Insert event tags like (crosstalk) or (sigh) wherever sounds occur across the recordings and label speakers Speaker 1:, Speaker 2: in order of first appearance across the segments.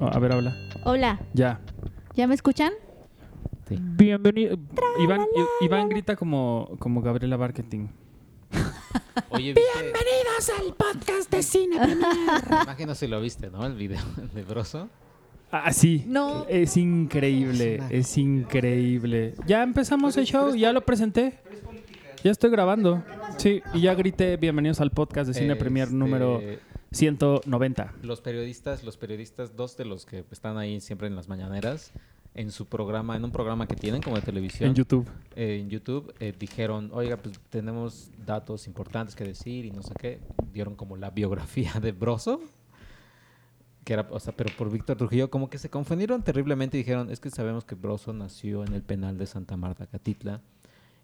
Speaker 1: Oh, A ver, habla.
Speaker 2: Hola,
Speaker 1: Ya.
Speaker 2: ¿ya me escuchan?
Speaker 1: Bienvenido. Iván, I- Iván grita como, como Gabriela Marketing.
Speaker 3: Oye, ¿viste?
Speaker 4: Bienvenidos al podcast de cine.
Speaker 3: Imagino si lo viste, ¿no? El video (laughs) de Broso.
Speaker 1: Ah, sí.
Speaker 2: No.
Speaker 1: Es increíble, es increíble. Ya empezamos el show, ya lo presenté. Ya estoy grabando. Sí, y ya grité bienvenidos al podcast de Cine Premier
Speaker 3: Este,
Speaker 1: número 190.
Speaker 3: Los periodistas, los periodistas, dos de los que están ahí siempre en las mañaneras, en su programa, en un programa que tienen como de televisión.
Speaker 1: En YouTube.
Speaker 3: eh, en YouTube eh, dijeron, oiga, pues tenemos datos importantes que decir y no sé qué. Dieron como la biografía de Broso, que era, o sea, pero por Víctor Trujillo, como que se confundieron terriblemente y dijeron, es que sabemos que Broso nació en el penal de Santa Marta, Catitla,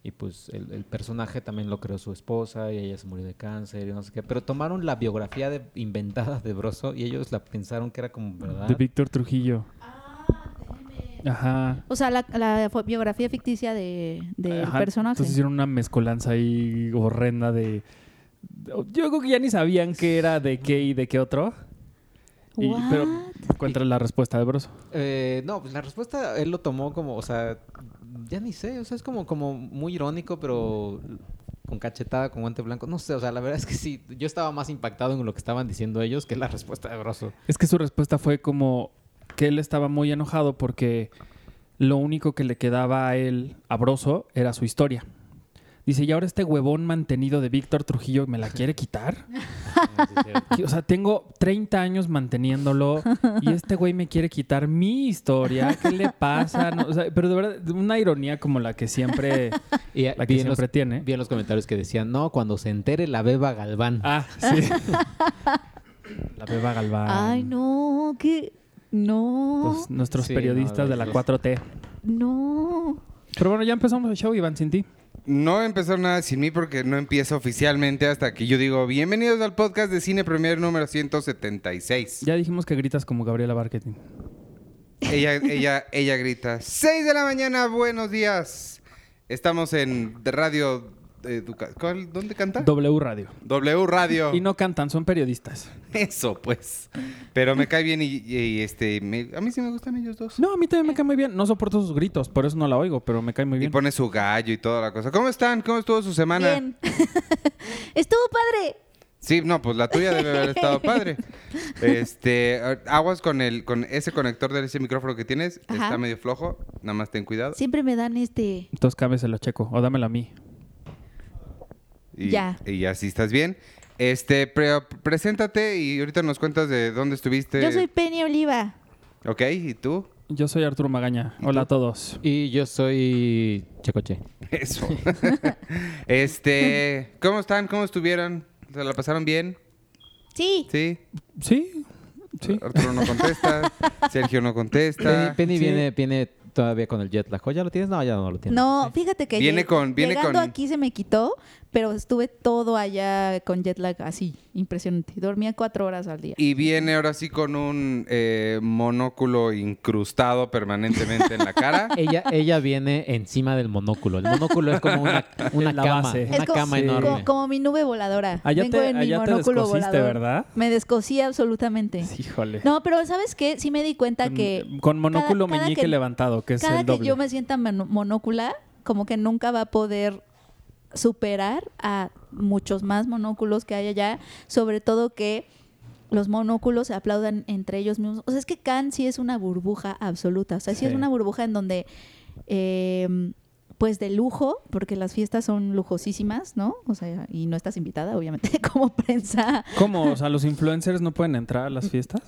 Speaker 3: y pues el, el personaje también lo creó su esposa y ella se murió de cáncer y no sé qué. Pero tomaron la biografía de- inventada de Broso y ellos la pensaron que era como verdad.
Speaker 1: De Víctor Trujillo. Ajá.
Speaker 2: O sea, la, la fo- biografía ficticia de, del
Speaker 1: Ajá,
Speaker 2: personaje.
Speaker 1: Entonces hicieron una mezcolanza ahí horrenda de... Yo creo que ya ni sabían qué era de qué y de qué otro. Y-
Speaker 2: What?
Speaker 1: pero encuentra la respuesta de Broso.
Speaker 3: Eh, no, pues la respuesta él lo tomó como, o sea, ya ni sé, o sea, es como, como muy irónico, pero con cachetada, con guante blanco, no sé, o sea, la verdad es que sí, yo estaba más impactado en lo que estaban diciendo ellos que la respuesta de Broso.
Speaker 1: (laughs) Es que su respuesta fue como que él estaba muy enojado porque lo único que le quedaba a él, a Broso, era su historia. Dice, y ahora este huevón mantenido de Víctor Trujillo me la quiere quitar. O sea, tengo 30 años manteniéndolo y este güey me quiere quitar mi historia. ¿Qué le pasa? No, o sea, pero de verdad, una ironía como la que siempre,
Speaker 3: Y eh,
Speaker 1: la que
Speaker 3: vi, en los,
Speaker 1: siempre tiene.
Speaker 3: vi en los comentarios que decían, no, cuando se entere la beba Galván.
Speaker 1: Ah, sí. La beba Galván.
Speaker 2: Ay, no, que. No,
Speaker 1: Pues, nuestros
Speaker 3: Sí, no,
Speaker 1: periodistas de la
Speaker 3: sí.
Speaker 1: 4T.
Speaker 2: no.
Speaker 1: Pero bueno, ya empezamos el show, Iván, sin ti.
Speaker 5: No empezó nada sin mí porque no empieza oficialmente hasta que yo digo, bienvenidos al podcast de Cine Premier número 176.
Speaker 1: Ya dijimos que gritas como Gabriela Marketing.
Speaker 5: Ella, ella, ella grita, 6 de la mañana, buenos días. Estamos en Radio... Educa- ¿cuál? ¿Dónde canta?
Speaker 1: W Radio.
Speaker 5: w Radio.
Speaker 1: Y no cantan, son periodistas.
Speaker 5: Eso, pues. Pero me cae bien y, y, este... me- a mí sí me gustan ellos dos.
Speaker 1: No, a mí también me cae muy bien. No soporto sus gritos, por eso no la oigo, pero me cae muy
Speaker 5: Y
Speaker 1: bien.
Speaker 5: pone su gallo y toda la cosa. ¿Cómo están? ¿Cómo estuvo su semana?
Speaker 2: Bien. (laughs) Estuvo padre.
Speaker 5: Sí, no, pues la tuya debe haber
Speaker 2: (laughs)
Speaker 5: estado padre. Este, aguas con el, con ese conector de ese micrófono que tienes,
Speaker 2: Ajá.
Speaker 5: está medio flojo, nada más ten cuidado.
Speaker 2: Siempre me dan este.
Speaker 1: Entonces cámbiaselo, Checo, o dámela a mí.
Speaker 5: Y,
Speaker 2: Ya.
Speaker 5: Y así estás bien. Este, pre- preséntate y ahorita nos cuentas de dónde estuviste.
Speaker 2: Yo soy Penny Oliva.
Speaker 5: Ok,
Speaker 2: (laughs)
Speaker 5: ¿y tú?
Speaker 1: Yo soy Arturo Magaña. Hola a todos.
Speaker 3: Y yo soy Checoche.
Speaker 5: Eso. (laughs) este, ¿cómo están? ¿Cómo estuvieron? ¿Se la pasaron bien?
Speaker 2: Sí.
Speaker 5: ¿Sí?
Speaker 1: Sí, sí.
Speaker 5: Arturo
Speaker 2: (laughs)
Speaker 5: no contesta, Sergio no
Speaker 3: Penny,
Speaker 5: contesta.
Speaker 3: Penny
Speaker 1: Ah, sí.
Speaker 3: viene, viene todavía con el jet lag. ¿O ¿Ya lo tienes? No, ya no lo tienes.
Speaker 2: No, fíjate que
Speaker 5: Viene
Speaker 2: lleg-
Speaker 5: con- viene
Speaker 2: llegando
Speaker 5: con-
Speaker 2: aquí se me quitó, pero estuve todo allá con jet lag así, impresionante. Dormía cuatro horas al día.
Speaker 5: Y viene ahora sí con un eh, monóculo incrustado permanentemente en
Speaker 2: (laughs)
Speaker 5: la cara.
Speaker 3: Ella, ella viene encima del
Speaker 1: (laughs)
Speaker 3: monóculo. El monóculo es como una, una
Speaker 1: Es la
Speaker 3: cama,
Speaker 1: base.
Speaker 3: una
Speaker 2: Es como-
Speaker 3: cama
Speaker 1: sí.
Speaker 3: enorme.
Speaker 2: Co- como mi nube voladora.
Speaker 1: Allá
Speaker 2: Vengo
Speaker 1: Ah, te-
Speaker 2: en mi
Speaker 1: allá te
Speaker 2: monóculo
Speaker 1: descosiste,
Speaker 2: volador.
Speaker 1: ¿verdad?
Speaker 2: Me descosí absolutamente.
Speaker 1: Híjole.
Speaker 2: No, pero ¿sabes qué? Sí me di cuenta que
Speaker 1: Con monóculo
Speaker 2: cada- cada
Speaker 1: meñique
Speaker 2: que-
Speaker 1: levantado, que es
Speaker 2: cada
Speaker 1: el doble.
Speaker 2: que yo me sienta mono- monócula, como que nunca va a poder superar a muchos más monóculos que hay allá, sobre todo que los monóculos se aplaudan entre ellos mismos. O sea, es que Cannes sí es una burbuja absoluta. O sea, sí, es
Speaker 1: Sí.
Speaker 2: una burbuja en donde, eh, pues de lujo, porque las fiestas son lujosísimas, ¿no? O sea, y no estás invitada, obviamente, (laughs) como prensa.
Speaker 1: ¿Cómo? O sea, los influencers no pueden entrar a las
Speaker 2: (laughs)
Speaker 1: fiestas.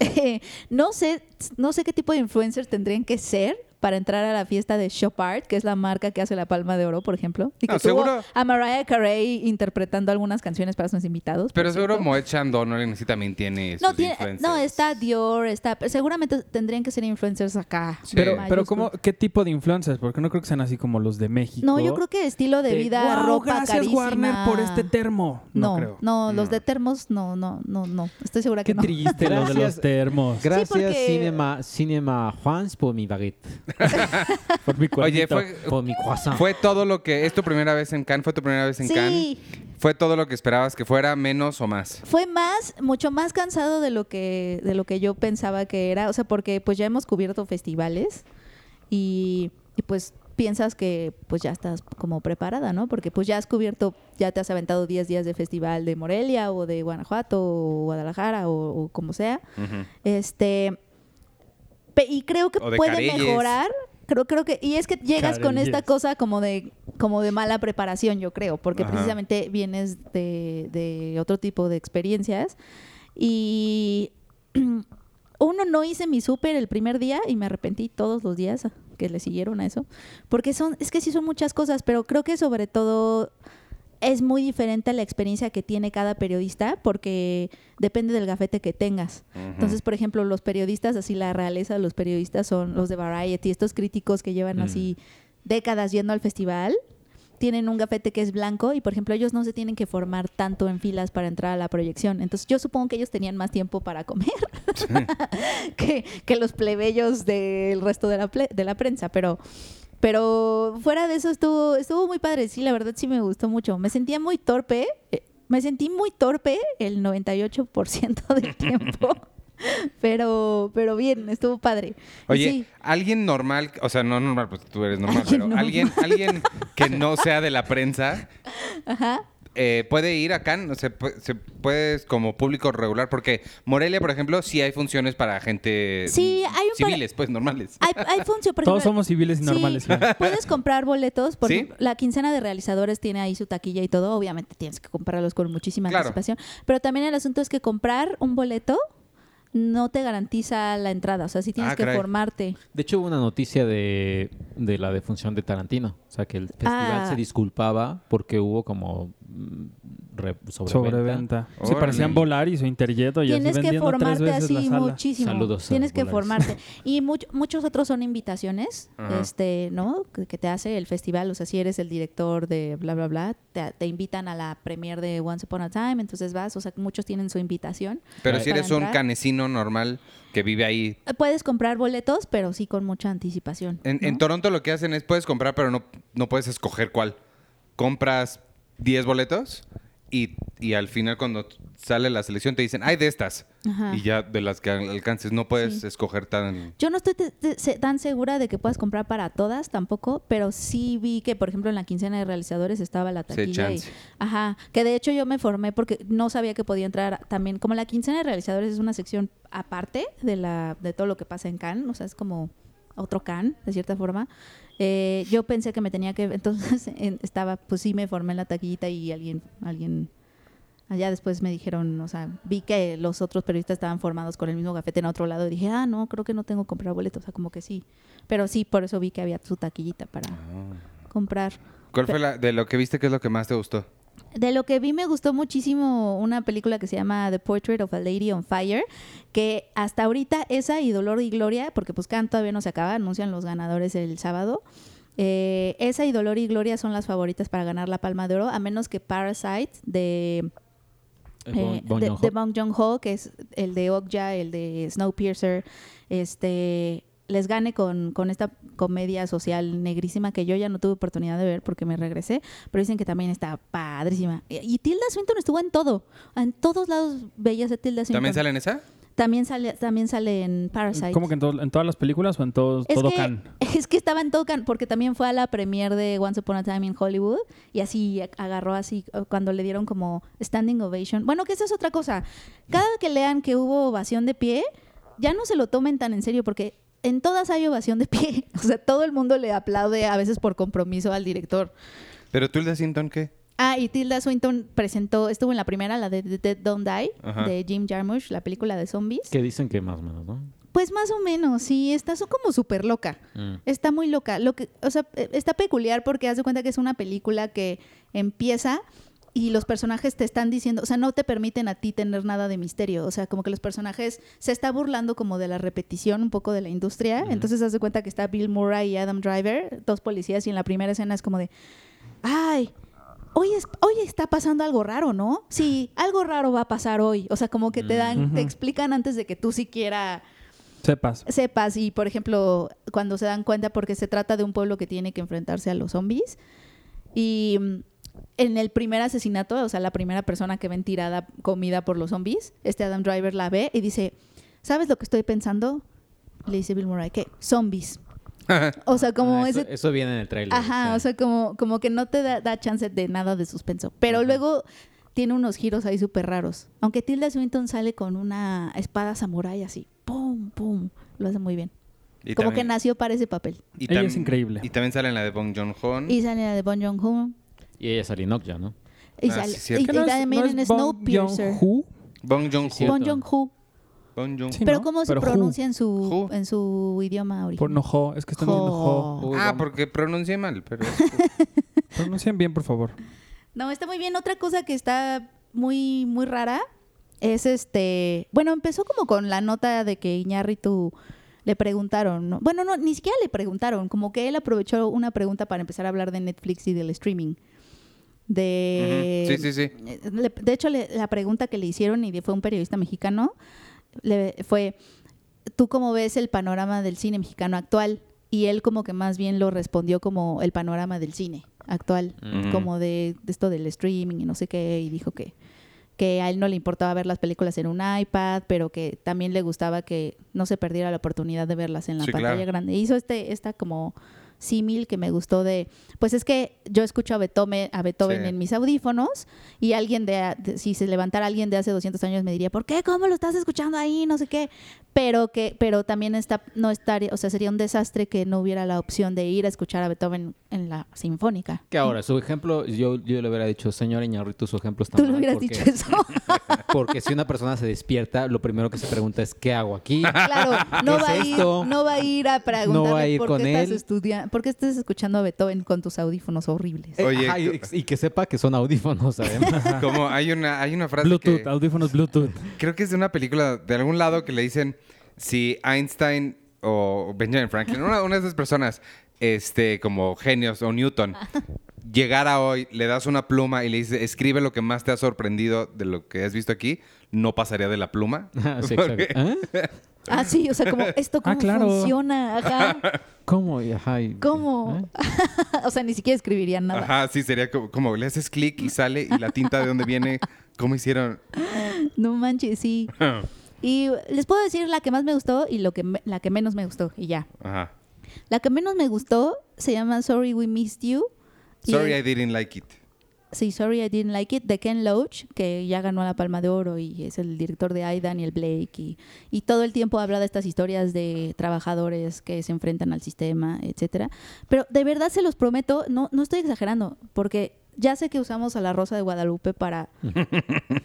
Speaker 2: no sé, no sé qué tipo de influencers tendrían que ser para entrar a la fiesta de Shop Art, que es la marca que hace la Palma de Oro, por ejemplo. Y que
Speaker 5: No,
Speaker 2: tuvo
Speaker 5: Ah, seguro.
Speaker 2: a Mariah Carey interpretando algunas canciones para sus invitados.
Speaker 5: Pero
Speaker 2: por
Speaker 5: seguro
Speaker 2: cierto.
Speaker 5: Moet Chandon, no sí también tiene
Speaker 2: No,
Speaker 5: sus
Speaker 2: tiene-
Speaker 5: influencers.
Speaker 2: no, está Dior, está. pero seguramente tendrían que ser influencers acá.
Speaker 5: Sí.
Speaker 1: Pero,
Speaker 2: con
Speaker 1: pero
Speaker 2: mayúsculas.
Speaker 1: ¿cómo, ¿qué tipo de influencers? Porque no creo que sean así como los de México.
Speaker 2: No, yo creo que estilo de vida,
Speaker 1: "Guau,
Speaker 2: ropa
Speaker 1: gracias
Speaker 2: carísima.
Speaker 1: Warner por este termo. No,
Speaker 2: No,
Speaker 1: creo.
Speaker 2: no,
Speaker 5: Mm.
Speaker 2: los de termos, no, no, no, no. Estoy segura
Speaker 1: Qué
Speaker 2: que no.
Speaker 1: triste lo de los
Speaker 3: Gracias.
Speaker 1: termos.
Speaker 3: Gracias,
Speaker 2: porque-
Speaker 3: Cinema, Cinema Juans, por mi baguette.
Speaker 1: Por mi
Speaker 5: Oye,
Speaker 1: cuernito.
Speaker 5: fue,
Speaker 3: Por mi croissant.
Speaker 5: fue todo lo que. ¿Es tu primera vez en Cannes? ¿Fue tu primera vez en
Speaker 2: Sí.
Speaker 5: Cannes? ¿Fue todo lo que esperabas que fuera, menos o más?
Speaker 2: Fue más, mucho más cansado de lo que, de lo que yo pensaba que era. O sea, porque pues ya hemos cubierto festivales y, y, pues piensas que pues ya estás como preparada, ¿no? Porque pues ya has cubierto, ya te has aventado 10 días de festival de Morelia o de Guanajuato o Guadalajara o, o como sea. Este pe- y creo que
Speaker 5: O de
Speaker 2: puede
Speaker 5: Careyes.
Speaker 2: mejorar. Creo, creo que, y es que llegas con esta
Speaker 1: Careyes.
Speaker 2: cosa como de, como de mala preparación, yo creo, porque
Speaker 5: Ajá.
Speaker 2: precisamente vienes de, de otro tipo de experiencias. Y (clears throat) uno no hice mi súper el primer día y me arrepentí todos los días que le siguieron a eso. Porque son, es que sí son muchas cosas, pero creo que sobre todo es muy diferente a la experiencia que tiene cada periodista porque depende del gafete que tengas. Entonces, por ejemplo, los periodistas, así la realeza de los periodistas son los de Variety, estos críticos que llevan
Speaker 3: Mm.
Speaker 2: así décadas yendo al festival, tienen un gafete que es blanco y, por ejemplo, ellos no se tienen que formar tanto en filas para entrar a la proyección. Entonces, yo supongo que ellos tenían más tiempo para comer (laughs) que, que los plebeyos del resto de la, ple- de la prensa, pero... Pero fuera de eso estuvo, estuvo muy padre, sí, la verdad sí me gustó mucho. Me sentía muy torpe, eh, me sentí muy torpe el 98%
Speaker 5: (laughs)
Speaker 2: del tiempo, pero, pero bien, estuvo padre. Y
Speaker 5: Oye,
Speaker 2: Pues sí,
Speaker 5: alguien normal, o sea, no normal, pues tú eres normal,
Speaker 2: Alguien
Speaker 5: pero
Speaker 2: normal.
Speaker 5: alguien, alguien que no sea de la prensa,
Speaker 2: ajá.
Speaker 5: eh, puede ir a Cannes, o sea, pu- se puedes como público regular, porque Morelia, por ejemplo, sí hay funciones para gente
Speaker 2: Sí, hay un par-
Speaker 5: civiles, pues normales.
Speaker 2: Hay, hay función, por
Speaker 1: Todos
Speaker 2: ejemplo-
Speaker 1: somos civiles y
Speaker 2: Sí,
Speaker 1: normales. claro.
Speaker 2: Puedes comprar boletos, por
Speaker 5: ¿Sí?
Speaker 2: ejemplo, la quincena de realizadores tiene ahí su taquilla y todo, obviamente tienes que comprarlos con muchísima
Speaker 5: Claro.
Speaker 2: anticipación, pero también el asunto es que comprar un boleto no te garantiza la entrada, o sea, sí tienes
Speaker 5: Ah,
Speaker 2: que
Speaker 5: caray.
Speaker 2: formarte.
Speaker 3: De hecho, hubo una noticia de, de la defunción de Tarantino. O sea, que el festival
Speaker 2: Ah.
Speaker 3: se disculpaba porque hubo como mm, re- sobreventa.
Speaker 1: Sobreventa. Se
Speaker 5: Órale.
Speaker 1: parecían Volaris o Interjet. y
Speaker 2: Tienes que formarte así
Speaker 1: muchísimo.
Speaker 2: muchísimo.
Speaker 3: Saludos a
Speaker 2: Tienes que
Speaker 3: Volaris.
Speaker 2: formarte. Y much- muchos otros son invitaciones,
Speaker 5: Ajá.
Speaker 2: este, ¿no? Que, que te hace el festival. O sea, si eres el director de bla, bla, bla, te, te invitan a la premier de Once Upon a Time, entonces vas. O sea, muchos tienen su invitación.
Speaker 5: Pero
Speaker 3: Ay.
Speaker 5: si eres
Speaker 2: para
Speaker 5: un
Speaker 2: entrar.
Speaker 5: canecino normal que vive ahí.
Speaker 2: Eh, Puedes comprar boletos, pero sí con mucha anticipación.
Speaker 5: En, en
Speaker 2: ¿no?
Speaker 5: Toronto lo que hacen es puedes comprar, pero no, no puedes escoger cuál. Compras 10 boletos y, y al final cuando sale la selección te dicen, hay de estas.
Speaker 2: Ajá.
Speaker 5: Y ya de las que alcances, no puedes
Speaker 2: Sí.
Speaker 5: escoger tan...
Speaker 2: Yo no estoy te- te- se- tan segura de que puedas comprar para todas tampoco, pero sí vi que, por ejemplo, en la quincena de realizadores estaba la
Speaker 5: Sí,
Speaker 2: taquilla. y-
Speaker 5: chance.
Speaker 2: ajá, que de hecho yo me formé porque no sabía que podía entrar también. Como la quincena de realizadores es una sección aparte de, la, de todo lo que pasa en Cannes, o sea, es como otro Cannes, de cierta forma. eh, yo pensé que me tenía que. Entonces (laughs) en- estaba, pues sí, me formé en la taquillita y alguien. alguien Allá después me dijeron, o sea, vi que los otros periodistas estaban formados con el mismo gafete en otro lado y dije, ah, no, creo que no tengo que comprar boletos, o sea, como que sí. Pero sí, por eso vi que había su taquillita para Ah.
Speaker 5: Ah.
Speaker 2: comprar.
Speaker 5: ¿Cuál fue la, de lo que viste, qué es lo que más te gustó?
Speaker 2: De lo que vi me gustó muchísimo una película que se llama The Portrait of a Lady on Fire, que hasta ahorita esa y Dolor y Gloria, porque pues Cannes todavía no se acaba, anuncian los ganadores el sábado. eh, esa y Dolor y Gloria son las favoritas para ganar la Palma de Oro, a menos que Parasite de
Speaker 3: Eh,
Speaker 2: eh,
Speaker 3: Bong- Bong
Speaker 2: de,
Speaker 3: Joon-ho.
Speaker 2: de Bong Joon-ho, que es el de Okja, el de Snowpiercer, este, les gane con, con esta comedia social negrísima que yo ya no tuve oportunidad de ver porque me regresé, pero dicen que también está padrísima. Y, y Tilda Swinton estuvo en todo, en todos lados bellas de Tilda Swinton.
Speaker 5: ¿También sale en esa?
Speaker 2: También sale, también sale en Parasite.
Speaker 1: ¿Cómo que en, todo- en todas las películas o en todo,
Speaker 2: Es
Speaker 1: todo
Speaker 2: que,
Speaker 1: can?
Speaker 2: (laughs) es que estaba en todo Cannes, porque también fue a la premier de Once Upon a Time in Hollywood y así a- agarró así eh, cuando le dieron como standing ovation. Bueno, que esa es otra cosa. Cada que lean que hubo ovación de pie, ya no se lo tomen tan en serio porque en todas hay ovación de pie. (laughs) O sea, todo el mundo le aplaude a veces por compromiso al director.
Speaker 5: ¿Pero tú el de Sinton qué? (laughs)
Speaker 2: Ah, y Tilda Swinton presentó, estuvo en la primera, la de Dead Don't Die,
Speaker 5: Ajá.
Speaker 2: de Jim Jarmusch, la película de zombies.
Speaker 3: Que dicen que más o menos, ¿no?
Speaker 2: Pues más o menos, sí, está so- como súper loca.
Speaker 3: Mm.
Speaker 2: Está muy loca. Lo que, o sea, eh, está peculiar porque haz de cuenta que es una película que empieza y los personajes te están diciendo, o sea, no te permiten a ti tener nada de misterio. O sea, como que los personajes se está burlando como de la repetición un poco de la industria. Entonces haz de cuenta que está Bill Murray y Adam Driver, dos policías, y en la primera escena es como de, ay. Hoy, es, hoy está pasando algo raro, ¿no? Sí, algo raro va a pasar hoy. O sea, como que te dan, te explican antes de que tú siquiera
Speaker 1: Sepas.
Speaker 2: sepas y por ejemplo cuando se dan cuenta porque se trata de un pueblo que tiene que enfrentarse a los zombies y mm, en el primer asesinato, o sea, la primera persona que ven tirada comida por los zombies, este Adam Driver la ve y dice, ¿sabes lo que estoy pensando? Le dice Bill Murray, ¿qué? Zombies. O sea, como
Speaker 3: Ah, eso,
Speaker 2: ese...
Speaker 3: eso viene en el trailer.
Speaker 2: Ajá, o sea, como, como que no te da, da chance de nada de suspenso. Pero luego tiene unos giros ahí súper raros. Aunque Tilda Swinton sale con una espada samurái así, ¡pum, pum! Lo hace muy bien.
Speaker 5: Y
Speaker 2: Como
Speaker 5: también-
Speaker 2: que nació para ese papel.
Speaker 5: y
Speaker 1: Ella es
Speaker 5: tam-
Speaker 1: increíble.
Speaker 5: Y también sale en la de Bong Joon-ho.
Speaker 2: Y sale la de Bon Joon-ho.
Speaker 3: Y ella salió Nokia, ¿no?
Speaker 2: Y
Speaker 5: Ah,
Speaker 2: sale.
Speaker 5: sí, cierto.
Speaker 2: y-
Speaker 5: Que
Speaker 2: y
Speaker 1: no es-
Speaker 2: también
Speaker 1: no es
Speaker 2: en
Speaker 1: Bong
Speaker 2: Snowpiercer.
Speaker 1: Joon-ho.
Speaker 5: Bong
Speaker 3: Sí,
Speaker 5: Joon-ho.
Speaker 2: Bon Joon-ho.
Speaker 5: Bong Joon-
Speaker 1: Sí,
Speaker 2: Pero
Speaker 1: ¿no?
Speaker 2: ¿cómo
Speaker 1: Pero
Speaker 2: se
Speaker 1: who.
Speaker 2: pronuncia en su,
Speaker 5: Who.
Speaker 2: en su idioma
Speaker 1: Por
Speaker 2: original?
Speaker 1: no jo, es que están diciendo jo.
Speaker 2: Jo.
Speaker 5: Ah, porque pronuncié mal, pero... es-
Speaker 1: Pronuncien bien, por
Speaker 3: (laughs)
Speaker 1: favor.
Speaker 2: No, está muy bien. Otra cosa que está muy, muy rara es este. Bueno, empezó como con la nota de que Iñárritu le preguntaron, ¿no? Bueno, no, ni siquiera le preguntaron, como que él aprovechó una pregunta para empezar a hablar de Netflix y del streaming. De.
Speaker 5: Ujú. Sí, sí, sí.
Speaker 2: Eh, le- de hecho, le- la pregunta que le hicieron, y de- fue un periodista mexicano, le, fue, ¿tú cómo ves el panorama del cine mexicano actual? Y él como que más bien lo respondió como el panorama del cine actual,
Speaker 5: Ujú.
Speaker 2: como de, de esto del streaming y no sé qué, y dijo que, que a él no le importaba ver las películas en un iPad, pero que también le gustaba que no se perdiera la oportunidad de verlas en la
Speaker 5: Sí,
Speaker 2: pantalla
Speaker 5: claro.
Speaker 2: grande. Hizo este, esta como símil que me gustó de, pues es que yo escucho a Beethoven, a Beethoven
Speaker 5: Sí.
Speaker 2: en mis audífonos y alguien de, de- si se levantara alguien de hace 200 años me diría, ¿por qué? ¿Cómo lo estás escuchando ahí? No sé qué. Pero que, pero también está, no estaría, o sea, sería un desastre que no hubiera la opción de ir a escuchar a Beethoven en la sinfónica.
Speaker 3: Que ahora, su ejemplo, yo, yo le hubiera dicho, señora Iñarritu, su ejemplo
Speaker 2: (laughs)
Speaker 3: está
Speaker 2: Tú le
Speaker 3: mal",
Speaker 2: hubieras
Speaker 3: porque-
Speaker 2: dicho eso. (laughs)
Speaker 3: Porque si una persona se despierta, lo primero que se pregunta es, ¿qué hago aquí?
Speaker 2: claro, no
Speaker 3: ¿Qué
Speaker 2: va,
Speaker 3: es
Speaker 2: a ir,
Speaker 3: esto?
Speaker 2: no va a ir a preguntarle
Speaker 3: va a ir
Speaker 2: por,
Speaker 3: con
Speaker 2: qué estás
Speaker 3: él.
Speaker 2: estudia- por qué estás escuchando a Beethoven con tus audífonos horribles.
Speaker 3: Eh,
Speaker 5: Oye,
Speaker 3: ajá, y,
Speaker 5: co-
Speaker 3: y que sepa que son audífonos, (laughs) además.
Speaker 5: Como hay una, hay una frase
Speaker 1: Bluetooth,
Speaker 5: que...
Speaker 1: audífonos Bluetooth.
Speaker 5: Creo que es de una película de algún lado que le dicen si Einstein o Benjamin Franklin, una, una de esas personas, este, como genios
Speaker 2: (laughs)
Speaker 5: o Newton, llegara hoy, le das una pluma y le dices, escribe lo que más te ha sorprendido de lo que has visto aquí, no pasaría de la pluma.
Speaker 3: Ah, sí, exacto. ¿Ah?
Speaker 2: Ah, sí, o sea,
Speaker 3: (laughs)
Speaker 2: como esto
Speaker 1: Ah,
Speaker 2: cómo
Speaker 1: claro.
Speaker 2: funciona, ajá,
Speaker 3: ¿Cómo? Y, ajá, y-
Speaker 2: cómo.
Speaker 3: (laughs)
Speaker 2: (laughs)
Speaker 3: ¿eh?
Speaker 2: o sea, ni siquiera escribirían nada.
Speaker 5: Ajá, sí, sería como, como le haces clic y sale y la tinta de dónde viene,
Speaker 1: (laughs)
Speaker 5: cómo hicieron.
Speaker 2: No manches, sí. Y les puedo decir la que más me gustó y lo que me- la que menos me gustó y ya.
Speaker 5: Ajá.
Speaker 2: La que menos me gustó se llama Sorry We Missed You. Y
Speaker 5: Sorry
Speaker 2: es-
Speaker 5: I didn't like it.
Speaker 2: Sí, Sorry I Didn't Like It, de Ken Loach, que ya ganó la Palma de Oro y es el director de I, Daniel Blake, y, y todo el tiempo habla de estas historias de trabajadores que se enfrentan al sistema, etcétera. Pero de verdad se los prometo, no, no estoy exagerando, porque ya sé que usamos a la Rosa de Guadalupe
Speaker 5: (laughs)
Speaker 2: para,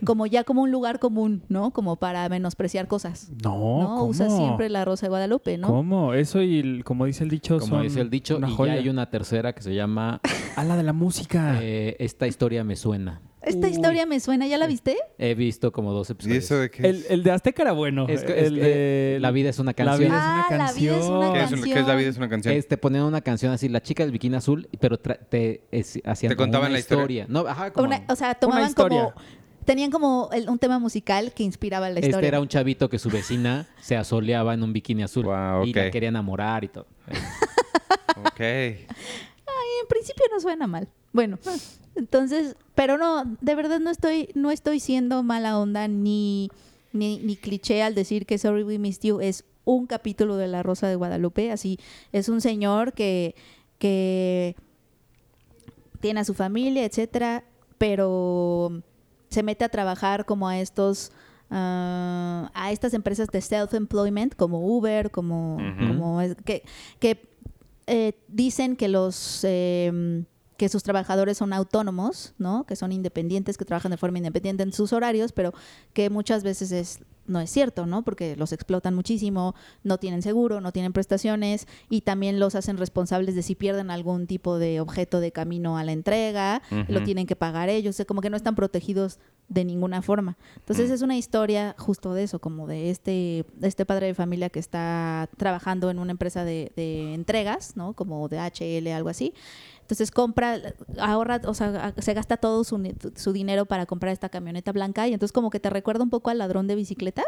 Speaker 2: como ya como un lugar común, ¿no? Como para menospreciar cosas.
Speaker 1: No,
Speaker 2: No,
Speaker 1: ¿cómo?
Speaker 2: usa siempre la Rosa de Guadalupe, ¿no?
Speaker 1: ¿Cómo? Eso y, el- como dice el dicho,
Speaker 3: Como
Speaker 1: son
Speaker 3: dice el dicho,
Speaker 1: una
Speaker 3: y
Speaker 1: joya.
Speaker 3: ya hay una tercera que se llama
Speaker 1: A la de la música.
Speaker 3: eh, Esta historia me suena.
Speaker 2: Esta
Speaker 1: Uy.
Speaker 2: historia me suena, ¿ya la viste?
Speaker 3: He visto como dos
Speaker 5: ¿Y
Speaker 3: episodios.
Speaker 5: eso de qué?
Speaker 1: el, el de Azteca era bueno.
Speaker 3: Es que- es
Speaker 1: el
Speaker 3: que
Speaker 1: de-
Speaker 3: La vida es una
Speaker 1: La
Speaker 3: canción.
Speaker 1: vida es una
Speaker 2: Ah, La vida es
Speaker 1: canción.
Speaker 2: una
Speaker 5: ¿Qué es, un- qué es Ah, la vida? Es una canción.
Speaker 3: Es, te ponían una canción así, la chica del bikini azul, pero tra- te es- hacían
Speaker 5: Te
Speaker 3: como
Speaker 5: contaban
Speaker 3: una
Speaker 5: la historia.
Speaker 3: No, ajá, como-
Speaker 2: Una- o sea, tomaban
Speaker 1: historia.
Speaker 2: como. Tenían como el- un tema musical que inspiraba la historia.
Speaker 3: Este era un chavito que su vecina se asoleaba en un bikini azul
Speaker 5: Guau,
Speaker 3: y la
Speaker 5: ok.
Speaker 3: quería enamorar y todo.
Speaker 5: Ok.
Speaker 2: En principio no suena mal. Bueno, entonces, pero no, de verdad no estoy, no estoy siendo mala onda ni, ni, ni cliché al decir que Sorry We Missed You es un capítulo de La Rosa de Guadalupe. Así, es un señor que, que tiene a su familia, etcétera, pero se mete a trabajar como a estos ah, a estas empresas de self-employment como Uber, como,
Speaker 5: Ujú.
Speaker 2: como es- que, que eh, dicen que los eh, que sus trabajadores son autónomos, ¿no? Que son independientes, que trabajan de forma independiente en sus horarios, pero que muchas veces es no es cierto, ¿no? Porque los explotan muchísimo, no tienen seguro, no tienen prestaciones y también los hacen responsables de si pierden algún tipo de objeto de camino a la entrega, lo
Speaker 5: Ujú.
Speaker 2: tienen que pagar ellos, o sea, como que no están protegidos de ninguna forma. Entonces es una historia justo de eso, como de este, de este padre de familia que está trabajando en una empresa de, de entregas, ¿no? Como de HL, algo así. Entonces compra, ahorra, o sea, se gasta todo su, ne- su dinero para comprar esta camioneta blanca y entonces como que te recuerda un poco al ladrón de bicicletas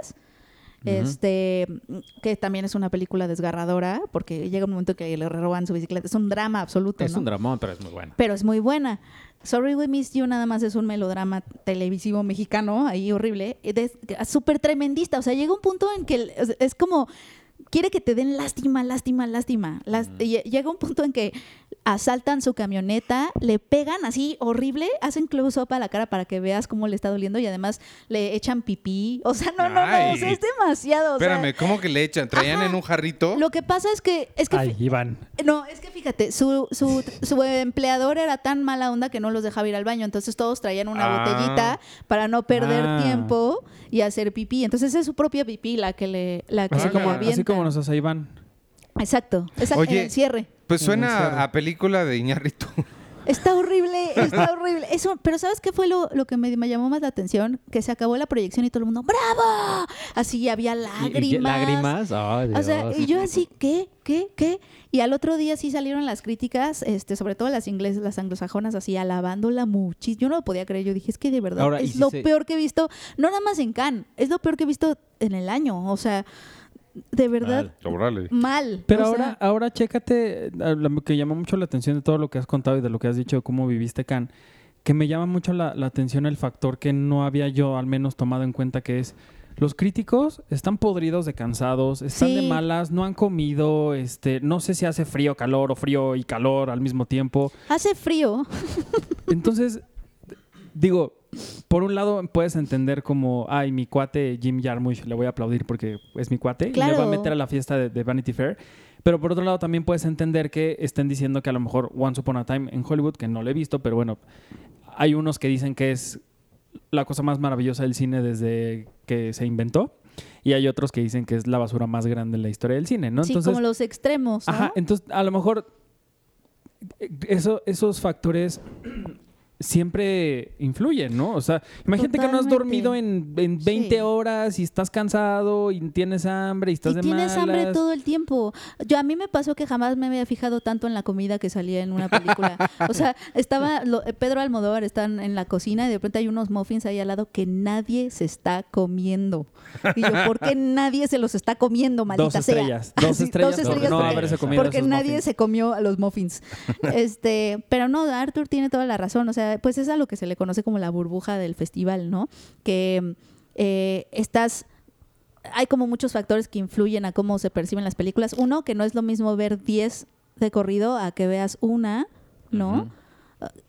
Speaker 2: este que también es una película desgarradora porque llega un momento que le roban su bicicleta. Es un drama absoluto,
Speaker 3: Es
Speaker 2: ¿no?
Speaker 3: un dramón, pero es muy buena.
Speaker 2: pero es muy buena. Sorry We Missed You nada más es un melodrama televisivo mexicano, ahí horrible, eh, des- súper tremendista, o sea, llega un punto en que el- es- es como, quiere que te den lástima, lástima, lástima, las- lle- llega un punto en que asaltan su camioneta, le pegan así horrible, hacen close-up a la cara para que veas cómo le está doliendo y además le echan pipí, o sea, no, no, no, o sea,
Speaker 5: Ay.
Speaker 2: es demasiado. o sea,
Speaker 5: Espérame, ¿cómo que le echan? ¿Traían
Speaker 2: Ajá.
Speaker 5: en un jarrito?
Speaker 2: lo que pasa es que... Es que
Speaker 1: Ay, Iván.
Speaker 2: no, es que fíjate, su, su, su empleador era tan mala onda que no los dejaba ir al baño, entonces todos traían una
Speaker 5: Ah.
Speaker 2: botellita para no perder
Speaker 1: Ah.
Speaker 2: tiempo y hacer pipí. Entonces es su propia pipí la que le, la que
Speaker 1: Así
Speaker 2: le
Speaker 1: como,
Speaker 5: Ándale.
Speaker 2: avienta.
Speaker 1: así como nos hace Iván.
Speaker 2: Exacto, exacto,
Speaker 5: Oye.
Speaker 2: en el cierre.
Speaker 5: Pues
Speaker 1: En
Speaker 5: suena
Speaker 1: el cerro.
Speaker 5: a- a película
Speaker 3: (laughs)
Speaker 5: de Iñarrito.
Speaker 2: Está horrible,
Speaker 1: (laughs)
Speaker 2: está horrible. Eso, pero ¿sabes qué fue lo, lo que me, me llamó más la atención? Que se acabó la proyección y todo el mundo, ¡bravo! Así había
Speaker 3: Y- y- lágrimas. Ay,
Speaker 2: O sea,
Speaker 3: Dios.
Speaker 2: y yo así, ¿qué? ¿Qué? ¿Qué? Y al otro día sí salieron las críticas, este, sobre todo las inglesas, las anglosajonas, así alabándola muchísimo. Yo no lo podía creer, yo dije, es que de verdad
Speaker 3: Ahora, ¿y
Speaker 2: es
Speaker 3: si
Speaker 2: lo
Speaker 3: se-
Speaker 2: peor que he visto, no nada más en Cannes, es lo peor que he visto en el año. O sea, de verdad, mal.
Speaker 1: Pero
Speaker 2: O
Speaker 1: ahora,
Speaker 2: sea,
Speaker 1: ahora chécate, eh, lo que llamó mucho la atención de todo lo que has contado y de lo que has dicho de cómo viviste Can, que me llama mucho la, la atención el factor que no había yo al menos tomado en cuenta que es los críticos están podridos de cansados, están de
Speaker 2: Sí.
Speaker 1: malas, no han comido, este, no sé si hace frío, calor o frío y calor al mismo tiempo.
Speaker 2: hace frío.
Speaker 1: Entonces, digo, por un lado puedes entender como, ay, mi cuate Jim Jarmusch, le voy a aplaudir porque es mi cuate y
Speaker 2: Claro.
Speaker 1: me va a meter a la fiesta de, de Vanity Fair. Pero por otro lado también puedes entender que estén diciendo que a lo mejor Once Upon a Time en Hollywood, que no lo he visto, pero bueno, hay unos que dicen que es la cosa más maravillosa del cine desde que se inventó. Y hay otros que dicen que es la basura más grande en la historia del cine, ¿no?
Speaker 2: sí, como los extremos. ¿no?
Speaker 1: Ajá, entonces a lo mejor eh, eso, esos factores siempre influyen, ¿no? O sea, imagínate que no has
Speaker 2: Totalmente.
Speaker 1: dormido en, en 20
Speaker 2: Sí.
Speaker 1: horas y estás cansado y tienes hambre y estás
Speaker 2: y
Speaker 1: de
Speaker 2: tienes hambre
Speaker 1: malas.
Speaker 2: todo el tiempo. Yo a mí me pasó que jamás me había fijado tanto en la comida que salía en una
Speaker 1: (laughs)
Speaker 2: película. o sea, estaba lo- eh, Pedro Almodóvar están en la cocina y de repente hay unos muffins ahí al lado que nadie se está comiendo. Y yo, ¿por qué nadie se los está comiendo, maldita
Speaker 1: Dos
Speaker 2: sea?
Speaker 1: estrellas, dos
Speaker 2: Así,
Speaker 1: estrellas,
Speaker 3: por
Speaker 1: por no
Speaker 3: estrellas.
Speaker 1: haberse comido
Speaker 2: porque
Speaker 1: esos
Speaker 2: nadie
Speaker 1: muffins.
Speaker 2: se comió a los muffins.
Speaker 1: (laughs)
Speaker 2: este, pero no, Arthur tiene toda la razón. O sea, pues es a lo que se le conoce como la burbuja del festival, ¿no? Que eh, estás. Hay como muchos factores que influyen a cómo se perciben las películas. Uno, que no es lo mismo ver 10 de corrido a que veas una, ¿no?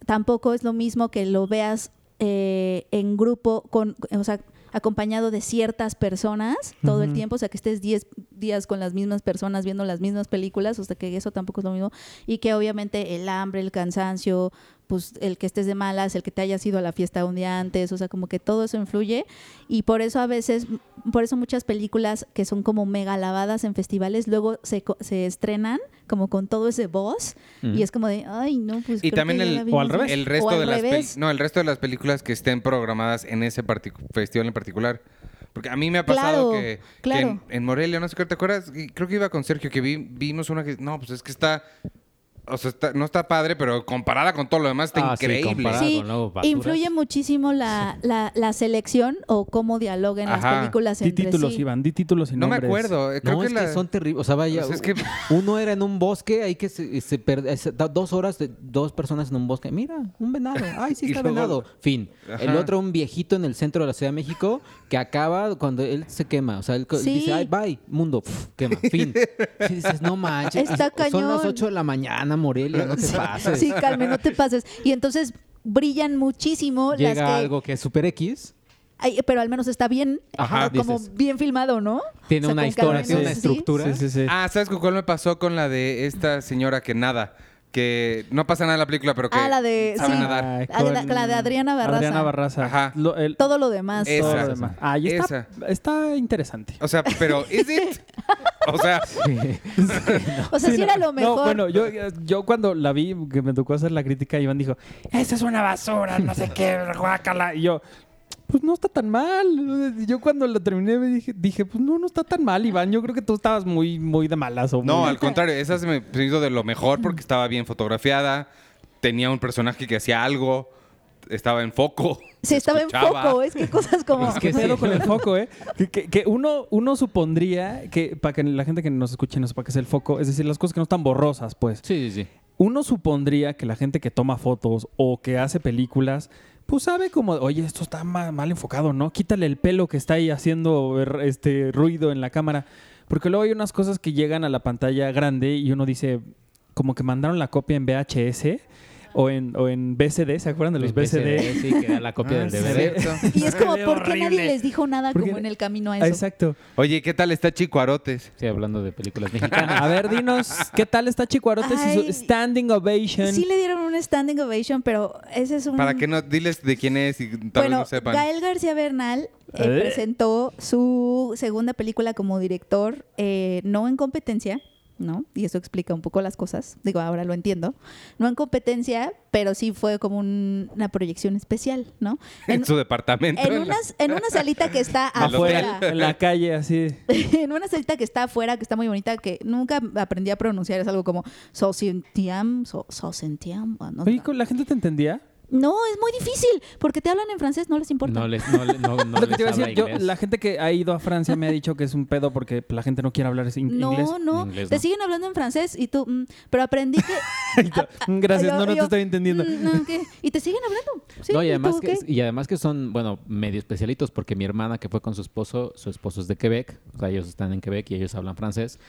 Speaker 2: tampoco es lo mismo que lo veas eh, en grupo, con, o sea, acompañado de ciertas personas todo el
Speaker 1: Ujú.
Speaker 2: tiempo, o sea, que estés 10 días con las mismas personas viendo las mismas películas, o sea, que eso tampoco es lo mismo, y que obviamente el hambre, el cansancio, pues el que estés de malas, el que te hayas ido a la fiesta un día antes, o sea, como que todo eso influye, y por eso a veces, por eso muchas películas que son como mega lavadas en festivales, luego se, co- se estrenan como con todo ese voz,
Speaker 3: Ujú.
Speaker 2: y es como de, ay, no, pues
Speaker 5: Y
Speaker 2: creo
Speaker 5: también
Speaker 2: que ya la
Speaker 5: el,
Speaker 2: vimos
Speaker 1: al revés.
Speaker 5: el
Speaker 2: o
Speaker 5: resto
Speaker 2: al
Speaker 5: de las peli-
Speaker 2: revés.
Speaker 5: no, el resto de las películas que estén programadas en ese particu- festival en particular. Porque a mí me ha
Speaker 2: Claro,
Speaker 5: pasado que, que
Speaker 2: claro.
Speaker 5: en, en Morelia, no sé qué, ¿te acuerdas? Y Creo que iba con Sergio, que vi- vimos una que... No, pues es que está... O sea, está- no está padre, pero comparada con todo lo demás está
Speaker 3: Ah, sí,
Speaker 5: increíble.
Speaker 3: comparada.
Speaker 2: Sí,
Speaker 3: con luego basuras.
Speaker 2: influye muchísimo la, la, la selección o cómo dialogan las
Speaker 5: Ajá.
Speaker 2: películas
Speaker 1: Di
Speaker 2: entre
Speaker 1: títulos,
Speaker 2: sí.
Speaker 1: Iván, di títulos y
Speaker 5: no me
Speaker 1: nombres.
Speaker 5: acuerdo. eh, Creo
Speaker 3: no,
Speaker 5: que,
Speaker 3: es
Speaker 5: la-
Speaker 3: que son terribles. O sea, vaya.
Speaker 5: O sea, es que- (laughs)
Speaker 3: Uno era en un bosque, ahí que se, se per- eh, se da dos horas, de, dos personas en un bosque. Mira, un venado. Ay, sí
Speaker 5: (laughs) Y
Speaker 3: está
Speaker 5: luego-
Speaker 3: venado. Fin. El
Speaker 5: Ajá.
Speaker 3: otro, un viejito en el centro de la Ciudad de México, que acaba cuando él se quema. O sea, él co-
Speaker 2: Sí.
Speaker 3: dice, ay, bye, mundo. Pf, quema. Fin.
Speaker 5: (laughs)
Speaker 3: Sí, dices, no manches.
Speaker 2: Está
Speaker 3: Son las
Speaker 2: cañón.
Speaker 3: 8 de la mañana, Morelia, no te pases.
Speaker 2: Sí, Carmen, no te pases. Y entonces brillan muchísimo
Speaker 3: Llega
Speaker 2: las que...
Speaker 3: algo que es super X.
Speaker 2: Ay, pero al menos está bien,
Speaker 3: Ajá,
Speaker 2: eh, como
Speaker 3: dices.
Speaker 2: bien filmado, ¿no?
Speaker 3: Tiene
Speaker 2: O sea,
Speaker 3: una
Speaker 2: con
Speaker 3: historia,
Speaker 2: Carmen,
Speaker 3: tiene
Speaker 2: ¿no?
Speaker 3: una
Speaker 2: Sí.
Speaker 3: estructura.
Speaker 1: Sí, sí, sí.
Speaker 5: Ah, ¿sabes con cuál me pasó con la de esta señora que nada? Que no pasa nada en la película, pero que
Speaker 2: Ah, la de-
Speaker 5: sabe
Speaker 2: sí.
Speaker 5: nadar.
Speaker 1: Ay,
Speaker 2: La de la- la de Adriana Barraza.
Speaker 1: Adriana Barraza.
Speaker 5: Ajá.
Speaker 1: Lo- el-
Speaker 2: Todo lo demás.
Speaker 5: Esa.
Speaker 1: todo lo demás. Ah, y está, está interesante.
Speaker 5: O sea, pero ¿is it?
Speaker 2: O
Speaker 5: O sea,
Speaker 2: sea, sí,
Speaker 1: Sí, no.
Speaker 2: era lo mejor.
Speaker 1: No, bueno, yo, yo cuando la vi, que me tocó hacer la crítica, Iván dijo, esa es una basura, no sé
Speaker 2: (laughs)
Speaker 1: qué, guácala. Y yo, pues no está tan mal. Yo cuando la terminé me dije, dije, pues no, no está tan mal, Iván. Yo creo que tú estabas muy, muy de malas. O
Speaker 5: no,
Speaker 1: muy-
Speaker 5: al contrario, esa se me hizo de lo mejor porque estaba bien fotografiada, tenía un personaje que hacía algo. estaba en foco.
Speaker 2: Sí,
Speaker 5: Se
Speaker 2: estaba
Speaker 5: escuchaba.
Speaker 2: en foco, ¿eh? es que cosas como...
Speaker 3: Es que
Speaker 1: ¿Qué pedo
Speaker 3: sí.
Speaker 1: con el foco,
Speaker 5: (laughs)
Speaker 1: eh? Que, que- que uno, uno supondría que, para que la gente que nos escuche no sepa qué es el foco, es decir, las cosas que no están borrosas, pues.
Speaker 3: Sí, sí, sí.
Speaker 1: Uno supondría que la gente que toma fotos o que hace películas, pues sabe como, oye, esto está ma- mal, enfocado, ¿no? Quítale el pelo que está ahí haciendo er, este ruido en la cámara. Porque luego hay unas cosas que llegan a la pantalla grande y uno dice, como que mandaron la copia en VHS o en, o en BCD, ¿se acuerdan de los BCD?
Speaker 3: Sí, que era la copia
Speaker 5: Ah,
Speaker 3: del
Speaker 5: sí,
Speaker 3: DVD.
Speaker 5: cierto.
Speaker 2: (laughs) Y es como,
Speaker 1: Se ve
Speaker 2: ¿por qué nadie
Speaker 1: horrible.
Speaker 2: les dijo nada
Speaker 1: Porque-
Speaker 2: como en el camino a
Speaker 1: Ah,
Speaker 2: eso?
Speaker 1: Exacto.
Speaker 5: Oye, ¿qué tal está Chico Arotes?
Speaker 3: Sí, hablando de películas mexicanas.
Speaker 1: A ver, dinos, ¿qué tal está Chicuarotes y
Speaker 2: Ay.
Speaker 1: su standing ovation?
Speaker 2: Sí le dieron un standing ovation, pero ese es un...
Speaker 5: Para que no diles de quién es y tal vez
Speaker 2: bueno,
Speaker 5: no sepan.
Speaker 2: Gael García Bernal eh,
Speaker 1: Eh.
Speaker 2: presentó su segunda película como director, eh, no en competencia, ¿no? Y eso explica un poco las cosas. Digo, ahora lo entiendo. No en competencia, pero sí fue como un- una proyección especial, ¿no?
Speaker 5: en,
Speaker 2: En,
Speaker 5: su departamento.
Speaker 2: en
Speaker 5: en la-
Speaker 2: una, en una salita que
Speaker 5: (laughs)
Speaker 2: está
Speaker 5: Al hotel.
Speaker 2: afuera. (laughs)
Speaker 1: en la calle, así.
Speaker 2: en una salita que está afuera, que está muy bonita, que nunca aprendí a pronunciar, es algo como Sosentiam, so- Sosentiam. ah, No,
Speaker 1: Oye, ¿la gente te entendía?
Speaker 2: No, es muy difícil, porque te hablan en francés, no les importa.
Speaker 3: No les, no, le- no, no
Speaker 1: Es lo que
Speaker 3: les
Speaker 1: te iba a
Speaker 3: habla
Speaker 1: decir. Yo,
Speaker 3: inglés.
Speaker 1: la gente que ha ido a Francia me ha dicho que es un pedo porque la gente no quiere hablar ese in-
Speaker 2: no,
Speaker 1: inglés.
Speaker 2: no,
Speaker 3: Inglés,
Speaker 2: te
Speaker 3: no.
Speaker 2: siguen hablando en francés y tú, mm, pero aprendí que...
Speaker 1: Y
Speaker 2: (laughs)
Speaker 1: yo, "Mm, Gracias,
Speaker 2: yo-
Speaker 1: no, no te
Speaker 2: yo,
Speaker 1: estoy entendiendo.
Speaker 2: mm, no, ¿qué? Y te siguen hablando. Sí,
Speaker 3: no,
Speaker 2: ¿y
Speaker 3: y además,
Speaker 2: tú
Speaker 3: que,
Speaker 2: qué?
Speaker 3: y además que son, bueno, medio especialitos, porque mi hermana que fue con su esposo, su esposo es de Quebec, o sea, ellos están en Quebec y ellos hablan francés,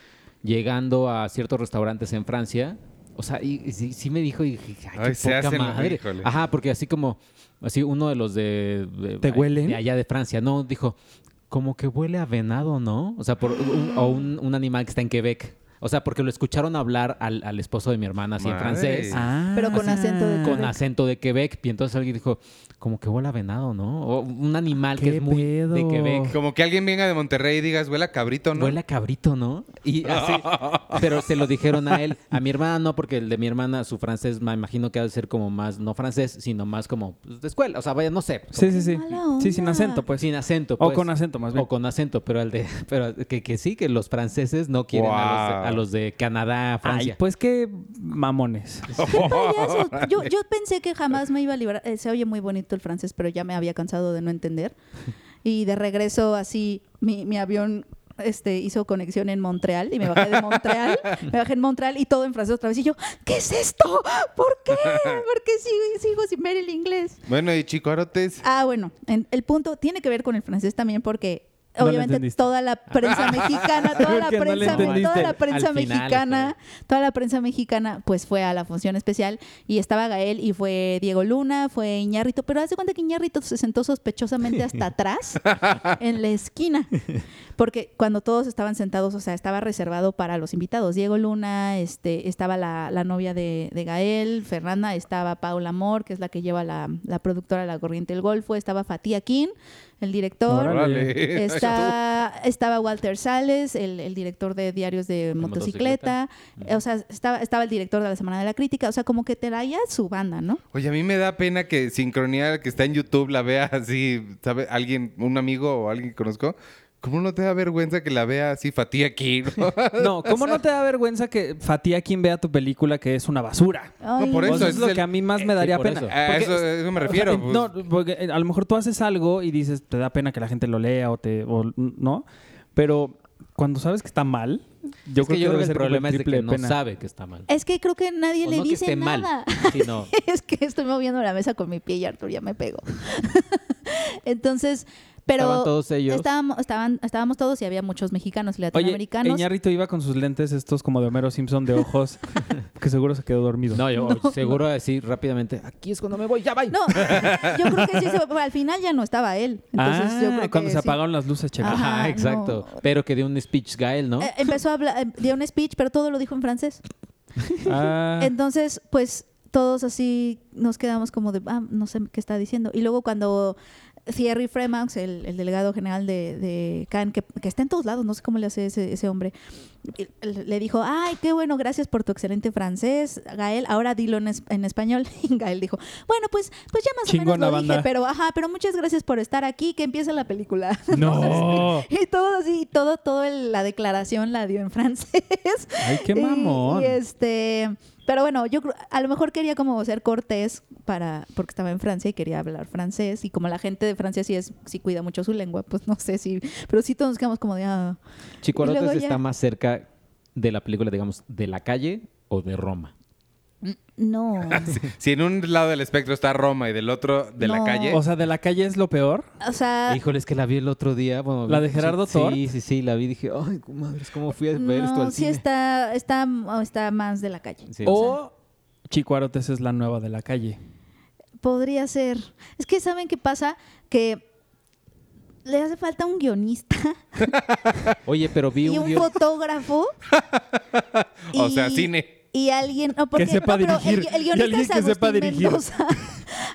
Speaker 3: llegando a ciertos restaurantes en Francia, o sea, y, y sí, sí me dijo, y dije, ay, qué
Speaker 5: Ay, se
Speaker 3: poca
Speaker 5: hacen los-
Speaker 3: madre.
Speaker 5: híjole.
Speaker 3: Ajá, porque así como, así uno de los de... de-
Speaker 1: ¿Te huelen?
Speaker 3: De allá de Francia, no, dijo, como que huele a venado, ¿no? O sea, por un, o un, un animal que está en Quebec. O sea, porque lo escucharon hablar al, al esposo de mi hermana así en
Speaker 5: Madre.
Speaker 3: francés
Speaker 1: Ah,
Speaker 2: Pero con acento de
Speaker 3: con
Speaker 2: Quebec.
Speaker 3: acento de Quebec. Y entonces alguien dijo, como que huele a venado, ¿no? O un animal que
Speaker 1: ¡Qué
Speaker 3: es muy de
Speaker 1: pedo!
Speaker 3: Quebec.
Speaker 5: Como que alguien venga de Monterrey y digas, huele a cabrito, ¿no?
Speaker 3: Huele a cabrito, ¿no? Y así, pero se lo dijeron a él. A mi hermana no, porque el de mi hermana, su francés, me imagino que ha de ser como más, no francés, sino más como pues, de escuela. O sea, vaya, no sé.
Speaker 1: Sí, sí, sí.
Speaker 2: Qué mala
Speaker 1: Sí, sin
Speaker 2: onda.
Speaker 1: acento,
Speaker 3: Pues,
Speaker 1: pues.
Speaker 3: sin acento.
Speaker 1: O
Speaker 3: pues.
Speaker 1: con acento, más bien.
Speaker 3: O con acento, pero el de, (laughs) pero que, que sí, que los franceses no quieren a, los de,
Speaker 5: Wow.
Speaker 3: a los de Canadá,
Speaker 1: Ay,
Speaker 3: Francia.
Speaker 1: pues qué mamones.
Speaker 2: ¡Qué payaso! Yo, yo pensé que jamás me iba a librar. Eh, se oye muy bonito el francés, pero ya me había cansado de no entender. Y de regreso, así, mi, mi avión este, hizo conexión en Montreal y me bajé de Montreal. me bajé en Montreal y todo en francés otra vez. Y yo, ¿qué es esto? ¿Por qué? ¿Por qué sigo, sigo sin ver el inglés?
Speaker 5: Bueno, y Chico Arotes.
Speaker 2: Ah, bueno, en- el punto tiene que ver con el francés también porque
Speaker 1: No lo
Speaker 2: obviamente
Speaker 1: entendiste.
Speaker 2: toda
Speaker 1: (laughs)
Speaker 2: la prensa mexicana, toda
Speaker 1: Porque no
Speaker 2: la
Speaker 1: lo
Speaker 2: prensa, toda
Speaker 1: entendiste.
Speaker 2: la prensa
Speaker 3: Al final,
Speaker 2: mexicana, toda la prensa mexicana pues fue a la función especial y estaba Gael y fue Diego Luna, fue Iñárritu, pero hace cuenta que Iñárritu se sentó
Speaker 1: (laughs)
Speaker 2: sospechosamente hasta atrás en la esquina. Porque cuando todos estaban sentados, o sea, estaba reservado para los invitados. Diego Luna, este, estaba la, la novia de, de Gael, Fernanda, estaba Paula Amor, que es la que lleva la, la productora La Corriente del Golfo, estaba Fatih Akin, el director.
Speaker 1: Órale.
Speaker 2: Está, estaba Walter Sales, el, el director de Diarios de Motocicleta. Eh, O sea, estaba, estaba el director de la Semana de la Crítica. O sea, como que traía su banda, ¿no?
Speaker 5: Oye, a mí me da pena que sincronía que está en YouTube la vea así, ¿sabe? Alguien, un amigo o alguien que conozco. ¿Cómo no te da vergüenza que la vea así Fatih aquí? No,
Speaker 1: No, ¿cómo no te da vergüenza que Fatía quien vea tu película que es una basura?
Speaker 2: Ay,
Speaker 5: por
Speaker 1: O sea,
Speaker 5: eso,
Speaker 1: es
Speaker 5: ese
Speaker 1: lo
Speaker 5: es el-
Speaker 1: que a mí más me
Speaker 3: Eh, sí,
Speaker 1: daría
Speaker 3: por
Speaker 1: pena.
Speaker 3: eso.
Speaker 5: A
Speaker 1: (laughs)
Speaker 2: Ah,
Speaker 1: Porque-
Speaker 5: eso, a eso me
Speaker 1: o sea,
Speaker 5: refiero.
Speaker 1: en-
Speaker 5: pues.
Speaker 1: No, porque eh, a lo mejor tú haces algo y dices, te da pena que la gente lo lea o te. o- ¿No? Pero cuando sabes que está mal, yo
Speaker 3: Es
Speaker 1: creo que,
Speaker 3: que yo creo
Speaker 1: debe
Speaker 3: que el
Speaker 1: ser como
Speaker 3: problema es de
Speaker 1: triple
Speaker 3: que no
Speaker 1: pena.
Speaker 3: sabe que está mal.
Speaker 2: Es que creo que nadie
Speaker 3: O
Speaker 2: le
Speaker 3: no que
Speaker 2: dice
Speaker 3: esté mal,
Speaker 2: nada.
Speaker 3: sino-
Speaker 2: (laughs) es que estoy moviendo la mesa con mi pie y Arthur ya me pegó. (laughs) Entonces, pero
Speaker 3: Estaban todos ellos.
Speaker 2: estábamos, estaban, estábamos todos y había muchos mexicanos y
Speaker 1: Oye,
Speaker 2: latinoamericanos.
Speaker 1: Iñarrito iba con sus lentes estos como de Homero Simpson de
Speaker 3: (laughs)
Speaker 1: ojos, que seguro se quedó dormido.
Speaker 3: No,
Speaker 2: (laughs)
Speaker 3: yo seguro decir rápidamente, aquí es cuando me voy, ya va.
Speaker 2: no, yo creo que sí, se- al final ya no estaba él. Entonces,
Speaker 1: ah,
Speaker 2: yo creo que
Speaker 1: cuando se
Speaker 2: sí. Ah,
Speaker 1: apagaron las luces, chévere.
Speaker 2: Ajá.
Speaker 3: Ajá, exacto.
Speaker 2: no.
Speaker 3: Pero que dio un speech Gael, ¿no?
Speaker 2: Eh, empezó a hablar, eh, dio un speech, pero todo lo dijo en francés. (laughs)
Speaker 1: Ah,
Speaker 2: Entonces, pues todos así nos quedamos como de, ah, no sé qué está diciendo. Y luego cuando Thierry Fremax, el, el delegado general de, de Cannes, que, que está en todos lados, no sé cómo le hace ese, ese hombre, y- le dijo, ay, qué bueno, gracias por tu excelente francés, Gael, ahora dilo en, es- en español. (laughs) Y Gael dijo, bueno, pues, pues ya más o
Speaker 1: Chingona
Speaker 2: menos lo
Speaker 1: banda.
Speaker 2: dije, pero ajá, pero muchas gracias por estar aquí, que empiece la película. (laughs)
Speaker 1: No.
Speaker 2: y todo así, todo, todo el- la declaración la dio en francés.
Speaker 1: Ay, qué
Speaker 2: Y-
Speaker 1: mamón.
Speaker 2: Y, este, pero bueno, yo creo- a lo mejor quería como ser cortés para, porque estaba en Francia y quería hablar francés. Y como la gente de Francia sí, es, sí cuida mucho su lengua, pues no sé si. Pero sí todos nos quedamos como de. ah. Y
Speaker 3: Chicorotes
Speaker 2: luego ya-
Speaker 3: está más cerca de la película, digamos, de la calle o de Roma. (laughs)
Speaker 2: No.
Speaker 3: Ah,
Speaker 5: Si, si en un lado del espectro está Roma y del otro de la
Speaker 2: No.
Speaker 5: calle.
Speaker 1: O sea, de la calle es lo peor.
Speaker 2: O sea.
Speaker 3: Híjole, es que la vi el otro día. bueno,
Speaker 1: ¿La de
Speaker 3: sí,
Speaker 1: Gerardo
Speaker 3: sí,
Speaker 1: Tort?
Speaker 3: Sí, sí, sí, la vi y dije, ay, madres, ¿cómo fui a ver esto
Speaker 2: No,
Speaker 3: al
Speaker 2: sí
Speaker 3: cine?
Speaker 2: está, está, está más de la calle.
Speaker 3: Sí,
Speaker 1: o Chico Arotes es la nueva de la calle.
Speaker 2: Podría ser. Es que saben qué pasa que le hace falta un guionista
Speaker 3: Oye, pero vi
Speaker 2: y
Speaker 3: un,
Speaker 2: un
Speaker 3: guion- (laughs)
Speaker 2: fotógrafo.
Speaker 5: O sea, cine.
Speaker 2: Y alguien. no, porque-
Speaker 1: sepa
Speaker 2: no, pero
Speaker 1: dirigir,
Speaker 2: El,
Speaker 1: y
Speaker 2: el guionista
Speaker 1: alguien
Speaker 2: es
Speaker 1: que
Speaker 2: Agustín
Speaker 1: sepa dirigir.
Speaker 2: Mendoza. (laughs)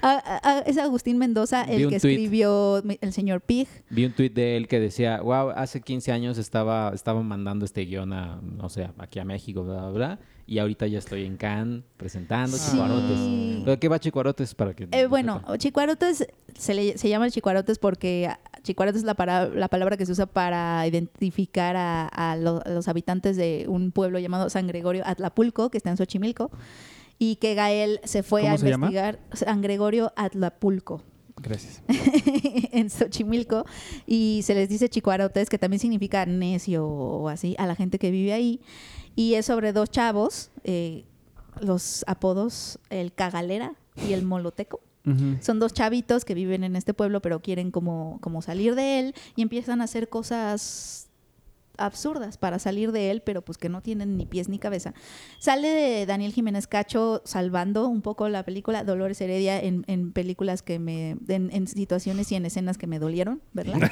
Speaker 2: A- a- a- es Agustín Mendoza
Speaker 3: Vi
Speaker 2: el
Speaker 3: un
Speaker 2: que
Speaker 3: tuit.
Speaker 2: escribió mi- El Señor Pig.
Speaker 3: vi un tuit de él que decía, wow, hace 15 años estaba, estaba mandando este guión a, no sé, aquí a México, bla, bla, bla, y ahorita ya estoy en Cannes presentando
Speaker 2: Sí.
Speaker 3: Chicuarotes. ¿Pero qué va Chicuarotes para que...
Speaker 2: Eh, bueno, Chicuarotes se, le- se llama Chicuarotes porque ah, Chicuarotes es la, para- la palabra que se usa para identificar a, a lo- a los habitantes de un pueblo llamado San Gregorio Atlapulco, que está en Xochimilco, y que Gael se fue
Speaker 1: ¿Cómo
Speaker 2: a
Speaker 1: se llama?
Speaker 2: investigar San Gregorio Atlapulco. (laughs)
Speaker 1: Gracias.
Speaker 2: en Xochimilco y se les dice chicuarotes, que también significa necio o así, a la gente que vive ahí. Y es sobre dos chavos, eh, los apodos, el cagalera y el moloteco.
Speaker 1: Ujú.
Speaker 2: Son dos chavitos que viven en este pueblo, pero quieren como, como salir de él y empiezan a hacer cosas absurdas para salir de él, pero pues que no tienen ni pies ni cabeza. Sale de Daniel Jiménez Cacho salvando un poco la película Dolores Heredia en, en películas que me, en, en situaciones y en escenas que me dolieron, ¿verdad?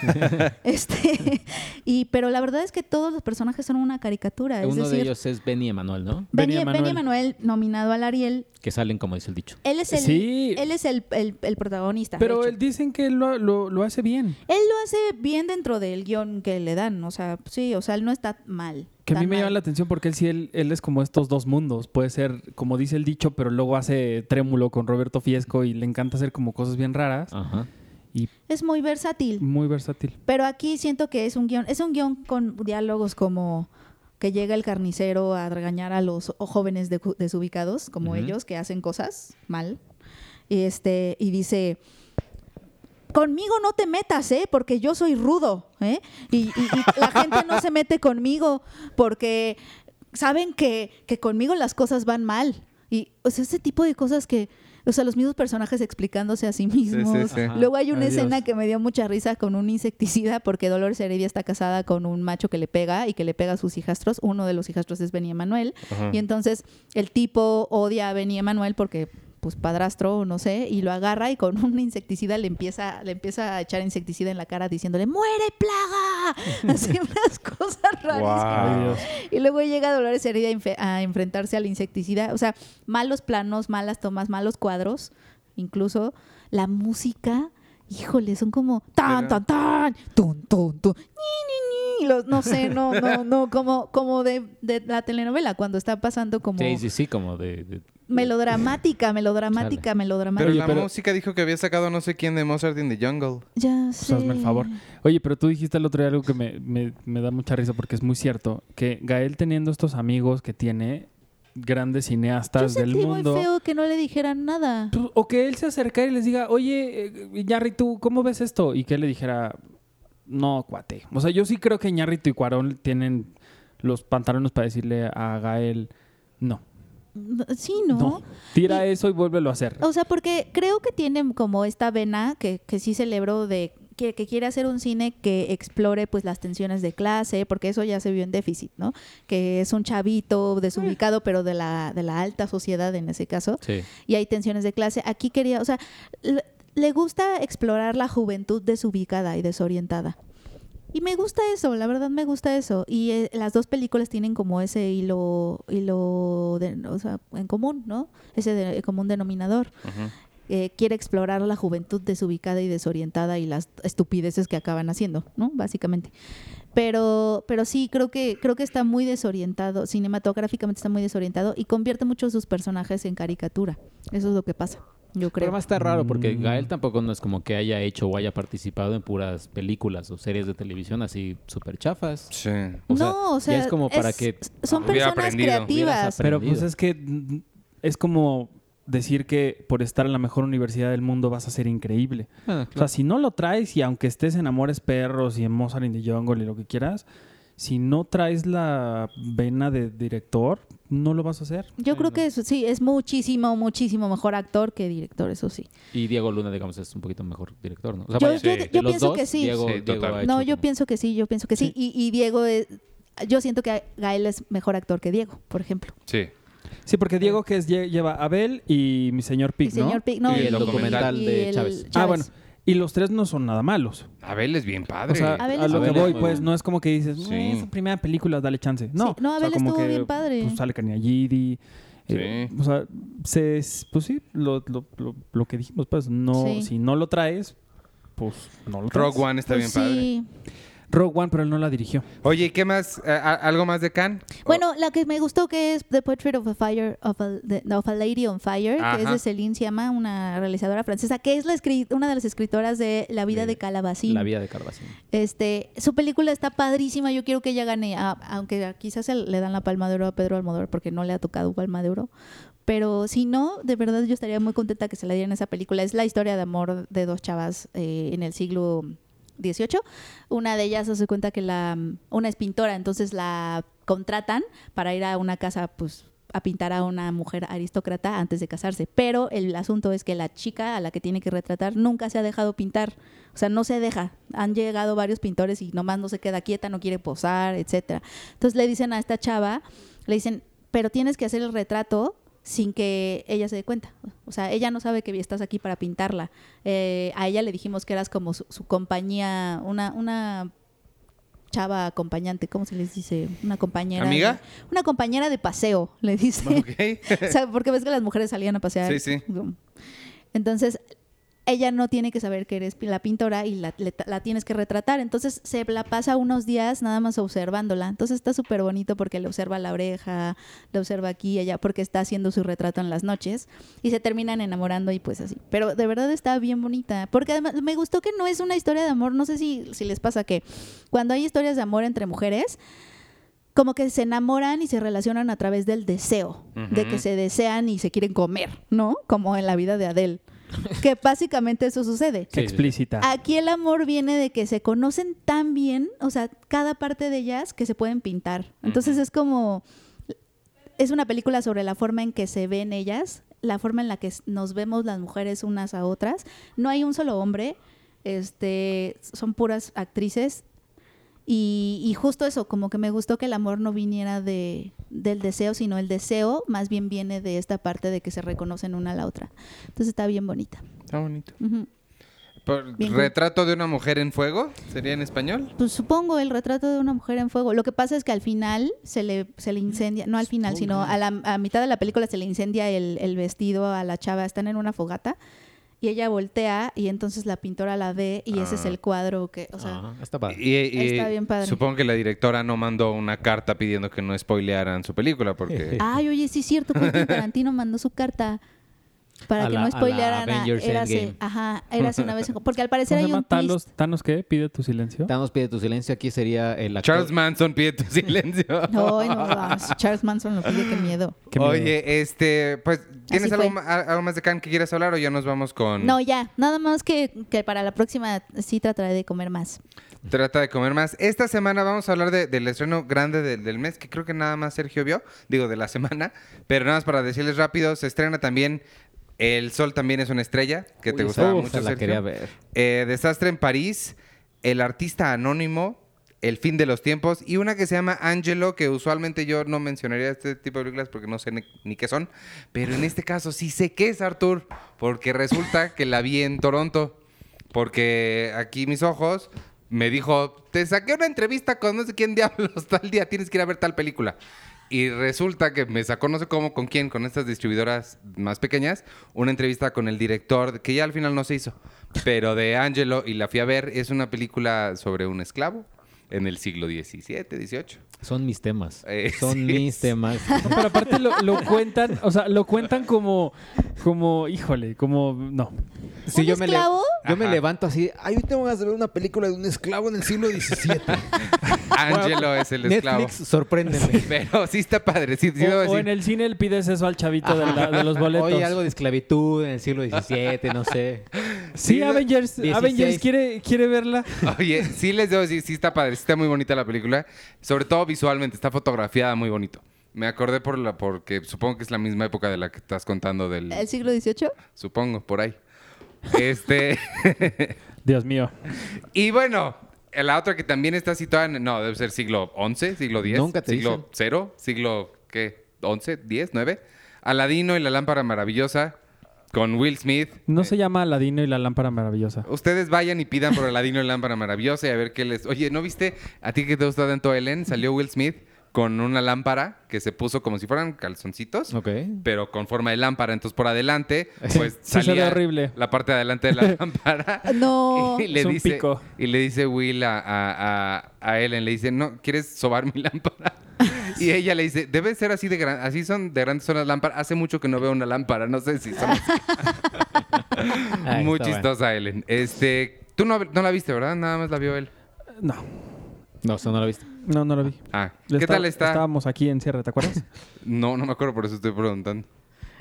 Speaker 2: este, y, pero la verdad es que todos los personajes son una caricatura.
Speaker 3: Uno
Speaker 2: es decir,
Speaker 3: de ellos es Benny Emanuel, ¿no?
Speaker 2: Benny,
Speaker 1: Benny
Speaker 2: Benny Emanuel nominado al Ariel,
Speaker 3: Que salen, como dice el dicho.
Speaker 2: él es el,
Speaker 1: Sí.
Speaker 2: él es el, el- el protagonista. de
Speaker 1: Pero
Speaker 2: hecho.
Speaker 1: él dicen que lo, lo- lo hace bien.
Speaker 2: Él lo hace bien dentro del guión que le dan, o sea, sí, o sea, él no está mal.
Speaker 1: Que a
Speaker 2: tan
Speaker 1: mí me llama
Speaker 2: mal.
Speaker 1: la atención porque él sí, él, él es como estos dos mundos. Puede ser, como dice el dicho, pero luego hace trémulo con Roberto Fiesco y le encanta hacer como cosas bien raras
Speaker 3: Ajá.
Speaker 1: y
Speaker 2: Es muy versátil,
Speaker 1: muy versátil.
Speaker 2: pero aquí siento que es un guión, es un guión con diálogos como que llega el carnicero a regañar a los o- jóvenes de- desubicados, como
Speaker 3: Ujú.
Speaker 2: ellos, que hacen cosas mal, y, este, y dice... Conmigo no te metas, ¿eh? Porque yo soy rudo, ¿eh? Y, y- y la gente no se mete conmigo porque saben que, que conmigo las cosas van mal. Y, o sea, ese tipo de cosas que, o sea, los mismos personajes explicándose a sí mismos.
Speaker 5: sí.
Speaker 3: Ajá.
Speaker 2: Luego hay una
Speaker 1: Ay,
Speaker 2: escena
Speaker 1: Dios.
Speaker 2: que me dio mucha risa con un insecticida porque Dolores Heredia está casada con un macho que le pega y que le pega a sus hijastros. Uno de los hijastros es Benny Emanuel.
Speaker 5: Ajá.
Speaker 2: Y entonces el tipo odia a Benny Emanuel porque pues padrastro o no sé, y lo agarra y con (laughs) un insecticida le empieza, le empieza a echar insecticida en la cara diciéndole ¡Muere, plaga! Así unas cosas rarísimas.
Speaker 1: Ay, Dios.
Speaker 2: (laughs) Y luego llega Dolores Herida a enfe- a enfrentarse al insecticida. O sea, malos planos, malas tomas, malos cuadros. Incluso la música, híjole, son como tan,
Speaker 5: Pero-
Speaker 2: tan, tan, tun, tun, tun, ni, ni, ni. Los- no sé, no, no, no, como, como de, de la telenovela, cuando está pasando como
Speaker 3: Sí, sí, sí, como de... de-
Speaker 2: melodramática, melodramática, melodramática.
Speaker 5: Pero la música dijo que había sacado no sé quién de Mozart in the Jungle.
Speaker 2: ya
Speaker 1: Pues
Speaker 2: sé.
Speaker 1: hazme el favor. Oye, pero tú dijiste el otro día algo que me, me- me da mucha risa porque es muy cierto. Que Gael teniendo estos amigos que tiene, grandes
Speaker 2: Yo
Speaker 1: cineastas del
Speaker 2: sentí muy
Speaker 1: mundo.
Speaker 2: feo que no le dijeran nada.
Speaker 1: Pues, O que él se acercara y les diga, oye, eh, Iñárritu, ¿tú cómo ves esto? Y que él le dijera, no, cuate. O sea, yo sí creo que Iñárritu y Cuarón tienen los pantalones para decirle a Gael, no,
Speaker 2: Sí,
Speaker 1: no,
Speaker 2: ¿no?
Speaker 1: tira
Speaker 2: Y-
Speaker 1: eso y vuélvelo a hacer.
Speaker 2: O sea, porque creo que tienen como esta vena que, que sí celebro de que, que quiere hacer un cine que explore pues las tensiones de clase, porque eso ya se vio en déficit, ¿no? Que es un chavito desubicado, pero de la, de la alta sociedad en ese caso,
Speaker 3: sí.
Speaker 2: y hay tensiones de clase. Aquí quería, o sea, l- le gusta explorar la juventud desubicada y desorientada. Y me gusta eso, la verdad me gusta eso. Y eh, las dos películas tienen como ese hilo, hilo de- o sea, en común, ¿no? Ese de- común denominador eh, quiere explorar la juventud desubicada y desorientada y las estupideces que acaban haciendo, ¿no? Básicamente. Pero, pero sí, creo que, creo que está muy desorientado, cinematográficamente está muy desorientado y convierte muchos sus personajes en caricatura. Eso es lo que pasa, yo
Speaker 3: Pero
Speaker 2: creo.
Speaker 3: además está raro porque
Speaker 1: Mm.
Speaker 3: Gael tampoco no es como que haya hecho o haya participado en puras películas o series de televisión así súper chafas.
Speaker 5: Sí.
Speaker 3: o sea,
Speaker 2: no, o
Speaker 3: ya
Speaker 2: sea,
Speaker 3: es como para que
Speaker 2: son
Speaker 5: hubiera
Speaker 2: personas
Speaker 5: aprendido.
Speaker 2: creativas.
Speaker 3: Hubieras
Speaker 1: Pero pues es que mm, es como decir que por estar en la mejor universidad del mundo vas a ser increíble. O sea, si no lo traes y aunque estés en Amores Perros y en Mozart in the Jungle y lo que quieras, si no traes la vena de director, no lo vas a hacer.
Speaker 2: Yo creo que eso, sí, es muchísimo, muchísimo mejor actor que director, eso sí.
Speaker 3: Y Diego Luna, digamos, es un poquito mejor director, ¿no? O sea,
Speaker 2: Yo-
Speaker 3: vaya,
Speaker 2: yo-
Speaker 3: de
Speaker 2: yo
Speaker 3: los
Speaker 2: pienso
Speaker 3: dos,
Speaker 2: que sí.
Speaker 3: Diego,
Speaker 5: Sí,
Speaker 3: Diego
Speaker 5: total.
Speaker 3: ha
Speaker 2: No,
Speaker 3: hecho
Speaker 2: yo
Speaker 3: como-
Speaker 2: pienso que sí, yo pienso que sí. Y, y Diego, es- yo siento que Gael es mejor actor que Diego, por ejemplo.
Speaker 5: Sí.
Speaker 1: Sí, porque Diego que es, lle- lleva a Abel y mi señor Pig,
Speaker 2: Y señor
Speaker 1: ¿no?
Speaker 2: Pig, no,
Speaker 5: Y el documental
Speaker 2: y
Speaker 3: de
Speaker 2: el
Speaker 3: Chávez.
Speaker 1: Ah, bueno. Y los tres no son nada malos.
Speaker 5: Abel es bien padre.
Speaker 1: O sea,
Speaker 2: Abel
Speaker 1: a
Speaker 2: es
Speaker 1: lo
Speaker 3: muy
Speaker 1: que voy,
Speaker 3: bueno.
Speaker 1: pues, no es como que dices,
Speaker 5: Sí.
Speaker 1: "Eh, es su primera película, dale chance. No,
Speaker 2: Sí. No,
Speaker 1: o sea,
Speaker 2: Abel
Speaker 1: como
Speaker 2: estuvo
Speaker 1: que,
Speaker 2: bien padre.
Speaker 1: Pues sale Karina Gidi. eh,
Speaker 5: Sí.
Speaker 1: o sea, se, pues sí, lo, lo, lo, lo que dijimos, pues, no,
Speaker 2: Sí.
Speaker 1: si no lo traes, pues no lo traes.
Speaker 5: Rogue One está bien
Speaker 2: Pues
Speaker 5: padre.
Speaker 2: sí.
Speaker 1: Rogue One, pero él no la dirigió.
Speaker 5: Oye, ¿y ¿qué más? Eh, a- ¿Algo más de Can?
Speaker 2: Bueno, la que me gustó que es The Portrait of a Fire of a, de- of a Lady on Fire, que es
Speaker 5: Ajá.
Speaker 2: de Céline Sciamma, una realizadora francesa, que es la escri- una de las escritoras de La vida
Speaker 3: De
Speaker 2: de Calabacín.
Speaker 3: La vida de Carvacín.
Speaker 2: Este, su película está padrísima, yo quiero que ella gane, a- aunque quizás se le dan la palma de oro a Pedro Almodóvar porque no le ha tocado palma de oro. Pero si no, de verdad yo estaría muy contenta que se la dieran esa película. Es la historia de amor de dos chavas eh, en el siglo XVIII. Una de ellas hace cuenta que la, una es pintora, entonces la contratan para ir a una casa, pues a pintar a una mujer aristócrata antes de casarse. Pero el asunto es que la chica a la que tiene que retratar nunca se ha dejado pintar. O sea, no se deja. Han llegado varios pintores y nomás no se queda quieta, no quiere posar, etcétera. Entonces le dicen a esta chava, le dicen, pero tienes que hacer el retrato sin que ella se dé cuenta. O sea, ella no sabe que estás aquí para pintarla. Eh, a ella le dijimos que eras como su, su compañía, una, una chava acompañante, ¿cómo se les dice? Una compañera. de-
Speaker 5: ¿Amiga?
Speaker 2: una compañera de paseo, le dice.
Speaker 5: (laughs)
Speaker 1: (laughs)
Speaker 5: Ok.
Speaker 2: (laughs) O sea, porque ves que las mujeres salían a pasear.
Speaker 5: Sí, sí.
Speaker 2: Entonces, ella no tiene que saber que eres pi- la pintora y la, le- la tienes que retratar. Entonces, se la pasa unos días nada más observándola. Entonces, está súper bonito porque le observa la oreja, le observa aquí y allá, porque está haciendo su retrato en las noches. Y se terminan enamorando y pues así. Pero de verdad está bien bonita. Porque además, me gustó que no es una historia de amor. No sé si, si les pasa que cuando hay historias de amor entre mujeres, como que se enamoran y se relacionan a través del deseo, de que se desean y se quieren comer, ¿no? Como en la vida de Adele, que básicamente eso
Speaker 1: (laughs) Qué
Speaker 2: sucede.
Speaker 3: Sí, sí, sí.
Speaker 1: explícita.
Speaker 2: Aquí el amor viene de que se conocen tan bien, o sea, cada parte de ellas que se pueden pintar. Entonces es como, es una película sobre la forma en que se ven ellas, la forma en la que s- nos vemos las mujeres unas a otras. No hay un solo hombre, este, son puras actrices. Y, y justo eso, como que me gustó que el amor no viniera de, del deseo, sino el deseo más bien viene de esta parte de que se reconocen una a la otra. Entonces está bien bonita.
Speaker 5: Está bonito.
Speaker 2: Ujú.
Speaker 5: Por-
Speaker 2: Bien.
Speaker 5: ¿Retrato de una mujer en fuego? ¿Sería en español?
Speaker 2: Pues supongo el retrato de una mujer en fuego. Lo que pasa es que al final se le, se le incendia, no al final, sino a la a mitad de la película se le incendia el, el vestido a la chava. Están en una fogata y ella voltea y entonces la pintora la ve y ese es el cuadro que, o sea,
Speaker 3: Ah, está padre.
Speaker 5: Y- y-
Speaker 2: Está bien padre.
Speaker 5: Supongo que la directora no mandó una carta pidiendo que no spoilearan su
Speaker 3: (laughs)
Speaker 5: película
Speaker 3: Ah,
Speaker 5: porque...
Speaker 2: ay, oye, sí es cierto, Quentin Tarantino mandó su carta para
Speaker 3: A
Speaker 2: que
Speaker 3: la- a
Speaker 2: no
Speaker 3: la
Speaker 2: spoilearan a,
Speaker 3: Avengers
Speaker 2: Érase-
Speaker 3: Endgame.
Speaker 2: ajá, Érase una
Speaker 3: (laughs)
Speaker 2: vez, en- porque al parecer
Speaker 1: ¿Cómo se
Speaker 2: hay
Speaker 1: llama?
Speaker 2: un
Speaker 1: Thanos,
Speaker 2: twist.
Speaker 1: ¿Thanos qué? ¿Pide tu silencio?
Speaker 3: Thanos pide tu silencio. Aquí sería el actor.
Speaker 5: Charles Manson pide tu silencio.
Speaker 2: (laughs) No, ay, no,
Speaker 3: (laughs)
Speaker 2: vas, Charles Manson lo pide, qué miedo.
Speaker 1: Qué miedo.
Speaker 5: Oye, este, pues, ¿tienes
Speaker 2: Así
Speaker 5: algo,
Speaker 2: fue.
Speaker 5: ma- a- algo más de Can que quieras hablar o ya nos vamos con...
Speaker 2: No, ya, nada más que, que para la próxima sí trataré de comer más.
Speaker 5: Trata de comer más. Esta semana vamos a hablar de- del estreno grande del- del mes, que creo que nada más Sergio vio, digo, de la semana. Pero nada más para decirles rápido, se estrena también El Sol también es una estrella, que te
Speaker 3: Uy,
Speaker 5: gustaba
Speaker 3: esa-
Speaker 5: mucho,
Speaker 3: esa la
Speaker 5: Sergio.
Speaker 3: quería ver.
Speaker 5: Eh, Desastre en París, El Artista Anónimo, El Fin de los Tiempos y una que se llama Angelo, que usualmente yo no mencionaría este tipo de películas porque no sé ni, ni qué son, pero en este caso sí sé qué es Arthur, porque resulta que la vi en Toronto, porque aquí mis ojos me dijo, te saqué una entrevista con no sé quién diablos (laughs) tal día, tienes que ir a ver tal película. Y resulta que me sacó, no sé cómo, con quién, con estas distribuidoras más pequeñas, una entrevista con el director, que ya al final no se hizo, pero de Angelo, y la fui a ver, es una película sobre un esclavo en el siglo XVII,
Speaker 1: (laughs)
Speaker 5: XVIII.
Speaker 3: Son mis temas.
Speaker 5: Eh, (laughs)
Speaker 3: Son
Speaker 5: sí.
Speaker 3: mis temas.
Speaker 1: No, pero aparte lo, lo cuentan, o sea, lo cuentan como, como, híjole, como, no.
Speaker 2: ¿Un esclavo?
Speaker 5: yo me
Speaker 3: levanto así. Ay, hoy tengo ganas de ver una película de un esclavo en el siglo XVII.
Speaker 5: (laughs) Angelo es el esclavo.
Speaker 3: Netflix, sorpréndeme. (laughs)
Speaker 5: Pero sí está padre. Sí, sí debo
Speaker 1: O, o
Speaker 5: decir.
Speaker 1: en el cine le pides eso al chavito de, la- de los boletos.
Speaker 3: Oye, algo de esclavitud en el siglo XVII, no sé.
Speaker 1: Sí, Avengers,
Speaker 3: 16.
Speaker 1: Avengers quiere, quiere verla.
Speaker 5: Oye, sí les debo decir, sí está padre, sí está muy bonita la película, sobre todo visualmente, está fotografiada muy bonito. Me acordé por la, porque supongo que es la misma época de la que estás contando del,
Speaker 2: ¿El siglo XVIII?
Speaker 5: supongo, por ahí. Este,
Speaker 1: Dios mío.
Speaker 5: y bueno, la otra que también está situada en, no, debe ser siglo XI, siglo X,
Speaker 3: Nunca te
Speaker 5: siglo
Speaker 3: dicen.
Speaker 5: cero, siglo, ¿qué? ¿11? ¿10? ¿9? Aladino y la lámpara maravillosa con Will Smith.
Speaker 1: No se llama Aladino y la lámpara maravillosa.
Speaker 5: Ustedes vayan y pidan por Aladino y Lámpara Maravillosa y a ver qué les... Oye, ¿no viste? A ti que te gusta tanto Ellen, salió Will Smith con una lámpara que se puso como si fueran calzoncitos,
Speaker 3: Ok.
Speaker 5: pero con forma de lámpara. Entonces, por adelante, pues
Speaker 1: Sí, se ve
Speaker 5: salía
Speaker 1: horrible.
Speaker 5: la parte de adelante
Speaker 1: (laughs)
Speaker 5: de la
Speaker 3: (laughs)
Speaker 5: lámpara.
Speaker 2: No.
Speaker 5: Y le,
Speaker 1: Es un
Speaker 5: dice,
Speaker 1: pico.
Speaker 5: y le dice Will a, a- a- a Ellen, le dice, no, ¿quieres sobar mi (laughs) lámpara?
Speaker 1: (laughs)
Speaker 5: Y ella le dice, debe ser así de gran, así son de grandes son las lámparas. Hace mucho que no veo una lámpara, no sé si
Speaker 1: (laughs) Ah,
Speaker 5: son así".
Speaker 3: Ay,
Speaker 5: Muy
Speaker 3: está bueno.
Speaker 5: chistosa, Ellen. Este, tú no, no la viste, ¿verdad? Nada más la vio él.
Speaker 1: No,
Speaker 3: No, eso no lo viste.
Speaker 1: no, no la vi.
Speaker 5: Ah, ¿qué
Speaker 1: Está-
Speaker 5: tal está?
Speaker 1: Estábamos aquí en cierre, ¿te
Speaker 5: (laughs)
Speaker 1: acuerdas?
Speaker 5: No, no me acuerdo, por eso estoy preguntando.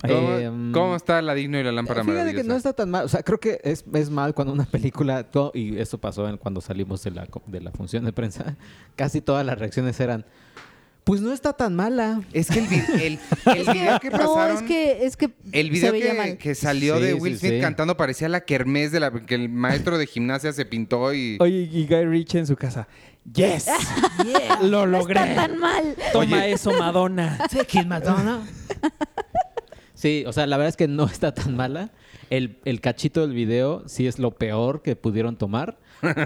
Speaker 3: Ay.
Speaker 5: ¿Cómo,
Speaker 3: Eh, mm.
Speaker 5: cómo está la digno y la lámpara
Speaker 3: Eh, Fíjate que no
Speaker 5: maravillosa?
Speaker 3: está tan mal. O sea, creo que es, es mal cuando una película, todo- y esto pasó en cuando salimos de la, co- de la función de prensa, (laughs) casi todas las reacciones eran, pues no está tan
Speaker 2: (laughs)
Speaker 3: mala.
Speaker 5: Es que el, vi- el- el video que
Speaker 2: No,
Speaker 5: pasaron...
Speaker 2: es que, es que
Speaker 5: El
Speaker 2: se
Speaker 5: video
Speaker 2: veía
Speaker 5: que,
Speaker 2: mal.
Speaker 5: que salió
Speaker 3: Sí,
Speaker 5: de
Speaker 3: sí,
Speaker 5: Will Smith
Speaker 3: sí.
Speaker 5: cantando parecía la kermés de la que el maestro de gimnasia se pintó y
Speaker 1: Oye, y Guy Ritchie en su casa. ¡Yes!
Speaker 2: (laughs)
Speaker 1: ¡Lo logré!
Speaker 2: No está tan mal.
Speaker 1: Toma eso,
Speaker 5: (laughs)
Speaker 1: Madonna.
Speaker 3: (laughs) Sí, o sea, la verdad es que no está tan mala. El, el cachito del video sí es lo peor que pudieron
Speaker 5: (laughs)
Speaker 3: tomar,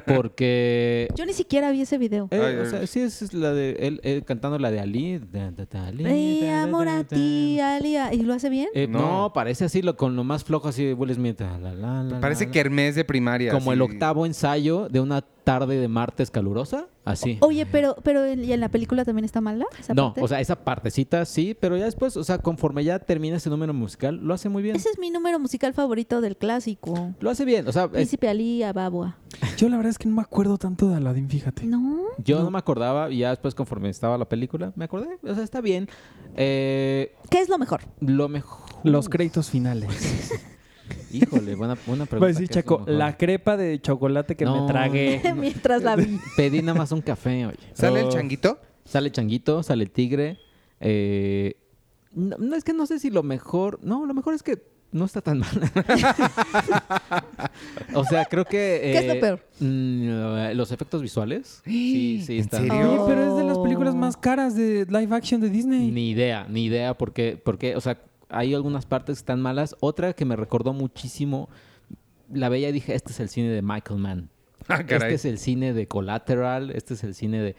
Speaker 3: porque...
Speaker 2: Yo ni siquiera vi ese video.
Speaker 3: Eh,
Speaker 5: Ay,
Speaker 3: o
Speaker 5: ay,
Speaker 3: sea,
Speaker 5: ay.
Speaker 3: sí es, es la de él, él cantando la de Ali. da, da, da, Ali,
Speaker 2: Ey,
Speaker 3: da, da,
Speaker 2: amor a
Speaker 3: da, da.
Speaker 2: ti, Alia. ¿Y lo hace bien?
Speaker 3: Eh, no.
Speaker 5: No.
Speaker 3: parece así lo, con lo más flojo así de Will Smith. ah, la, la, la, la,
Speaker 5: parece
Speaker 3: la.
Speaker 5: kermés de primaria.
Speaker 3: como el
Speaker 5: así.
Speaker 3: octavo ensayo de una tarde de martes calurosa, así.
Speaker 2: Oye, pero, pero en- ¿y en la película también está mala? Oh, esa
Speaker 3: no,
Speaker 2: parte?
Speaker 3: o sea, esa partecita sí, pero ya después, o sea, conforme ya termina ese número musical, lo hace muy bien.
Speaker 2: Ese es mi número musical favorito del clásico.
Speaker 3: Lo hace bien, o sea, es-
Speaker 2: Príncipe Ali Ababua.
Speaker 1: Yo la verdad es que no me acuerdo tanto de Aladdin, fíjate.
Speaker 2: No.
Speaker 3: yo no. me acordaba y ya después conforme estaba la película, me acordé, o sea, está bien. Eh,
Speaker 2: ¿Qué es lo mejor?
Speaker 3: lo mejor...
Speaker 1: Los créditos finales.
Speaker 3: Híjole, buena,
Speaker 5: (laughs)
Speaker 3: buena pregunta.
Speaker 1: Voy a decir,
Speaker 3: ¿qué
Speaker 1: Pues
Speaker 3: es
Speaker 1: Chaco,
Speaker 3: lo mejor?
Speaker 1: la crepa de chocolate que
Speaker 3: No.
Speaker 1: me tragué.
Speaker 2: (laughs) Mientras la
Speaker 3: (laughs)
Speaker 2: vi.
Speaker 3: Pedí nada más un café, oye.
Speaker 5: ¿Sale el
Speaker 1: Oh.
Speaker 5: changuito?
Speaker 3: Sale Changuito, sale Tigre. eh, no, no, es que no sé si lo mejor. No, lo mejor es que no está tan mal.
Speaker 2: (laughs)
Speaker 3: o sea, creo que.
Speaker 2: ¿Qué es lo
Speaker 3: eh,
Speaker 2: peor?
Speaker 3: mm, los efectos visuales. Sí, sí,
Speaker 5: ¿En
Speaker 3: están.
Speaker 1: (laughs)
Speaker 5: serio?
Speaker 1: Oye, pero es de las películas más caras de live action de Disney.
Speaker 3: Ni idea, ni idea, porque, porque, o sea, hay algunas partes que están malas. Otra que me recordó muchísimo, la veía y dije, este es el cine de Michael Mann.
Speaker 5: (laughs) Ah,
Speaker 3: Este
Speaker 5: caray.
Speaker 3: es el cine de Collateral, este es el cine de...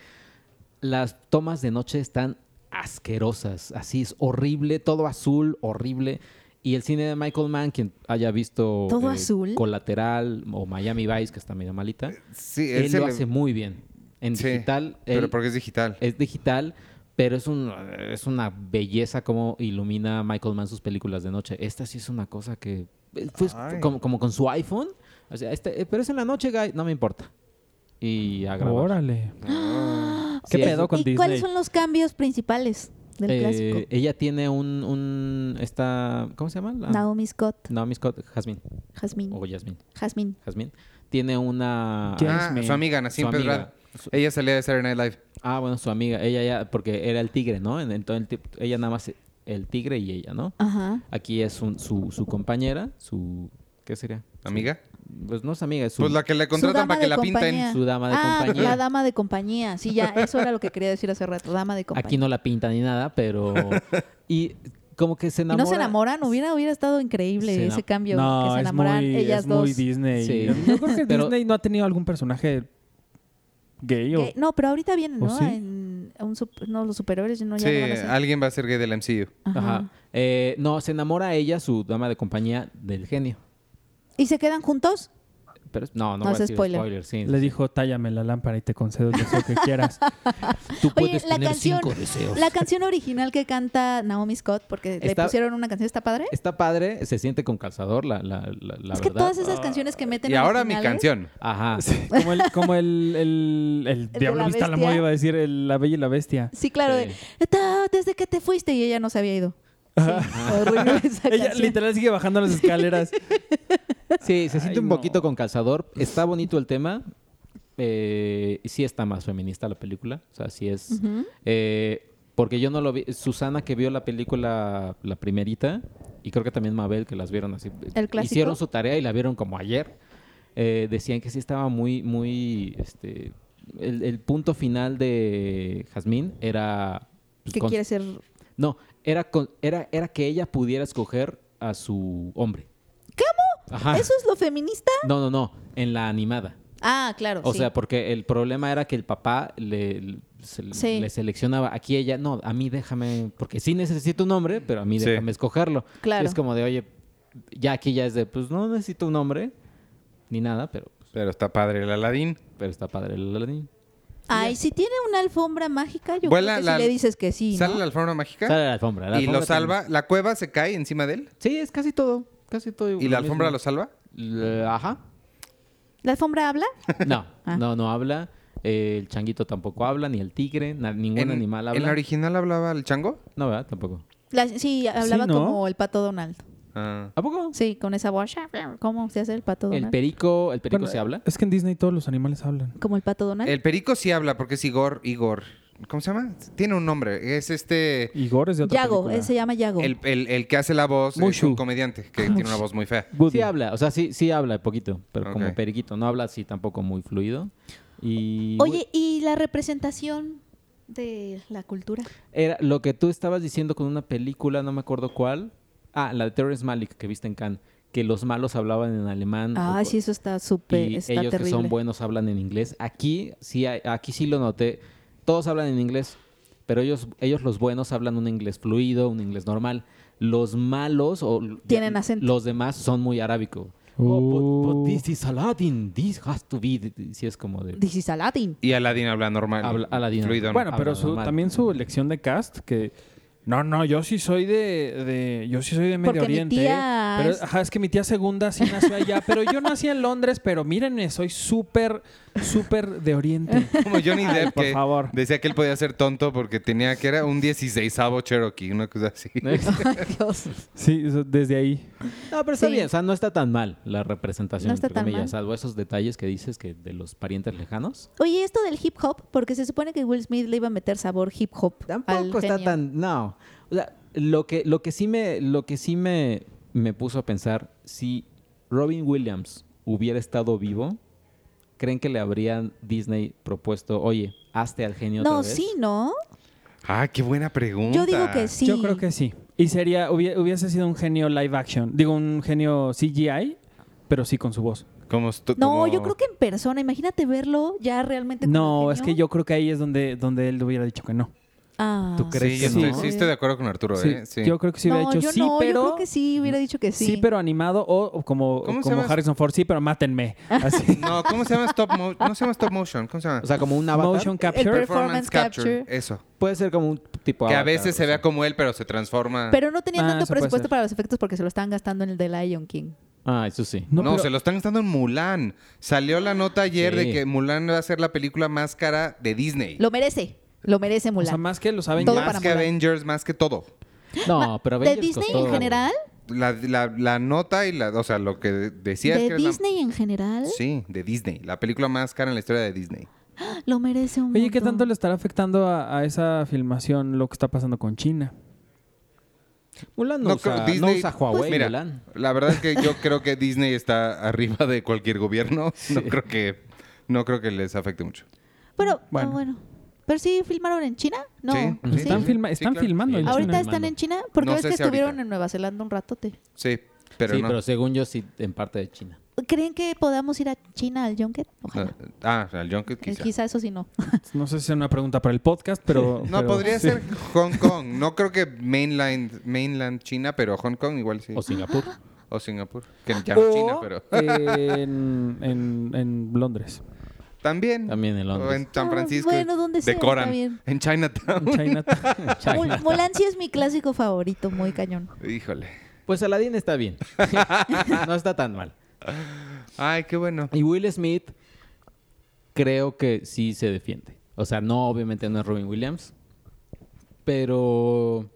Speaker 3: Las tomas de noche están asquerosas, así es horrible, todo azul, horrible. Y el cine de Michael Mann, quien haya visto
Speaker 2: ¿Todo azul?
Speaker 3: Colateral o Miami Vice, que está medio malita,
Speaker 5: Sí, él
Speaker 3: él
Speaker 5: se
Speaker 3: lo
Speaker 5: Eh, le-
Speaker 3: hace muy bien. En
Speaker 5: Sí,
Speaker 3: digital,
Speaker 5: Pero
Speaker 3: él- eh,
Speaker 5: porque es digital.
Speaker 3: es digital, pero es, un, es una belleza cómo ilumina Michael Mann sus películas de noche. Esta sí es una cosa que... eh, fue- fue como, como con su iPhone. O sea, este, eh, pero es en la noche, guy. No me importa. Y a grabar.
Speaker 1: Órale.
Speaker 3: Sí,
Speaker 1: ¿Qué
Speaker 3: es-
Speaker 1: pedo con
Speaker 2: ¿Y
Speaker 1: Disney?
Speaker 2: cuáles son los cambios principales del
Speaker 3: eh,
Speaker 2: clásico?
Speaker 3: Ella tiene un... un esta, ¿Cómo se llama? La-
Speaker 2: Naomi Scott,
Speaker 3: Naomi Scott. Jasmine.
Speaker 2: Jasmine.
Speaker 3: O Jasmine.
Speaker 2: Jasmine.
Speaker 3: Jasmine. Tiene una...
Speaker 1: ¿Quién?
Speaker 5: Ah,
Speaker 1: Jasmine.
Speaker 5: su amiga, Nacim
Speaker 3: Su amiga.
Speaker 5: Pedrad.
Speaker 3: Su-
Speaker 5: Ella salía de Saturday Night Live.
Speaker 3: Ah, bueno, su amiga. Ella ya... Porque era el tigre, ¿no? En- Entonces, el ti- ella nada más... El tigre y ella, ¿no?
Speaker 2: Ajá.
Speaker 3: Aquí es un- su, su compañera, su... ¿Qué sería?
Speaker 5: ¿Amiga?
Speaker 3: Pues no es amiga, es su,
Speaker 5: Pues la que le
Speaker 2: Su
Speaker 5: contratan
Speaker 2: dama
Speaker 5: para que
Speaker 2: de
Speaker 5: la
Speaker 2: compañía.
Speaker 5: pinten.
Speaker 3: su dama de
Speaker 2: ah,
Speaker 3: compañía.
Speaker 2: la dama de compañía. Sí, ya, eso era lo que quería decir hace rato. Dama de compañía.
Speaker 3: Aquí no la pinta ni nada, pero... y como que
Speaker 2: Y
Speaker 3: se enamora...
Speaker 2: no se enamoran, hubiera, hubiera estado increíble
Speaker 3: Se
Speaker 2: ese
Speaker 3: enam-
Speaker 2: cambio. que
Speaker 1: No,
Speaker 2: se
Speaker 1: es
Speaker 2: enamoran
Speaker 1: muy,
Speaker 2: ellas
Speaker 1: es
Speaker 2: dos.
Speaker 1: muy Disney.
Speaker 3: Sí.
Speaker 1: Yo creo (laughs) que
Speaker 3: Pero-
Speaker 1: Disney no ha tenido algún personaje gay o...
Speaker 2: Que- no, pero ahorita vienen,
Speaker 3: ¿Oh,
Speaker 1: ¿O
Speaker 2: ¿no?
Speaker 1: sí?
Speaker 2: En- a un sup- no, los superiores no, ya
Speaker 5: Sí,
Speaker 2: no van a ser.
Speaker 5: alguien va a ser gay del MCU.
Speaker 2: Ajá.
Speaker 3: Ajá. Eh, no, se enamora ella, su dama de compañía, del genio.
Speaker 2: ¿Y se quedan juntos?
Speaker 3: Pero es- no, no,
Speaker 2: No
Speaker 3: voy a
Speaker 2: es
Speaker 3: decir
Speaker 2: spoiler.
Speaker 3: sí,
Speaker 1: Le
Speaker 3: sí.
Speaker 1: dijo, tállame la lámpara y te concedo el deseo que (laughs) quieras.
Speaker 3: Tú
Speaker 2: Oye,
Speaker 3: puedes
Speaker 2: la
Speaker 3: tener
Speaker 2: canción,
Speaker 3: cinco deseos.
Speaker 2: la canción original que canta Naomi Scott, porque le
Speaker 3: Está-
Speaker 2: pusieron una canción, ¿está padre?
Speaker 3: Está padre, se siente con calzador, la, la, la, la
Speaker 2: es que
Speaker 3: verdad.
Speaker 2: todas esas canciones que meten
Speaker 5: Y ahora mi
Speaker 2: originales-
Speaker 5: canción.
Speaker 1: Ah.
Speaker 3: Ajá.
Speaker 1: como el, como el, el, el
Speaker 2: de
Speaker 1: diablo
Speaker 2: la
Speaker 1: viste a la
Speaker 2: bestia.
Speaker 1: moda, iba a decir el- la bella y la bestia.
Speaker 2: Sí, claro, de,
Speaker 3: Sí.
Speaker 2: "Ta- desde que te fuiste y ella no se había ido. Sí, horrible
Speaker 1: (laughs)
Speaker 2: esa
Speaker 1: Ella
Speaker 2: canción.
Speaker 1: literal sigue bajando (laughs) las escaleras.
Speaker 3: Sí, se
Speaker 1: Ay,
Speaker 3: siente un
Speaker 1: no.
Speaker 3: poquito con calzador. Está bonito el tema. Eh, sí está más feminista la película. O sea, sí es...
Speaker 2: Ujú.
Speaker 3: eh, porque yo no lo vi... Susana que vio la película, la primerita, y creo que también Mabel que las vieron así.
Speaker 2: ¿El clásico?
Speaker 3: Hicieron su tarea y la vieron como ayer. Eh, decían que sí estaba muy, muy... Este, el, el punto final de Jazmín era... pues,
Speaker 2: Que
Speaker 3: con-
Speaker 2: quiere ser...
Speaker 3: No, era, con- era, era que ella pudiera escoger a su hombre. ¿Cómo? Ajá.
Speaker 2: ¿Eso es lo feminista?
Speaker 3: No, no, no, en la animada.
Speaker 2: Ah, claro,
Speaker 3: O
Speaker 2: sí.
Speaker 3: sea, pues, porque el problema era que el papá le, se-
Speaker 2: Sí.
Speaker 3: le seleccionaba. Aquí ella, no, a mí déjame, porque sí necesito un hombre, pero a mí
Speaker 5: Sí.
Speaker 3: déjame escogerlo.
Speaker 2: Claro.
Speaker 3: Es como de, oye, ya aquí ya es de, pues no necesito un hombre, ni nada, pero,
Speaker 5: Pero está padre el Aladín.
Speaker 3: pero está padre el Aladdin.
Speaker 2: Ay, si tiene una alfombra mágica, yo
Speaker 5: Vuela
Speaker 2: creo que
Speaker 5: la-
Speaker 2: si le dices que sí,
Speaker 5: Sale
Speaker 2: ¿no?
Speaker 5: la alfombra mágica
Speaker 3: Sale la alfombra. la
Speaker 5: y lo
Speaker 3: alfombra
Speaker 5: salva. La cueva se cae encima de él
Speaker 3: también. Sí, es casi todo, casi todo.
Speaker 5: y la alfombra lo
Speaker 3: mismo.
Speaker 5: salva.
Speaker 3: L-
Speaker 5: (laughs)
Speaker 3: Ajá.
Speaker 2: ¿La alfombra habla?
Speaker 3: No,
Speaker 2: Ah.
Speaker 3: no, no habla. Eh, el changuito tampoco habla, ni el tigre, na- ningún
Speaker 5: En-
Speaker 3: animal habla.
Speaker 5: ¿En la original hablaba el chango?
Speaker 3: No, ¿verdad? Tampoco.
Speaker 2: La- sí, hablaba
Speaker 1: ¿no?
Speaker 2: como el pato Donald.
Speaker 5: Ah.
Speaker 3: ¿A poco?
Speaker 2: Sí, con esa voz. ¿Cómo se hace el pato Donald?
Speaker 3: El perico, el perico
Speaker 1: Bueno,
Speaker 3: se habla.
Speaker 1: Es que en Disney todos los animales hablan.
Speaker 2: como el pato Donald.
Speaker 5: El perico sí habla porque es Igor. Igor. ¿Cómo se llama? Tiene un nombre. Es este.
Speaker 1: Igor es de otra
Speaker 2: Yago,
Speaker 1: película.
Speaker 2: él se llama Yago.
Speaker 5: El, el- el que hace la voz es
Speaker 1: Mushu.
Speaker 5: un comediante que tiene una voz muy fea.
Speaker 1: Woody.
Speaker 3: Sí habla, o sea, sí, sí habla poquito, pero como
Speaker 5: Ok.
Speaker 3: periquito. No habla así tampoco muy fluido. Y
Speaker 2: Oye, ¿y la representación de la cultura?
Speaker 3: era lo que tú estabas diciendo con una película, no me acuerdo cuál. Ah, la de Terrence Malick que viste en Cannes, que los malos hablaban en alemán.
Speaker 2: Ah,
Speaker 3: O-
Speaker 2: sí, eso está súper,
Speaker 3: pues, y
Speaker 2: está
Speaker 3: ellos
Speaker 2: terrible.
Speaker 3: que son buenos hablan en inglés. Aquí sí, hay- aquí sí lo noté. Todos hablan en inglés, pero ellos, ellos los buenos hablan un inglés fluido, un inglés normal. Los malos o
Speaker 2: Tienen acento.
Speaker 3: Los demás son muy arábico. Oh, but, but this is Aladdin. This has to be. Sí es como (laughs) de.
Speaker 2: This is Aladdin.
Speaker 5: Y Aladdin habla normal.
Speaker 3: Habla- Aladdin.
Speaker 5: Fluido.
Speaker 1: Bueno, pero
Speaker 3: Habla
Speaker 1: su-
Speaker 3: normal.
Speaker 1: también su elección de cast que no, no, yo sí soy de, de- yo sí soy de Medio
Speaker 2: Porque mi
Speaker 1: Oriente. ¿eh?
Speaker 2: tía
Speaker 1: pero,
Speaker 2: es-
Speaker 1: ajá, es que mi tía segunda sí nació allá, pero yo nací en Londres, pero mírenme, soy súper súper de
Speaker 2: (laughs)
Speaker 1: Oriente.
Speaker 5: Como (laughs) Johnny
Speaker 1: Ay,
Speaker 5: Depp
Speaker 1: por
Speaker 5: que
Speaker 1: favor.
Speaker 5: decía que él podía ser tonto porque tenía que era un 16avo Cherokee, una cosa (laughs) así.
Speaker 2: (laughs) Dios.
Speaker 1: Sí, eso- desde ahí.
Speaker 3: No, pero está
Speaker 2: Sí.
Speaker 3: bien. O sea, no está tan mal la representación.
Speaker 2: No está
Speaker 3: entre
Speaker 2: tan
Speaker 3: comillas,
Speaker 2: mal.
Speaker 3: Salvo esos detalles que dices que de los parientes lejanos.
Speaker 2: Oye, esto del hip hop, porque se supone que Will Smith le iba a meter sabor hip hop. al
Speaker 3: Tampoco está
Speaker 2: genio.
Speaker 3: tan. No. O sea, lo que, lo que sí me, lo que sí me, me puso a pensar, si Robin Williams hubiera estado vivo, ¿creen que le habrían Disney propuesto, oye, hazte al genio
Speaker 2: No,
Speaker 3: otra vez?
Speaker 2: sí, ¿no?
Speaker 5: Ah, qué buena pregunta.
Speaker 2: Yo digo que sí.
Speaker 1: Yo creo que sí. Y sería hubie- hubiese sido un genio live action, digo un genio CGI, pero sí con su voz.
Speaker 5: Como estu-
Speaker 2: No,
Speaker 5: como-
Speaker 2: yo creo que en persona. Imagínate verlo ya realmente. como
Speaker 1: No,
Speaker 2: el
Speaker 1: es que
Speaker 2: genio.
Speaker 1: yo creo que ahí es donde donde él hubiera dicho que no.
Speaker 2: Ah.
Speaker 3: ¿Tú
Speaker 5: Sí,
Speaker 3: crees
Speaker 5: yo
Speaker 3: que
Speaker 5: estoy,
Speaker 3: no?
Speaker 5: sí estoy de acuerdo con Arturo,
Speaker 1: Sí,
Speaker 5: ¿eh? Sí.
Speaker 1: Yo creo que sí hubiera
Speaker 2: no,
Speaker 1: dicho
Speaker 2: yo
Speaker 1: sí,
Speaker 2: no,
Speaker 1: pero
Speaker 2: Yo creo que sí, hubiera dicho que sí.
Speaker 1: Sí, pero animado o, o como,
Speaker 5: ¿Cómo se
Speaker 1: como
Speaker 5: llama?
Speaker 1: Harrison Ford, sí, pero
Speaker 2: (laughs)
Speaker 1: mátenme. Así.
Speaker 5: No, ¿cómo se llama stop motion? No se llama stop motion, ¿cómo se llama?
Speaker 3: O sea, como un avatar.
Speaker 1: Motion
Speaker 2: El
Speaker 1: capture.
Speaker 2: perf- Performance capture.
Speaker 5: Eso.
Speaker 3: Puede ser como un tipo
Speaker 5: Que a
Speaker 3: avatar,
Speaker 5: veces se
Speaker 3: o sea.
Speaker 5: vea como él, pero se transforma.
Speaker 2: Pero no tenían
Speaker 1: Ah,
Speaker 2: tanto
Speaker 1: eso puede
Speaker 2: presupuesto
Speaker 1: ser.
Speaker 2: para los efectos porque se lo estaban gastando en el de Lion King.
Speaker 3: Ah, eso sí.
Speaker 5: no,
Speaker 1: pero-
Speaker 5: se lo están gastando en Mulan. Salió la nota ayer
Speaker 3: Sí.
Speaker 5: de que Mulan va a ser la película más cara de Disney.
Speaker 2: Lo merece. Lo merece
Speaker 1: o sea,
Speaker 2: Mulan.
Speaker 1: más que los saben
Speaker 2: Todo
Speaker 5: más
Speaker 2: para
Speaker 5: que
Speaker 2: Mulan.
Speaker 5: Avengers, más que todo.
Speaker 3: No, pero
Speaker 2: de
Speaker 3: Avengers
Speaker 2: Disney
Speaker 3: costó-
Speaker 2: en general.
Speaker 5: La, la- la nota y la, o sea, lo que decía es
Speaker 2: De
Speaker 5: que era la-
Speaker 2: Disney en general.
Speaker 5: Sí, de Disney. La película más cara en la historia de Disney.
Speaker 2: Lo merece un
Speaker 1: Oye, ¿qué
Speaker 2: montón.
Speaker 1: tanto le estará afectando a, a esa filmación lo que está pasando con China?
Speaker 3: Mulan no,
Speaker 5: creo-
Speaker 3: usa, no usa Huawei,
Speaker 5: pues mira,
Speaker 3: Mulan.
Speaker 5: la verdad es que yo (laughs) creo que Disney está arriba de cualquier gobierno. No creo que no creo que les afecte mucho.
Speaker 2: Pero, ah, bueno.
Speaker 1: Bueno.
Speaker 2: Pero sí filmaron en China. No.
Speaker 5: Sí,
Speaker 2: ¿sí?
Speaker 5: sí,
Speaker 1: Están,
Speaker 5: sí.
Speaker 1: filma-
Speaker 5: Sí,
Speaker 1: están
Speaker 5: claro.
Speaker 1: filmando en
Speaker 3: Sí.
Speaker 2: Ahorita
Speaker 1: China.
Speaker 2: están en China. Porque
Speaker 5: No
Speaker 2: ves
Speaker 5: sé
Speaker 2: que
Speaker 5: si
Speaker 2: estuvieron
Speaker 5: ahorita.
Speaker 2: en Nueva Zelanda un ratote.
Speaker 5: Sí, pero
Speaker 3: sí,
Speaker 5: no.
Speaker 3: pero según yo sí, en parte de China.
Speaker 2: ¿Creen que podamos ir a China al Junket? Ojalá.
Speaker 5: Ah, al Junket
Speaker 2: Eh,
Speaker 5: quizá.
Speaker 2: quizá. eso sí no.
Speaker 1: No sé si es una pregunta para el podcast, pero...
Speaker 5: No,
Speaker 1: pero-
Speaker 5: podría
Speaker 1: sí.
Speaker 5: ser Hong Kong. No creo que mainland, mainland China, pero Hong Kong igual sí. (laughs)
Speaker 3: O Oh. Singapur.
Speaker 5: O Singapur. Que ya no es China, pero.
Speaker 1: en, en- en Londres.
Speaker 5: También.
Speaker 3: También en Londres.
Speaker 5: O en San
Speaker 2: Ah,
Speaker 5: Francisco.
Speaker 2: bueno, donde sea,
Speaker 5: Decoran.
Speaker 2: está bien.
Speaker 5: En Chinatown. (laughs)
Speaker 1: En Chinatown.
Speaker 2: Mul- Mulan sí es mi clásico favorito, muy cañón.
Speaker 5: Híjole.
Speaker 3: Pues Aladdin está
Speaker 5: (laughs)
Speaker 3: bien. (laughs) no está tan mal.
Speaker 5: Ay, qué bueno.
Speaker 3: Y Will Smith creo que sí se defiende. O sea, no, obviamente no es Robin Williams, pero...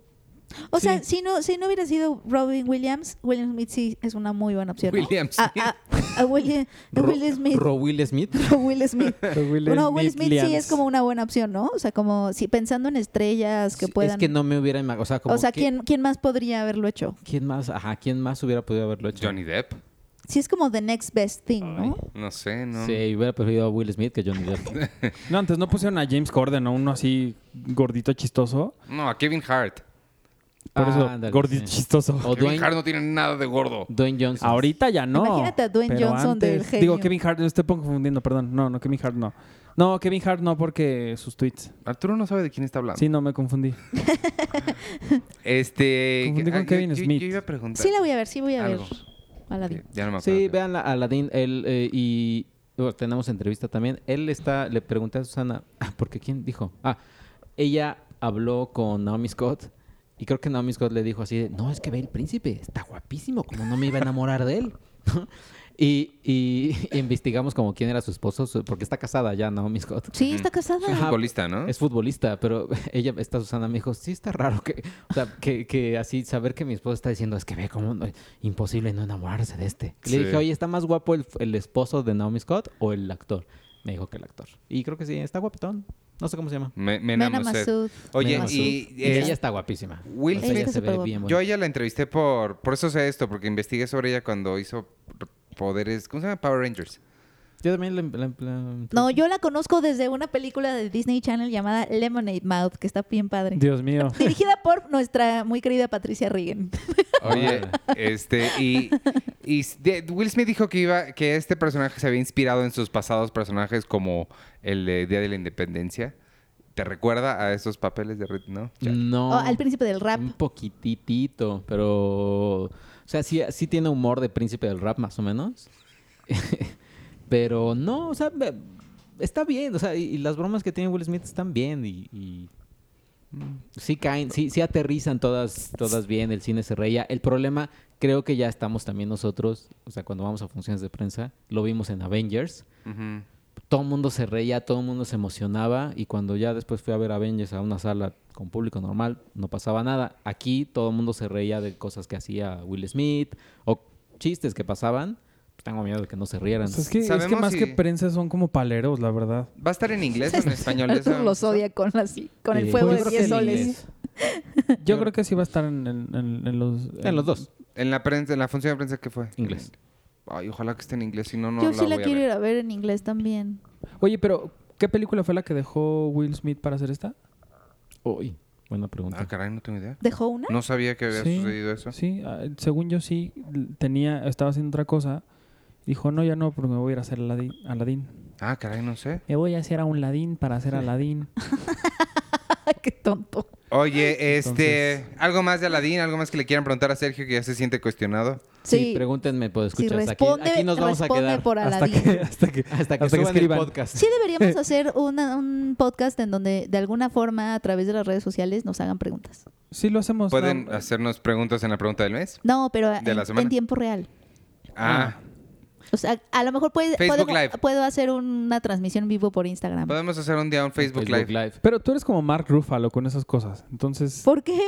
Speaker 2: O
Speaker 3: Sí.
Speaker 2: sea, si no, si no hubiera sido Robin Williams, William Smith sí es una muy buena opción. ¿no?
Speaker 5: William
Speaker 2: A, a- a William- a
Speaker 3: Ro-
Speaker 2: Will Smith.
Speaker 3: Ro Will Smith.
Speaker 2: Ro Will Smith.
Speaker 1: (laughs) Will
Speaker 2: no, Will Smith sí
Speaker 1: Liams.
Speaker 2: es como una buena opción, ¿no? O sea, como si pensando en estrellas (laughs) que
Speaker 3: Sí,
Speaker 2: puedan.
Speaker 3: Es que no me hubiera imaginado. O sea, como
Speaker 2: o sea,
Speaker 3: que-
Speaker 2: ¿quién, ¿quién más podría haberlo hecho?
Speaker 3: ¿quién más? Ajá, ¿quién más hubiera podido haberlo hecho?
Speaker 5: Johnny Depp.
Speaker 2: Sí es como the next best thing, ¿no?
Speaker 5: No sé, no.
Speaker 3: Sí, hubiera preferido a Will Smith que Johnny
Speaker 5: (laughs)
Speaker 3: Depp.
Speaker 1: No, antes no pusieron a James Corden, a uno así gordito chistoso.
Speaker 5: No, a Kevin Hart.
Speaker 1: Por
Speaker 3: Ah,
Speaker 1: eso,
Speaker 3: ándale,
Speaker 1: gordito
Speaker 3: sí.
Speaker 1: chistoso.
Speaker 3: O
Speaker 5: Kevin
Speaker 3: Dwayne,
Speaker 5: Hart no tiene nada de gordo.
Speaker 3: Dwayne Johnson.
Speaker 1: Ahorita ya no.
Speaker 2: Imagínate a Dwayne
Speaker 1: pero
Speaker 2: Johnson del genio.
Speaker 1: Digo, Kevin Hart, no estoy confundiendo, perdón. No, no, Kevin Hart no. No, Kevin Hart no, porque sus tweets.
Speaker 5: Arturo no sabe de quién está hablando.
Speaker 1: Sí, no, me confundí.
Speaker 5: Este.
Speaker 1: Confundí con
Speaker 5: yo-
Speaker 1: Kevin
Speaker 5: yo-
Speaker 1: Smith.
Speaker 5: Yo, iba a preguntar.
Speaker 2: Sí la voy a ver, sí voy a
Speaker 5: Algo.
Speaker 2: ver. Aladdin.
Speaker 5: Ya no me acuerdo.
Speaker 3: Sí, vean a Aladdin. Él eh, y bueno, tenemos entrevista también. Él está, le pregunté a Susana, ah, porque quién dijo. Ah, ella habló con Naomi Scott y creo que Naomi Scott le dijo así: de, No, es que ve el príncipe, está guapísimo, como no me iba a enamorar de él. y, y (laughs) investigamos como quién era su esposo, su- porque está casada ya Naomi Scott.
Speaker 2: Sí, está
Speaker 5: Es un
Speaker 2: casada.
Speaker 3: Ajá.
Speaker 5: futbolista, ¿no?
Speaker 3: Es futbolista, pero (laughs) ella, esta Susana me dijo, sí está raro que, o sea, que, que así saber que mi esposo está diciendo, es que ve como no- imposible no enamorarse de este. Y
Speaker 5: Sí.
Speaker 3: Le dije, oye, ¿está más guapo el, el esposo de Naomi Scott o el actor? Me dijo que el actor. Y creo que sí, está guapetón. No sé cómo se llama.
Speaker 5: Me, me
Speaker 2: Mena
Speaker 5: enamoré.
Speaker 2: Massoud.
Speaker 5: Oye,
Speaker 3: Mena
Speaker 5: y.
Speaker 3: Massoud.
Speaker 5: eh,
Speaker 3: ella está guapísima.
Speaker 5: Will
Speaker 3: ella
Speaker 2: Smith-
Speaker 3: se ve
Speaker 2: Está
Speaker 3: bien
Speaker 5: Yo a
Speaker 3: bonita.
Speaker 5: ella la entrevisté por. Por eso sé esto, porque investigué sobre ella cuando hizo poderes. ¿Cómo se llama? Power Rangers.
Speaker 3: Yo también la... la- la-
Speaker 2: No, yo la conozco desde una película de Disney Channel llamada Lemonade Mouth, que está bien padre.
Speaker 1: Dios (laughs) mío.
Speaker 2: Dirigida por nuestra muy querida Patricia Regan.
Speaker 5: Oye,
Speaker 3: Órale.
Speaker 5: este, y, y s- de- Will Smith dijo que iba, que este personaje se había inspirado en sus pasados personajes como el de Día de la Independencia. ¿Te recuerda a esos papeles de Red? No. Chale.
Speaker 3: No.
Speaker 2: O Oh, al príncipe del rap. (laughs)
Speaker 3: Un poquititito, pero... O sea, sí, sí tiene humor de príncipe del rap, más o menos. (laughs) pero no, o sea, ve- está bien. O sea, y, y las bromas que tiene Will Smith están bien y... y, mm, Sí caen, sí, sí aterrizan todas, todas bien, el cine se reía. El problema, creo que ya estamos también nosotros, o sea, cuando vamos a funciones de prensa, lo vimos en Avengers,
Speaker 5: Ujú.
Speaker 3: todo el mundo se reía, todo el mundo se emocionaba y cuando ya después fui a ver Avengers a una sala con público normal, no pasaba nada. Aquí todo el mundo se reía de cosas que hacía Will Smith o chistes que pasaban. Tengo miedo de que no se rieran.
Speaker 1: O sea, Pues es, que, es que
Speaker 5: Sabemos
Speaker 1: más que
Speaker 5: si-
Speaker 1: prensa son como paleros, la (laughs) verdad.
Speaker 5: ¿Va a estar en inglés (laughs) o en español?
Speaker 2: Arthur
Speaker 5: Eso-
Speaker 2: los odia con, así, con el
Speaker 3: Eh,
Speaker 2: fuego
Speaker 3: yo
Speaker 2: de
Speaker 3: creo
Speaker 2: 10
Speaker 3: que en
Speaker 2: soles.
Speaker 3: inglés.
Speaker 1: Yo creo que sí va a estar en, en- en- en los...
Speaker 3: En Eh, los dos.
Speaker 5: En la prensa, en la función de prensa, ¿qué fue?
Speaker 3: Inglés.
Speaker 5: Ay, ojalá que esté en inglés, si no, no
Speaker 2: yo
Speaker 5: la
Speaker 2: sí la
Speaker 5: voy a
Speaker 2: quiero
Speaker 5: ver.
Speaker 2: ir a ver en inglés también.
Speaker 1: Oye, pero ¿qué película fue la que dejó Will Smith para hacer esta?
Speaker 3: Uy, buena
Speaker 5: Ah,
Speaker 3: pregunta.
Speaker 5: caray, no tengo idea.
Speaker 2: ¿Dejó una?
Speaker 5: No sabía que había
Speaker 1: Sí,
Speaker 5: sucedido eso.
Speaker 1: Sí, ah, según yo sí l- tenía, estaba haciendo otra cosa. Dijo, no, ya no, porque me voy a ir a hacer Aladín. Aladín.
Speaker 5: Ah, caray, no sé.
Speaker 1: Me voy a hacer a un Ladín para hacer Aladín.
Speaker 2: (laughs) Ay, qué tonto.
Speaker 5: Oye, este,
Speaker 1: Entonces-
Speaker 5: algo más de Aladín, algo más que le quieran preguntar a Sergio que ya se siente cuestionado.
Speaker 3: Sí,
Speaker 2: Sí,
Speaker 3: pregúntenme, puedo
Speaker 2: si
Speaker 3: escuchar.
Speaker 2: responde,
Speaker 3: aquí, nos vamos a
Speaker 2: responde
Speaker 3: quedar
Speaker 2: por
Speaker 1: hasta,
Speaker 2: Aladdin.
Speaker 1: que, (laughs) hasta que,
Speaker 3: (laughs) hasta que
Speaker 1: hasta que
Speaker 3: suban el
Speaker 1: escriban.
Speaker 3: podcast.
Speaker 5: (laughs)
Speaker 2: Sí, deberíamos hacer una- un podcast en donde de alguna forma a través de las redes sociales nos hagan preguntas.
Speaker 1: Sí lo hacemos.
Speaker 5: ¿Pueden
Speaker 1: no,
Speaker 5: hacernos preguntas en la pregunta del mes?
Speaker 2: No, pero
Speaker 5: De la
Speaker 2: en,
Speaker 5: semana.
Speaker 2: en tiempo real.
Speaker 5: Ah,
Speaker 2: O sea, a lo mejor puede,
Speaker 5: Facebook
Speaker 2: podemos-
Speaker 5: Live.
Speaker 2: puedo hacer una transmisión en vivo por Instagram.
Speaker 5: podemos hacer un día un Facebook, Live.
Speaker 1: Pero tú eres como Mark Ruffalo con esas cosas. Entonces,
Speaker 2: ¿Por qué?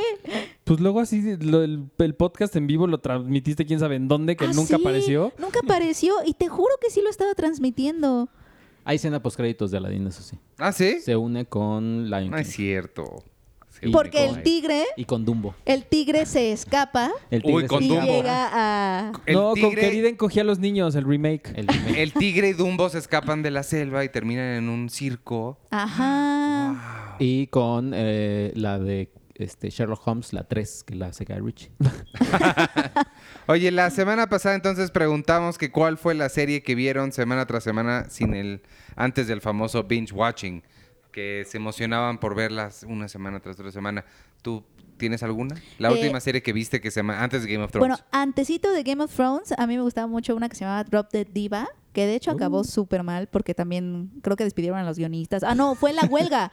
Speaker 1: pues luego así lo- el, el podcast en vivo lo transmitiste quién sabe en dónde, que
Speaker 2: Ah,
Speaker 1: nunca
Speaker 2: sí,
Speaker 1: apareció.
Speaker 2: Nunca apareció y te juro que sí lo estaba transmitiendo.
Speaker 3: Hay escena postcréditos de Aladdin, eso sí.
Speaker 5: Ah, ¿sí?
Speaker 3: Se une con Lion
Speaker 5: No es
Speaker 3: King
Speaker 5: cierto.
Speaker 3: Y-
Speaker 2: Porque
Speaker 3: Nicole.
Speaker 2: el tigre,
Speaker 3: y con Dumbo.
Speaker 2: el tigre se escapa
Speaker 3: El
Speaker 5: Uy,
Speaker 3: tigre
Speaker 5: con
Speaker 2: y
Speaker 3: se-
Speaker 5: Dumbo.
Speaker 2: llega a...
Speaker 5: El
Speaker 1: no, con
Speaker 5: tigre-
Speaker 1: Querida encogía a los niños, el remake.
Speaker 3: El
Speaker 5: El tigre y Dumbo se escapan de la selva y terminan en un circo.
Speaker 2: Ajá.
Speaker 3: Y con eh, la de este, Sherlock Holmes, la 3, que la hace Guy Ritchie.
Speaker 5: Oye, la semana pasada entonces preguntamos que cuál fue la serie que vieron semana tras semana sin el antes del famoso binge watching. que se emocionaban por verlas una semana tras otra semana. ¿Tú tienes alguna? La
Speaker 2: Eh,
Speaker 5: última serie que viste que se llama antes de Game of Thrones.
Speaker 2: Bueno, antecito de Game of Thrones, a mí me gustaba mucho una que se llamaba Drop the Diva, que de hecho acabó súper mal porque también creo que despidieron a los guionistas. Ah, no, fue la (laughs) huelga.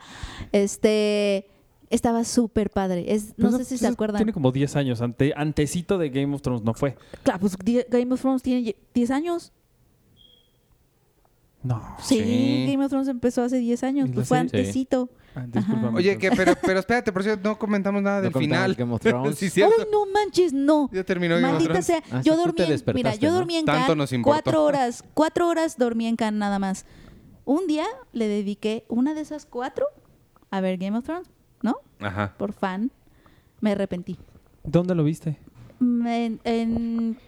Speaker 2: este estaba súper padre. Es,
Speaker 1: Pues
Speaker 2: Pues no sé si se acuerdan.
Speaker 1: Tiene como 10 años. Ante, antecito de Game of Thrones no fue.
Speaker 2: Claro, pues die- Game of Thrones tiene ye- 10 años.
Speaker 1: No. ah,
Speaker 2: Sí,
Speaker 5: Sí.
Speaker 2: Game of Thrones empezó hace 10 años,
Speaker 1: ¿Y la
Speaker 2: pues fue
Speaker 1: serie?
Speaker 3: Sí.
Speaker 2: antecito.
Speaker 1: Ah, discúlpame.
Speaker 5: Oye, que,
Speaker 2: (laughs)
Speaker 5: pero, pero espérate, por cierto, no comentamos nada
Speaker 3: No
Speaker 5: del
Speaker 3: comentamos
Speaker 5: final.
Speaker 3: Game of Thrones.
Speaker 5: (laughs) sí,
Speaker 2: ¡Ay,
Speaker 5: cierto.
Speaker 2: no manches, no!
Speaker 5: Ya terminó Game of
Speaker 2: Maldita
Speaker 5: Thrones.
Speaker 2: sea,
Speaker 3: Ah, sí,
Speaker 2: yo
Speaker 3: tú te
Speaker 2: dormí, en- mira,
Speaker 3: despertaste,
Speaker 2: yo
Speaker 3: ¿no?
Speaker 2: dormí en
Speaker 5: Tanto
Speaker 2: Cannes
Speaker 5: nos importó.
Speaker 2: cuatro horas, cuatro horas dormí en Cannes nada más. Un día le dediqué una de esas cuatro a ver Game of Thrones, ¿no?
Speaker 5: Ajá.
Speaker 2: Por fan, me arrepentí.
Speaker 1: ¿Dónde lo viste?
Speaker 2: Mm, En, en,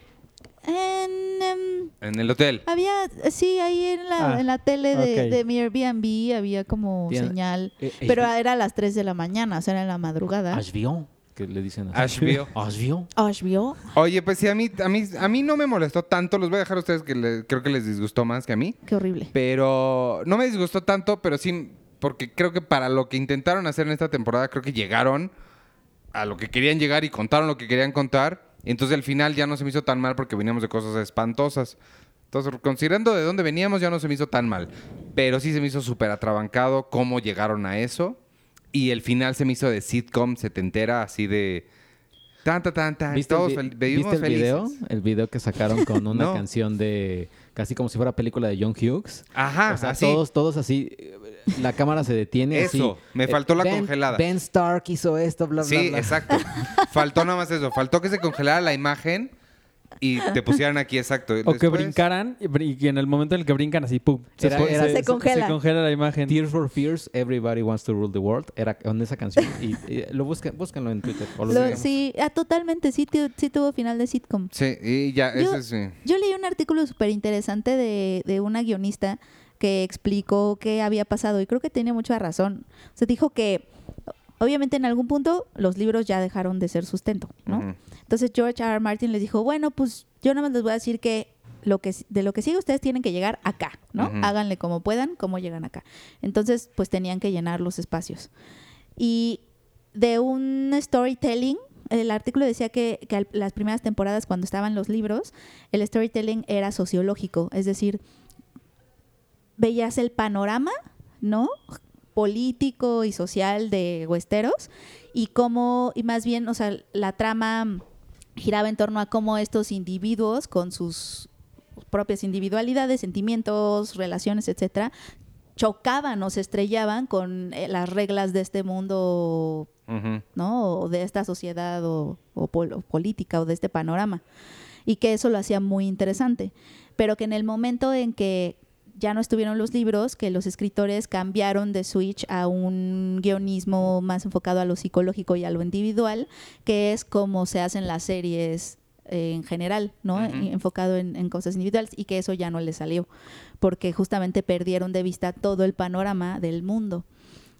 Speaker 2: en, em,
Speaker 5: En el
Speaker 3: (laughs)
Speaker 5: hotel.
Speaker 2: había, eh, sí, ahí en la,
Speaker 1: Ah,
Speaker 2: en la tele de,
Speaker 1: ok.
Speaker 2: de mi Airbnb había como
Speaker 3: Tiene-
Speaker 2: señal,
Speaker 3: Eh, eh,
Speaker 2: pero
Speaker 3: eh,
Speaker 2: era a las 3 de la mañana, o sea, era en la madrugada.
Speaker 3: HBO, que le dicen así.
Speaker 5: HBO.
Speaker 3: HBO.
Speaker 2: HBO.
Speaker 5: Oye, pues sí, a mí, a, mí, a mí no me molestó tanto. Los voy a dejar a ustedes que le- creo que les disgustó más que a mí.
Speaker 2: Qué horrible.
Speaker 5: Pero no me disgustó tanto, pero sí, porque creo que para lo que intentaron hacer en esta temporada, creo que llegaron a lo que querían llegar y contaron lo que querían contar. Entonces el final ya no se me hizo tan mal porque veníamos de cosas espantosas. Entonces, considerando de dónde veníamos, ya no se me hizo tan mal. Pero sí se me hizo súper atrabancado cómo llegaron a eso. Y el final se me hizo de sitcom setentera, así de... Tan, tan, tan, tan.
Speaker 3: ¿Viste,
Speaker 5: Ah, todos
Speaker 3: el, vi-
Speaker 5: fel- vivimos
Speaker 3: viste el video?
Speaker 5: felices.
Speaker 3: El video que sacaron
Speaker 5: (laughs)
Speaker 3: con una
Speaker 5: No.
Speaker 3: canción de casi como si fuera película de John Hughes.
Speaker 5: Ajá,
Speaker 3: o sea,
Speaker 5: Ah, así.
Speaker 3: todos, todos así. eh, La cámara se detiene. así.
Speaker 5: Eso, me
Speaker 3: Eh,
Speaker 5: faltó la
Speaker 3: Ben-
Speaker 5: congelada.
Speaker 3: Ben Stark hizo esto, bla, bla,
Speaker 5: Sí,
Speaker 3: bla. (laughs)
Speaker 5: exacto. Faltó nada más eso. Faltó que se congelara la imagen y te pusieran aquí, exacto.
Speaker 1: O que
Speaker 5: Después-
Speaker 1: brincaran y br- y en el momento en el que brincan así, ¡pum!
Speaker 3: Era-
Speaker 1: pone-
Speaker 3: era- Se
Speaker 2: congela.
Speaker 1: se congela la imagen.
Speaker 3: Tears for Fears, Everybody Wants to Rule the World. Era con esa canción. Y, y lo busquen, búsquenlo en Twitter. o lo
Speaker 2: Lo-
Speaker 3: digamos.
Speaker 2: sí, ah, totalmente, sí, tu- sí tuvo final de sitcom.
Speaker 5: Sí, y ya,
Speaker 2: Yo-
Speaker 5: eso sí.
Speaker 2: Yo leí un artículo súper interesante de, de una guionista que explicó qué había pasado y creo que tenía mucha razón. Se dijo que, obviamente, en algún punto los libros ya dejaron de ser sustento, ¿no?
Speaker 5: Ujú.
Speaker 2: Entonces George R. R. Martin les dijo, bueno, pues yo nada más les voy a decir que lo que de lo que sigue ustedes tienen que llegar acá, ¿no?
Speaker 5: Ujú.
Speaker 2: Háganle como puedan, cómo llegan acá. Entonces, pues tenían que llenar los espacios. Y de un storytelling, el artículo decía que, que al- las primeras temporadas cuando estaban los libros, el storytelling era sociológico, es decir, veías el panorama, ¿no? político y social de Westeros y cómo, y más bien, o sea, la trama giraba en torno a cómo estos individuos con sus propias individualidades, sentimientos, relaciones, etcétera, chocaban o se estrellaban con eh, las reglas de este mundo
Speaker 5: Ujú.
Speaker 2: ¿no? O de esta sociedad o, o pol- o política o de este panorama. Y que eso lo hacía muy interesante. Pero que en el momento en que ya no estuvieron los libros, que los escritores cambiaron de switch a un guionismo más enfocado a lo psicológico y a lo individual, que es como se hacen las series eh, en general, ¿no? E,
Speaker 5: Ujú.
Speaker 2: Enfocado en, en cosas individuales y que eso ya no les salió, porque justamente perdieron de vista todo el panorama del mundo.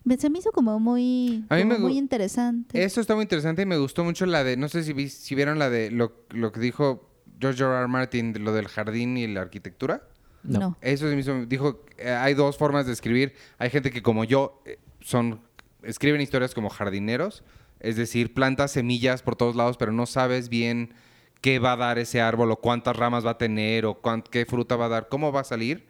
Speaker 2: Me- Se me hizo como muy,
Speaker 5: A mí
Speaker 2: como
Speaker 5: me
Speaker 2: muy
Speaker 5: gu-
Speaker 2: interesante.
Speaker 5: Eso está muy interesante y me gustó mucho la de, no sé si, vi- si vieron la de lo, lo que dijo George R. R. Martin, de lo del jardín y la arquitectura.
Speaker 3: No.
Speaker 2: No.
Speaker 5: Eso se me hizo- dijo, eh, hay dos formas de escribir. Hay gente que como yo eh, son escriben historias como jardineros, es decir, plantas semillas por todos lados, pero no sabes bien qué va a dar ese árbol o cuántas ramas va a tener o cuán- qué fruta va a dar, cómo va a salir.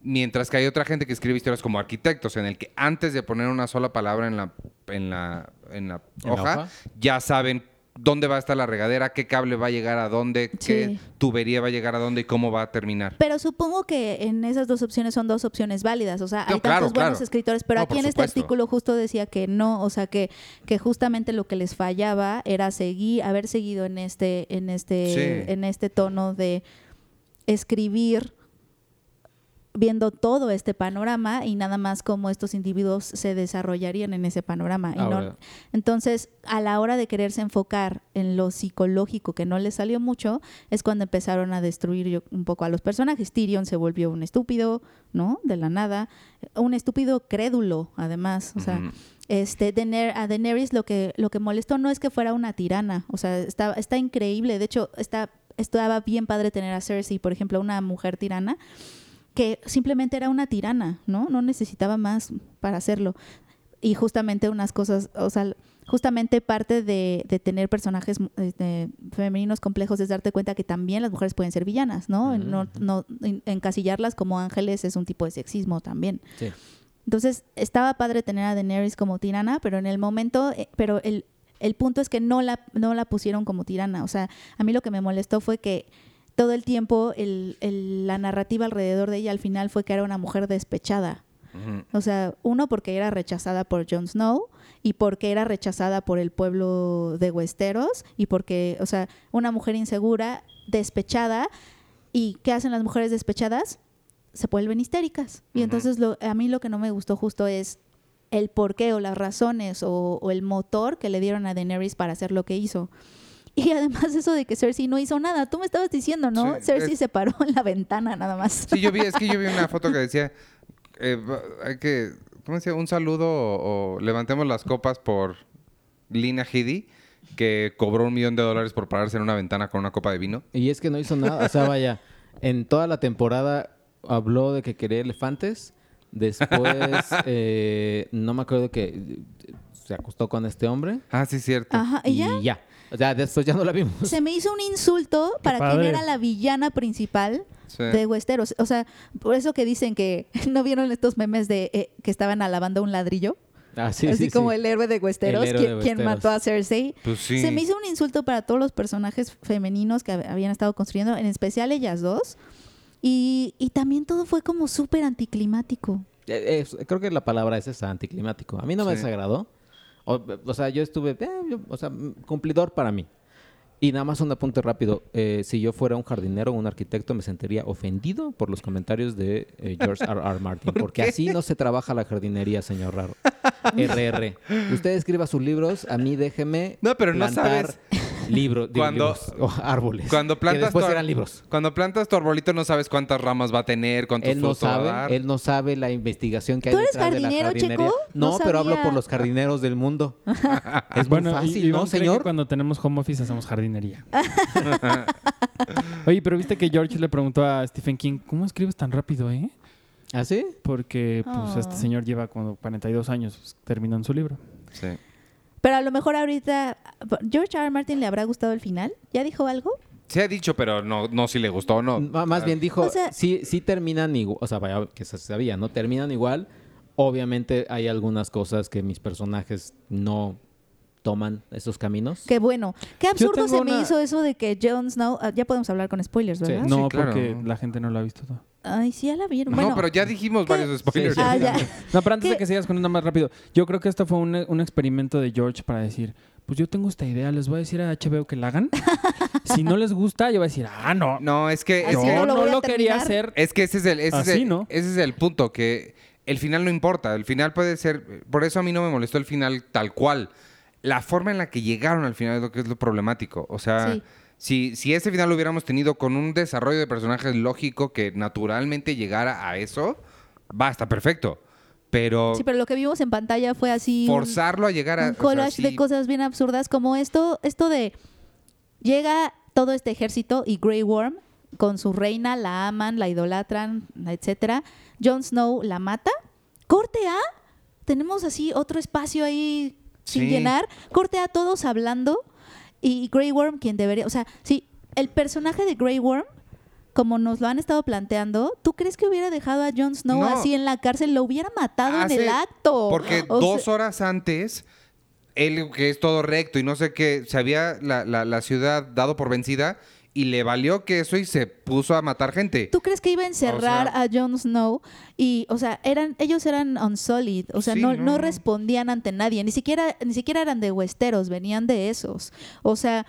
Speaker 5: Mientras que hay otra gente que escribe historias como arquitectos, en el que antes de poner una sola palabra en la, en la, en la
Speaker 3: ¿En la
Speaker 5: hoja,
Speaker 3: hoja?
Speaker 5: ya saben dónde va a estar la regadera, qué cable va a llegar a dónde, qué
Speaker 2: Sí.
Speaker 5: tubería va a llegar a dónde y cómo va a terminar.
Speaker 2: Pero supongo que en esas dos opciones son dos opciones válidas. O sea, hay
Speaker 5: No, claro,
Speaker 2: tantos buenos
Speaker 5: claro.
Speaker 2: escritores, pero
Speaker 5: No,
Speaker 2: aquí
Speaker 5: por
Speaker 2: en este
Speaker 5: supuesto.
Speaker 2: artículo justo decía que no, o sea, que, que justamente lo que les fallaba era seguir, haber seguido en este, en este,
Speaker 5: Sí.
Speaker 2: en este tono de escribir viendo todo este panorama y nada más cómo estos individuos se desarrollarían en ese panorama. Y no-
Speaker 3: Ahora.
Speaker 2: entonces, a la hora de quererse enfocar en lo psicológico que no les salió mucho, es cuando empezaron a destruir yo- un poco a los personajes. Tyrion se volvió un estúpido, ¿no? De la nada. Un estúpido crédulo, además. O sea,
Speaker 5: Ujú.
Speaker 2: este, Daener- a Daenerys lo que, lo que molestó no es que fuera una tirana, o sea, está, está increíble, de hecho, está, estaba bien padre tener a Cersei, por ejemplo, una mujer tirana, que simplemente era una tirana, ¿no? No necesitaba más para hacerlo. Y justamente unas cosas, o sea, justamente parte de, de tener personajes este, femeninos complejos es darte cuenta que también las mujeres pueden ser villanas, ¿no?
Speaker 3: Ujú.
Speaker 2: no, no en- encasillarlas como ángeles es un tipo de sexismo también.
Speaker 3: Sí.
Speaker 2: Entonces, estaba padre tener a Daenerys como tirana, pero en el momento, eh, pero el, el punto es que no la, no la pusieron como tirana. O sea, a mí lo que me molestó fue que todo el tiempo el- el- la narrativa alrededor de ella al final fue que era una mujer despechada.
Speaker 5: Ujú.
Speaker 2: O sea, uno porque era rechazada por Jon Snow y porque era rechazada por el pueblo de Westeros y porque, o sea, una mujer insegura, despechada. ¿Y qué hacen las mujeres despechadas? Se vuelven histéricas. Y
Speaker 5: Ujú.
Speaker 2: entonces lo, a mí lo que no me gustó justo es el porqué o las razones o, o el motor que le dieron a Daenerys para hacer lo que hizo. Y (laughs) además eso de que Cersei no hizo nada. Tú me estabas diciendo, ¿no?
Speaker 5: Sí,
Speaker 2: Cersei
Speaker 5: es-
Speaker 2: se paró en la ventana nada más.
Speaker 5: Sí, yo vi, es que yo vi una foto que decía, eh, va- hay que, ¿cómo decía? Un saludo o, o levantemos las copas por Lina Headey, que cobró un millón de dólares por pararse en una ventana con una copa de vino.
Speaker 3: Y es que no hizo nada. O sea, vaya, en toda la temporada habló de que quería elefantes.
Speaker 2: (laughs)
Speaker 3: Después, eh, no me acuerdo que eh, se acostó con este hombre.
Speaker 5: Ah, sí,
Speaker 2: (laughs)
Speaker 5: cierto.
Speaker 2: Ajá, y ya.
Speaker 3: O sea, después ya no la vimos. (laughs)
Speaker 2: se me hizo un insulto para quien
Speaker 1: padre.
Speaker 2: era la villana principal
Speaker 5: Sí.
Speaker 2: de Westeros. O sea, por eso que dicen que (laughs) no vieron estos memes de eh, que estaban alabando un ladrillo.
Speaker 3: Ah, sí,
Speaker 2: Así
Speaker 3: sí,
Speaker 2: como
Speaker 3: sí.
Speaker 2: el héroe de Westeros,
Speaker 3: El héroe
Speaker 2: quien,
Speaker 3: de
Speaker 2: quien
Speaker 3: Westeros.
Speaker 2: mató a Cersei.
Speaker 5: Pues sí.
Speaker 2: Se me hizo un insulto para todos los personajes femeninos que hab- habían estado construyendo, en especial ellas dos. Y, y también todo fue como súper anticlimático.
Speaker 3: Eh, es- creo que la palabra es esa, anticlimático. A mí no me
Speaker 5: Sí.
Speaker 3: desagradó. O, o sea, yo estuve, eh, yo- o sea, mm, cumplidor para mí. Y nada más un apunte rápido. Eh, si yo fuera un jardinero o un arquitecto, me sentiría ofendido por los comentarios de eh, George R.
Speaker 5: (laughs)
Speaker 3: Martin. Porque así no se trabaja la jardinería, señor Raro. RR. Usted escriba sus libros, a mí déjeme.
Speaker 5: No, pero no
Speaker 3: plantar Libro, digo,
Speaker 5: Cuando-
Speaker 3: libros, o árboles.
Speaker 5: Cuando
Speaker 3: que
Speaker 5: plantas,
Speaker 3: después
Speaker 5: ar-
Speaker 3: eran libros.
Speaker 5: cuando plantas tu arbolito no sabes cuántas ramas va a tener, cuántos
Speaker 3: Él no
Speaker 5: frutos va a dar.
Speaker 3: sabe, él no sabe la investigación que hay
Speaker 2: ¿Tú eres
Speaker 3: detrás de la
Speaker 2: jardinero,
Speaker 3: jardinería.
Speaker 2: Checo?
Speaker 3: No,
Speaker 2: No
Speaker 3: pero hablo
Speaker 2: sabía.
Speaker 3: por los jardineros
Speaker 2: (laughs)
Speaker 3: del mundo. es
Speaker 1: bueno,
Speaker 3: Ah, muy fácil,
Speaker 1: y- y
Speaker 3: ¿no,
Speaker 1: Iván cree que
Speaker 3: señor?
Speaker 1: cuando tenemos home office hacemos jardinería. Oye, pero viste que George le preguntó a Stephen King, ¿cómo escribes tan rápido, eh?
Speaker 3: ¿Ah, sí?
Speaker 1: Porque pues,
Speaker 2: Oh.
Speaker 1: este señor lleva como 42 años pues, terminando su libro.
Speaker 5: Sí.
Speaker 2: Pero a lo mejor ahorita, ah, ¿George R. R. Martin le habrá gustado el final? ¿Ya dijo algo?
Speaker 5: Se ha dicho, pero no, no si le gustó o no.
Speaker 3: M- Más bien dijo,
Speaker 2: O sea-
Speaker 3: sí, sí terminan igual, o sea, vaya, que se sabía, ¿no? Terminan igual. Obviamente hay algunas cosas que mis personajes no toman esos caminos.
Speaker 2: Qué bueno. Qué absurdo
Speaker 1: tengo
Speaker 2: se
Speaker 1: una-
Speaker 2: me hizo eso de que Jon Snow. ah, Ya podemos hablar con spoilers, ¿verdad?
Speaker 1: No,
Speaker 5: Sí, claro.
Speaker 1: porque la gente no lo ha visto todo.
Speaker 2: Ay, sí, ya la vieron.
Speaker 5: No,
Speaker 2: bueno,
Speaker 5: pero ya dijimos
Speaker 2: ¿qué?
Speaker 5: varios spoilers.
Speaker 3: Sí, sí.
Speaker 2: ah, ya.
Speaker 1: (laughs) No, pero antes de
Speaker 2: ¿Qué?
Speaker 1: que sigas con una más rápido, yo creo que esto fue un, un experimento de George para decir, pues yo tengo esta idea, les voy a decir a HBO que la hagan. si no les gusta, yo voy a decir, ah, no.
Speaker 5: No, es que,
Speaker 2: Así
Speaker 5: es
Speaker 1: yo
Speaker 5: que
Speaker 2: no
Speaker 1: no
Speaker 2: lo
Speaker 1: lo,
Speaker 2: voy a
Speaker 1: quería
Speaker 2: terminar.
Speaker 1: hacer.
Speaker 5: Es que ese es el, ese es
Speaker 1: Así,
Speaker 5: el-
Speaker 1: ¿no?
Speaker 5: ese es el punto, que el final no importa. El final puede ser. Por eso a mí no me molestó el final tal cual. La forma en la que llegaron al final es lo que es lo problemático. O sea,
Speaker 2: Sí.
Speaker 5: si, si ese final lo hubiéramos tenido con un desarrollo de personajes lógico que naturalmente llegara a eso, va, está perfecto. Pero,
Speaker 2: Sí, pero lo que vimos en pantalla fue así. un-
Speaker 5: forzarlo a llegar a.
Speaker 2: un
Speaker 5: o sea,
Speaker 2: collage de
Speaker 5: sí,
Speaker 2: cosas bien absurdas como esto, esto de llega todo este ejército y Grey Worm con su reina la aman, la idolatran, etcétera. Jon Snow la mata. Corte A, tenemos así otro espacio ahí sin
Speaker 5: Sí.
Speaker 2: llenar. Corte A todos hablando y Grey Worm quien debería, o sea, sí, el personaje de Grey Worm como nos lo han estado planteando, ¿tú crees que hubiera dejado a Jon Snow
Speaker 5: No.
Speaker 2: así en la cárcel? Lo hubiera matado en
Speaker 5: hace-
Speaker 2: el acto.
Speaker 5: Porque
Speaker 2: O sea-
Speaker 5: dos horas antes, él que es todo recto y no sé qué, se había la, la- la ciudad dado por vencida y le valió que eso y se puso a matar gente.
Speaker 2: ¿Tú crees que iba a encerrar
Speaker 5: O sea-
Speaker 2: a Jon Snow? Y, o sea, eran, ellos eran unsolid, o sea,
Speaker 5: Sí,
Speaker 2: no,
Speaker 5: no,
Speaker 2: no,
Speaker 5: no.
Speaker 2: respondían ante nadie, ni siquiera, ni siquiera eran de Westeros, venían de esos. O sea,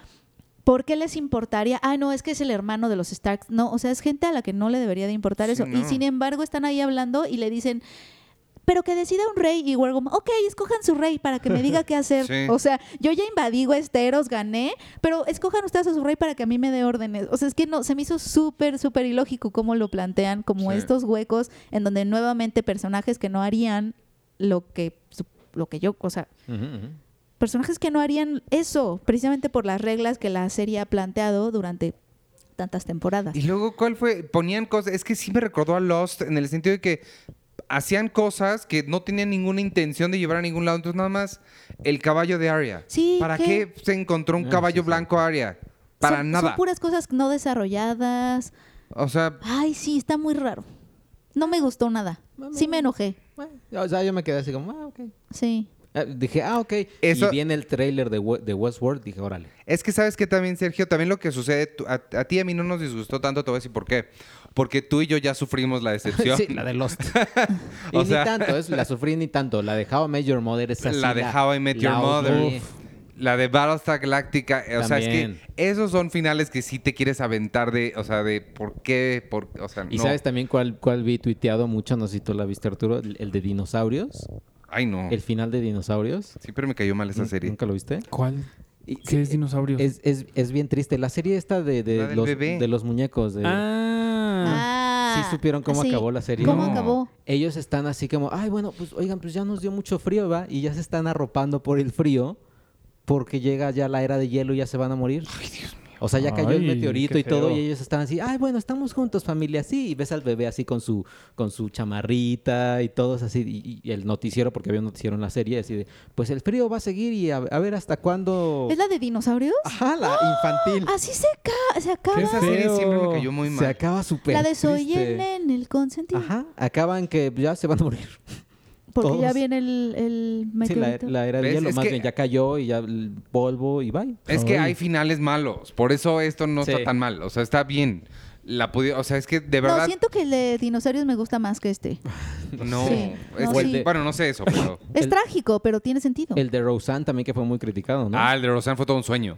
Speaker 2: ¿por qué les importaría? Ah, no, es que es el hermano de los Stark. No, o sea, es gente a la que no le debería de importar
Speaker 5: Sí,
Speaker 2: eso. Y
Speaker 5: no.
Speaker 2: sin embargo, están ahí hablando y le dicen. Pero que decida un rey y Wargom, ok, escojan su rey para que me diga
Speaker 5: (laughs)
Speaker 2: qué hacer.
Speaker 5: Sí.
Speaker 2: O sea, yo ya invadí Westeros, gané, pero escojan ustedes a su rey para que a mí me dé órdenes. O sea, es que no, se me hizo súper, súper ilógico cómo lo plantean, como
Speaker 5: Sí.
Speaker 2: estos huecos en donde nuevamente personajes que no harían lo que, su- lo que yo, o sea,
Speaker 3: Ujú, ujú.
Speaker 2: personajes que no harían eso, precisamente por las reglas que la serie ha planteado durante tantas temporadas.
Speaker 5: Y luego, ¿cuál fue? Ponían cosas. Es que sí me recordó a Lost en el sentido de que hacían cosas que no tenían ninguna intención de llevar a ningún lado. Entonces, nada más el caballo de Aria.
Speaker 2: Sí,
Speaker 5: ¿Para
Speaker 2: ¿qué?
Speaker 5: qué, se encontró un
Speaker 3: Ah, sí,
Speaker 5: caballo
Speaker 3: sí.
Speaker 5: blanco Aria? Para
Speaker 2: Son-
Speaker 5: nada.
Speaker 2: Son puras cosas no desarrolladas.
Speaker 5: O sea,
Speaker 2: Ay, sí, está muy raro. No me gustó nada. Sí me enojé.
Speaker 3: Bueno, o sea, yo me quedé así como, ah, ok.
Speaker 2: Sí.
Speaker 3: Ah, Dije, ah, ok.
Speaker 5: Eso-
Speaker 3: Y viene el trailer de, We- de Westworld, dije, órale.
Speaker 5: Es que sabes que también, Sergio, también lo que sucede, tú- a, a ti y a mí no nos disgustó tanto, te voy a decir por qué. Porque tú y yo ya sufrimos
Speaker 2: (laughs)
Speaker 5: la decepción.
Speaker 3: Sí, la de Lost. y
Speaker 5: (laughs) O
Speaker 3: ni
Speaker 5: sea-
Speaker 3: tanto, es, la sufrí ni tanto. La de How I Met Your Mother es así.
Speaker 5: la de How I Met Your
Speaker 3: la odié.
Speaker 5: Mother. La de Battlestar Galactica. eh, O sea, es que
Speaker 3: También.
Speaker 5: esos son finales que sí te quieres aventar de, o sea, de por qué, por, o sea,
Speaker 3: Y
Speaker 5: no.
Speaker 3: sabes también cuál, cuál vi tuiteado mucho, no sé si tú la viste, Arturo, el, el de dinosaurios.
Speaker 5: Ay, no.
Speaker 3: El final de dinosaurios.
Speaker 5: Siempre me cayó mal esa
Speaker 3: Nun-
Speaker 5: serie.
Speaker 3: ¿Nunca lo viste?
Speaker 1: ¿Cuál?
Speaker 3: Y-
Speaker 1: ¿Qué es dinosaurios?
Speaker 3: Es, es- es bien triste. La serie esta de, de
Speaker 5: La del
Speaker 3: los,
Speaker 5: bebé.
Speaker 3: de los muñecos. de-
Speaker 1: Ah.
Speaker 2: Ah,
Speaker 3: sí supieron cómo acabó la serie.
Speaker 2: ¿Cómo
Speaker 5: No.
Speaker 2: acabó?
Speaker 3: Ellos están así como, ay, bueno, pues oigan, pues ya nos dio mucho frío, ¿va? Y ya se están arropando por el frío porque llega ya la era de hielo y ya se van a morir. O sea, ya cayó el
Speaker 1: Ay,
Speaker 3: meteorito
Speaker 1: qué
Speaker 3: y todo
Speaker 1: feo.
Speaker 3: y ellos están así, ay, bueno, estamos juntos, familia, sí. Y ves al bebé así con su, con su chamarrita y todos así. Y, y el noticiero, porque había un noticiero en la serie, así de, pues el frío va a seguir y a, a ver hasta cuándo...
Speaker 2: ¿Es la de ¡Ah! dinosaurios?
Speaker 3: Ajá, la infantil.
Speaker 2: Así se, ca- se acaba.
Speaker 1: ¿Qué
Speaker 5: Esa serie
Speaker 1: feo.
Speaker 5: siempre me cayó muy
Speaker 3: Se
Speaker 5: mal.
Speaker 3: acaba súper
Speaker 2: La de Soy
Speaker 3: triste.
Speaker 2: el nene, el consentido.
Speaker 3: Ajá, acaban que ya se van a morir.
Speaker 2: Porque ya
Speaker 3: todos.
Speaker 2: viene el, el
Speaker 3: Sí, la,
Speaker 2: meteorito.
Speaker 3: la era de
Speaker 5: ¿Ves?
Speaker 3: hielo,
Speaker 5: Es
Speaker 3: más
Speaker 5: que-
Speaker 3: bien ya cayó y ya el polvo y bye.
Speaker 5: Es que
Speaker 1: Ay.
Speaker 5: hay finales malos. Por eso esto no
Speaker 3: Sí.
Speaker 5: está tan mal. O sea, está bien. La pudi- o sea, es que de
Speaker 2: No,
Speaker 5: verdad
Speaker 2: siento que el de dinosaurios me gusta más que este.
Speaker 5: no.
Speaker 2: Sí,
Speaker 5: Es
Speaker 2: no,
Speaker 5: que-
Speaker 2: sí.
Speaker 5: Bueno, no sé eso, pero.
Speaker 2: Es
Speaker 3: Ah, El-
Speaker 2: trágico, pero tiene sentido.
Speaker 3: El de Roseanne también que fue muy criticado, ¿no?
Speaker 5: Ah, el de Rosanne fue todo un sueño.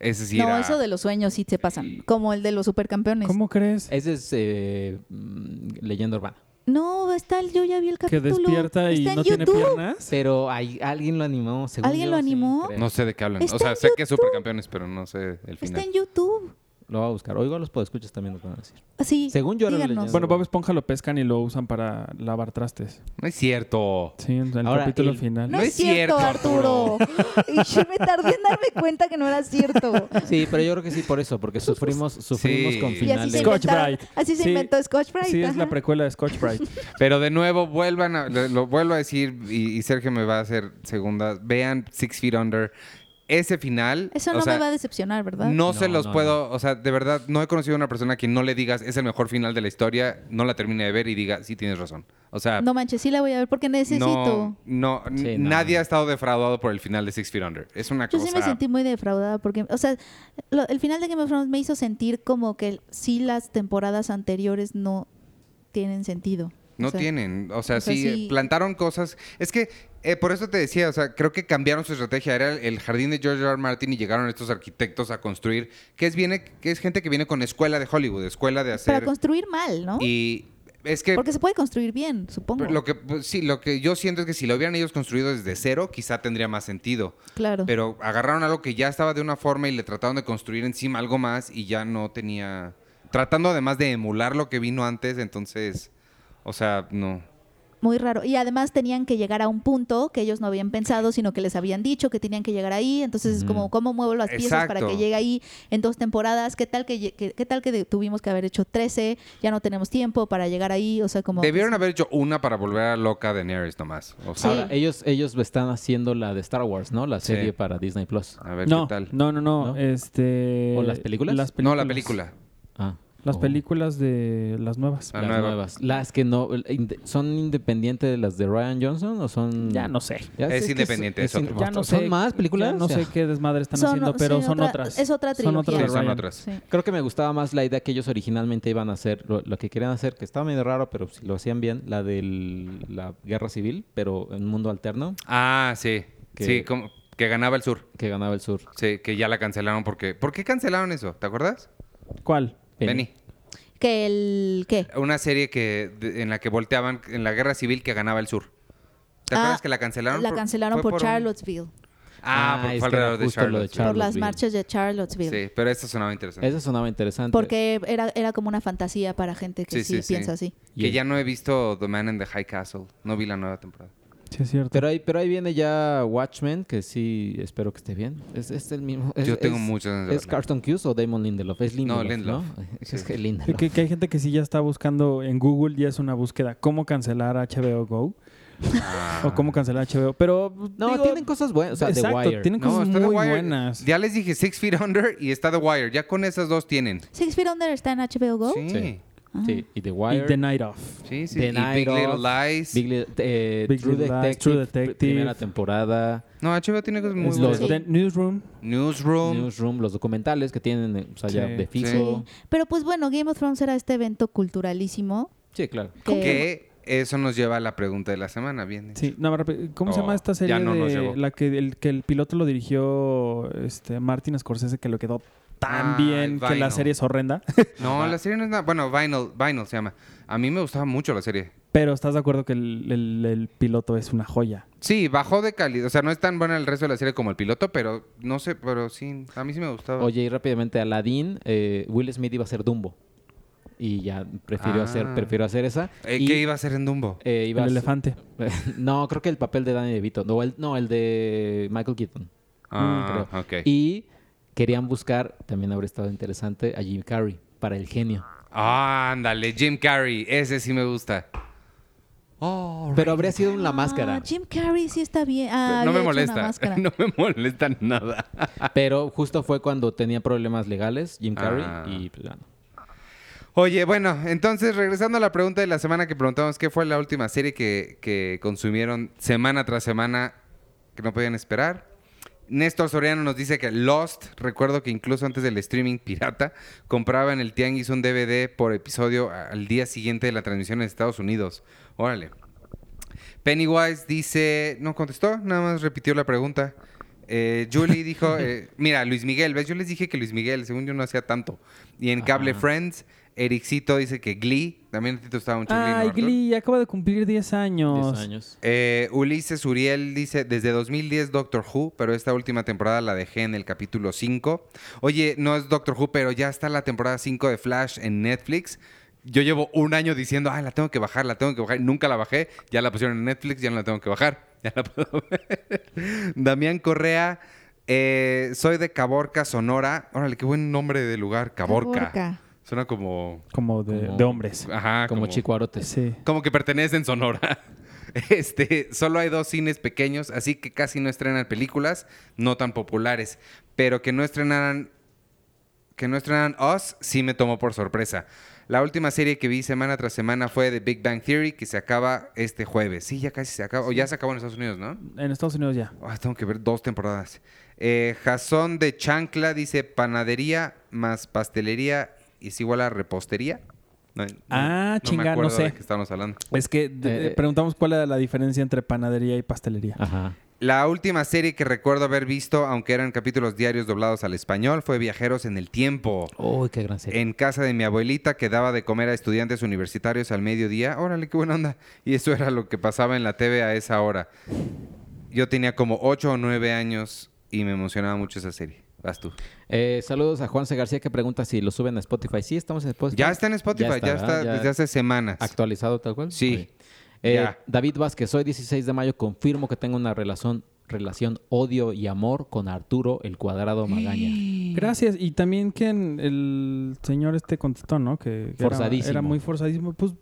Speaker 5: Ese sí
Speaker 2: no,
Speaker 5: era-
Speaker 2: eso de los sueños sí se pasan. Como el de los supercampeones.
Speaker 1: ¿Cómo crees?
Speaker 3: Ese es eh, mm, leyenda urbana.
Speaker 2: No, está el yo ya vi el
Speaker 1: Que
Speaker 2: capítulo.
Speaker 1: despierta y
Speaker 2: Está en
Speaker 1: no tiene
Speaker 2: YouTube.
Speaker 1: piernas.
Speaker 3: Pero hay- alguien lo animó, según
Speaker 2: ¿Alguien
Speaker 3: yo,
Speaker 2: lo
Speaker 3: sí,
Speaker 2: animó?
Speaker 3: creo.
Speaker 5: No sé de qué hablan.
Speaker 2: Está
Speaker 5: o sea,
Speaker 2: en
Speaker 5: sé que es
Speaker 2: YouTube.
Speaker 5: supercampeones, pero no sé el
Speaker 2: Está
Speaker 5: final.
Speaker 2: en YouTube.
Speaker 3: Lo voy a buscar. Oigo a los podescuchas también nos van a decir.
Speaker 2: Sí.
Speaker 3: Según yo era la
Speaker 2: díganos.
Speaker 3: leyenda.
Speaker 1: Bueno, Bob Esponja lo pescan y lo usan para lavar trastes.
Speaker 5: No es cierto.
Speaker 1: Sí, en el
Speaker 3: Ahora,
Speaker 1: capítulo
Speaker 3: el-
Speaker 1: final.
Speaker 2: No,
Speaker 5: No
Speaker 2: es
Speaker 5: es
Speaker 2: cierto,
Speaker 5: cierto,
Speaker 2: Arturo. (laughs) y yo me tardé en darme cuenta que no era cierto.
Speaker 3: Sí, pero yo creo que sí por eso, porque sufrimos, sufrimos
Speaker 5: Sí.
Speaker 3: con
Speaker 5: Y
Speaker 2: Y así
Speaker 3: finales.
Speaker 2: se,
Speaker 1: Scotch
Speaker 2: inventaron-
Speaker 1: Brite.
Speaker 2: así se
Speaker 1: Sí.
Speaker 2: inventó Scotch Brite.
Speaker 1: Sí, es la
Speaker 2: ajá.
Speaker 1: precuela de Scotch Brite.
Speaker 5: Pero de nuevo, vuelvan a. Lo, lo vuelvo a decir y, y Sergio me va a hacer segunda. Vean Six Feet Under. Ese final.
Speaker 2: Eso
Speaker 5: o
Speaker 2: no
Speaker 5: sea,
Speaker 2: me va a decepcionar, ¿verdad?
Speaker 5: No, se
Speaker 3: No,
Speaker 5: los
Speaker 3: no,
Speaker 5: puedo. O sea, de verdad, no he conocido a una persona que no le digas es el mejor final de la historia, no la termine de ver y diga, sí tienes razón. O sea,
Speaker 2: No manches, sí la voy a ver porque necesito.
Speaker 5: no, no,
Speaker 3: Sí,
Speaker 5: n-
Speaker 3: no.
Speaker 5: nadie ha estado defraudado por el final de Six Feet Under. Es una
Speaker 2: Yo
Speaker 5: cosa.
Speaker 2: sí me sentí muy defraudada porque, o sea, lo- el final de Game of Thrones me hizo sentir como que sí las temporadas anteriores no tienen sentido. O
Speaker 5: No
Speaker 2: sea,
Speaker 5: tienen, o sea,
Speaker 2: o sea,
Speaker 5: sí, eh,
Speaker 2: sí.
Speaker 5: plantaron cosas. Es que eh, por eso te decía, o sea, creo que cambiaron su estrategia. Era el, el jardín de George R. R. Martin y llegaron estos arquitectos a construir, que es viene, que es gente que viene con escuela de Hollywood, escuela de
Speaker 2: Para
Speaker 5: hacer.
Speaker 2: construir mal, ¿no?
Speaker 5: Y es que
Speaker 2: Porque se puede construir bien, supongo.
Speaker 5: lo que pues, sí, lo que yo siento es que si lo hubieran ellos construido desde cero, quizá tendría más sentido.
Speaker 2: claro.
Speaker 5: Pero agarraron algo que ya estaba de una forma y le trataron de construir encima algo más y ya no tenía. Tratando además de emular lo que vino antes, entonces, o sea, no.
Speaker 2: Muy raro. Y además tenían que llegar a un punto que ellos no habían pensado, sino que les habían dicho que tenían que llegar ahí. Entonces es como, ¿cómo muevo las piezas para
Speaker 5: Exacto.
Speaker 2: que llegue ahí en dos temporadas? ¿Qué tal que, lle- que- qué tal que de- tuvimos que haber hecho 13? Ya no tenemos tiempo para llegar ahí. O sea, como...
Speaker 5: Debieron haber hecho una para volver a loca de Daenerys nomás. O sea,
Speaker 3: Ahora, ellos, ellos están haciendo la de Star Wars, ¿no? La
Speaker 5: Sí.
Speaker 3: serie para Disney Plus.
Speaker 5: a ver
Speaker 1: no,
Speaker 5: qué tal.
Speaker 1: no, no, no,
Speaker 3: ¿No?
Speaker 1: Este.
Speaker 3: ¿O las películas?
Speaker 1: las
Speaker 5: No, la
Speaker 1: películas.
Speaker 5: película.
Speaker 3: Ah.
Speaker 1: Las
Speaker 3: Oh.
Speaker 1: películas de las nuevas.
Speaker 5: Ah.
Speaker 3: Las
Speaker 5: nueva.
Speaker 3: nuevas. Las que no. el- inde- ¿Son independientes de las de Ryan Johnson o son.?
Speaker 1: Ya no sé.
Speaker 3: mm. Ya
Speaker 5: Es
Speaker 3: que
Speaker 5: independiente, es otro.
Speaker 3: in-
Speaker 1: Ya no sé.
Speaker 3: ¿Son más películas?
Speaker 1: Ya no
Speaker 3: O sea,
Speaker 1: sé qué desmadre están
Speaker 2: Son-
Speaker 1: haciendo, pero
Speaker 2: sí,
Speaker 1: son
Speaker 2: otra-
Speaker 1: otras.
Speaker 2: es otra
Speaker 1: Son otras
Speaker 2: trilogía.
Speaker 1: de
Speaker 5: Sí, son
Speaker 1: Ryan.
Speaker 5: otras.
Speaker 2: pues, Sí.
Speaker 3: Creo que me gustaba más la idea que ellos originalmente iban a hacer, lo, lo que querían hacer, que estaba medio raro, pero si lo hacían bien, la de la guerra civil, pero en un mundo alterno,
Speaker 5: Ah, sí.
Speaker 3: Que-
Speaker 5: Sí, como- que ganaba el sur.
Speaker 3: que ganaba el sur.
Speaker 5: Sí, que ya la cancelaron porque. ¿Por qué cancelaron eso? ¿Te acuerdas?
Speaker 1: ¿Cuál?
Speaker 5: Benny.
Speaker 2: Que el... ¿Qué?
Speaker 5: Una serie que de- en la que volteaban en la guerra civil que ganaba el sur. ¿Te
Speaker 2: Ah,
Speaker 5: acuerdas que la cancelaron?
Speaker 2: La cancelaron
Speaker 5: fue
Speaker 2: por,
Speaker 5: un-
Speaker 2: Charlottesville.
Speaker 5: Ah,
Speaker 3: Ah,
Speaker 5: porque
Speaker 3: es
Speaker 5: fue
Speaker 3: que era
Speaker 5: alrededor de
Speaker 3: justo lo de
Speaker 5: Charlotte.
Speaker 2: Por las
Speaker 3: Charlottesville.
Speaker 2: marchas de Charlottesville.
Speaker 5: Sí, pero esta sonaba interesante.
Speaker 3: Esa sonaba interesante.
Speaker 2: Porque era, era como una fantasía para gente que sí, piensa así.
Speaker 5: Que ya no he visto The Man in the High Castle. No vi la nueva temporada.
Speaker 1: Sí, es cierto.
Speaker 3: Pero ahí, pero ahí viene ya Watchmen, que sí espero que esté bien. Es, es el mismo. es-
Speaker 5: Yo tengo
Speaker 3: es-
Speaker 5: muchas ganas de
Speaker 3: ¿Es
Speaker 5: verla.
Speaker 3: Carlton Cuse o Damon Lindelof? Es Lindelof. No,
Speaker 5: Lindelof.
Speaker 3: (laughs) Es que
Speaker 1: Que-
Speaker 3: Lindelof.
Speaker 1: que, que hay gente que sí ya está buscando en Google, ya es una búsqueda, cómo cancelar HBO Go
Speaker 5: Ah.
Speaker 3: (laughs)
Speaker 1: o cómo cancelar HBO. Pero
Speaker 3: No,
Speaker 1: digo,
Speaker 3: tienen cosas buenas. O sea,
Speaker 1: exacto,
Speaker 3: The Wire.
Speaker 1: tienen cosas
Speaker 5: está
Speaker 1: muy
Speaker 5: The Wire.
Speaker 1: buenas.
Speaker 5: Ya les dije Six Feet Under y está The Wire. Ya con esas dos tienen.
Speaker 2: Six Feet Under está en HBO Go.
Speaker 5: Sí.
Speaker 3: Sí.
Speaker 5: Sí,
Speaker 3: Sí, y The
Speaker 1: Y
Speaker 3: Wire.
Speaker 1: The Night Off.
Speaker 5: sí.
Speaker 3: The
Speaker 5: Y
Speaker 3: Night
Speaker 5: Big Little
Speaker 3: Of,
Speaker 5: Lies.
Speaker 3: Big, Li- eh,
Speaker 1: Big
Speaker 3: True,
Speaker 1: Little
Speaker 3: Detective,
Speaker 1: Lies, True
Speaker 3: pr-
Speaker 1: Detective.
Speaker 3: Primera temporada.
Speaker 5: No, HBO tiene cosas muy
Speaker 1: Los
Speaker 5: buenas.
Speaker 1: de
Speaker 2: buenas.
Speaker 1: Newsroom.
Speaker 5: Newsroom.
Speaker 3: Newsroom, los documentales que tienen, eh, o sea, ya
Speaker 1: Sí.
Speaker 3: de
Speaker 5: Sí.
Speaker 3: fijo.
Speaker 2: Pero pues bueno, Game of Thrones era este evento culturalísimo.
Speaker 3: Sí, claro.
Speaker 2: que-
Speaker 5: Que eso nos lleva a la pregunta de la semana, bien. dicho.
Speaker 1: Sí, no, rápido, ¿cómo se
Speaker 5: Oh,
Speaker 1: llama esta serie
Speaker 5: ya no nos
Speaker 1: de
Speaker 5: llegó.
Speaker 1: la que el que el piloto lo dirigió este Martin Scorsese que lo quedó tan
Speaker 5: Ah,
Speaker 1: bien que la
Speaker 5: Vinyl.
Speaker 1: serie es horrenda?
Speaker 5: (laughs)
Speaker 1: (laughs)
Speaker 5: No, la serie no es nada. Bueno, Vinyl, Vinyl se llama. A mí me gustaba mucho la serie.
Speaker 1: Pero estás de acuerdo que el, el- el piloto es una joya.
Speaker 5: Sí, bajó de calidad. O sea, no es tan buena el resto de la serie como el piloto, pero no sé, pero sí, a mí sí me gustaba.
Speaker 3: Oye, y rápidamente, Aladdin, eh, Will Smith iba a ser Dumbo. Y ya prefirió
Speaker 5: Ah.
Speaker 3: hacer, prefirió hacer esa.
Speaker 5: Eh,
Speaker 3: Y,
Speaker 5: ¿Qué iba a hacer en Dumbo?
Speaker 3: eh, iba
Speaker 1: el
Speaker 3: a ser-
Speaker 1: elefante.
Speaker 3: (laughs) no, creo que el papel de Danny DeVito. No el, no, el de Michael Keaton. Mm,
Speaker 5: ah,
Speaker 3: creo.
Speaker 5: ok.
Speaker 3: Y querían buscar, también habría estado interesante, a Jim Carrey para el genio.
Speaker 5: Ah, ándale, Jim Carrey. Ese sí me gusta.
Speaker 3: Pero habría sido un la
Speaker 2: Ah,
Speaker 3: máscara.
Speaker 2: Jim Carrey sí está bien. Ah,
Speaker 5: no
Speaker 2: había
Speaker 5: me
Speaker 2: hecho una
Speaker 5: molesta. (laughs)
Speaker 2: máscara.
Speaker 5: No me molesta nada.
Speaker 3: Pero justo fue cuando tenía problemas legales, Jim Carrey,
Speaker 5: Ah.
Speaker 3: y pues, ya no.
Speaker 5: Oye, bueno, entonces regresando a la pregunta de la semana que preguntamos, ¿qué fue la última serie que, que consumieron semana tras semana que no podían esperar? Néstor Soriano nos dice que Lost, recuerdo que incluso antes del streaming pirata, compraba en el Tianguis un DVD por episodio a- al día siguiente de la transmisión en Estados Unidos. Órale. Pennywise dice, no contestó, nada más repitió la pregunta. Eh, Julie
Speaker 1: (laughs)
Speaker 5: dijo, eh, mira, Luis Miguel, ¿ves? Yo les dije que Luis Miguel, según yo, no hacía tanto. Y en Cable Friends, Ericito dice que Glee, también a ti te gustaba mucho Glee, ¿no,
Speaker 1: Ay,
Speaker 5: Arthur?
Speaker 1: Glee, acaba de cumplir 10 años.
Speaker 3: 10 años.
Speaker 5: Eh, Ulises Uriel dice, desde 2010 Doctor Who, pero esta última temporada la dejé en el capítulo 5. Oye, no es Doctor Who, pero ya está la temporada 5 de Flash en Netflix. Yo llevo un año diciendo, ah, la tengo que bajar, la tengo que bajar. Nunca la bajé, ya la pusieron en Netflix, ya no la tengo que bajar. (laughs) Ya la puedo ver. Damián Correa, eh, soy de Caborca, Sonora. Órale, qué buen nombre de lugar, Caborca.
Speaker 2: Caborca.
Speaker 5: Suena como...
Speaker 1: Como de,
Speaker 3: Como-
Speaker 1: de hombres.
Speaker 5: Ajá,
Speaker 3: como, Chico Arotes.
Speaker 1: Sí.
Speaker 5: como que pertenecen Sonora. (laughs) Este, solo hay dos cines pequeños, así que casi no estrenan películas no tan populares, pero que no estrenaran que no estrenaran Us sí me tomó por sorpresa. La última serie que vi semana tras semana fue The Big Bang Theory, que se acaba este jueves. Sí, ya casi se acaba. O ya se acabó en Estados Unidos, ¿no?
Speaker 1: En Estados Unidos ya.
Speaker 5: Ah, tengo que ver dos temporadas. Eh, Jason de Chancla dice panadería más pastelería es igual a repostería. No, no-
Speaker 1: Ah, chinga, no
Speaker 5: me acuerdo de
Speaker 1: sé.
Speaker 5: qué estábamos hablando.
Speaker 1: Es que de-
Speaker 3: Eh,
Speaker 1: preguntamos cuál era la diferencia entre panadería y pastelería.
Speaker 3: Ajá.
Speaker 5: La última serie que recuerdo haber visto, aunque eran capítulos diarios doblados al español, fue Viajeros en el Tiempo.
Speaker 3: Uy, qué gran serie.
Speaker 5: En casa de mi abuelita que daba de comer a estudiantes universitarios al mediodía. Órale, qué buena onda. Y eso era lo que pasaba en la TV a esa hora. Yo tenía como 8 o 9 años y me emocionaba mucho esa serie. Vas tú.
Speaker 3: Eh, saludos a Juanse García que pregunta si lo suben a Spotify. Sí, estamos en Spotify.
Speaker 5: Ya está en Spotify, ya está,
Speaker 3: ¿verdad? Pues Ya
Speaker 5: desde hace semanas.
Speaker 3: actualizado tal cual.
Speaker 5: Sí,
Speaker 3: Muy bien. Eh,
Speaker 5: ya.
Speaker 3: David Vázquez, hoy 16 de mayo confirmo que tengo una relación, relación odio y amor con Arturo el Cuadrado
Speaker 5: (gasps)
Speaker 3: Magaña.
Speaker 1: Gracias. Y también que en- el señor este contestó, ¿no? Que, que era-
Speaker 3: Forzadísimo.
Speaker 1: Era, muy forzadísimo. Pues,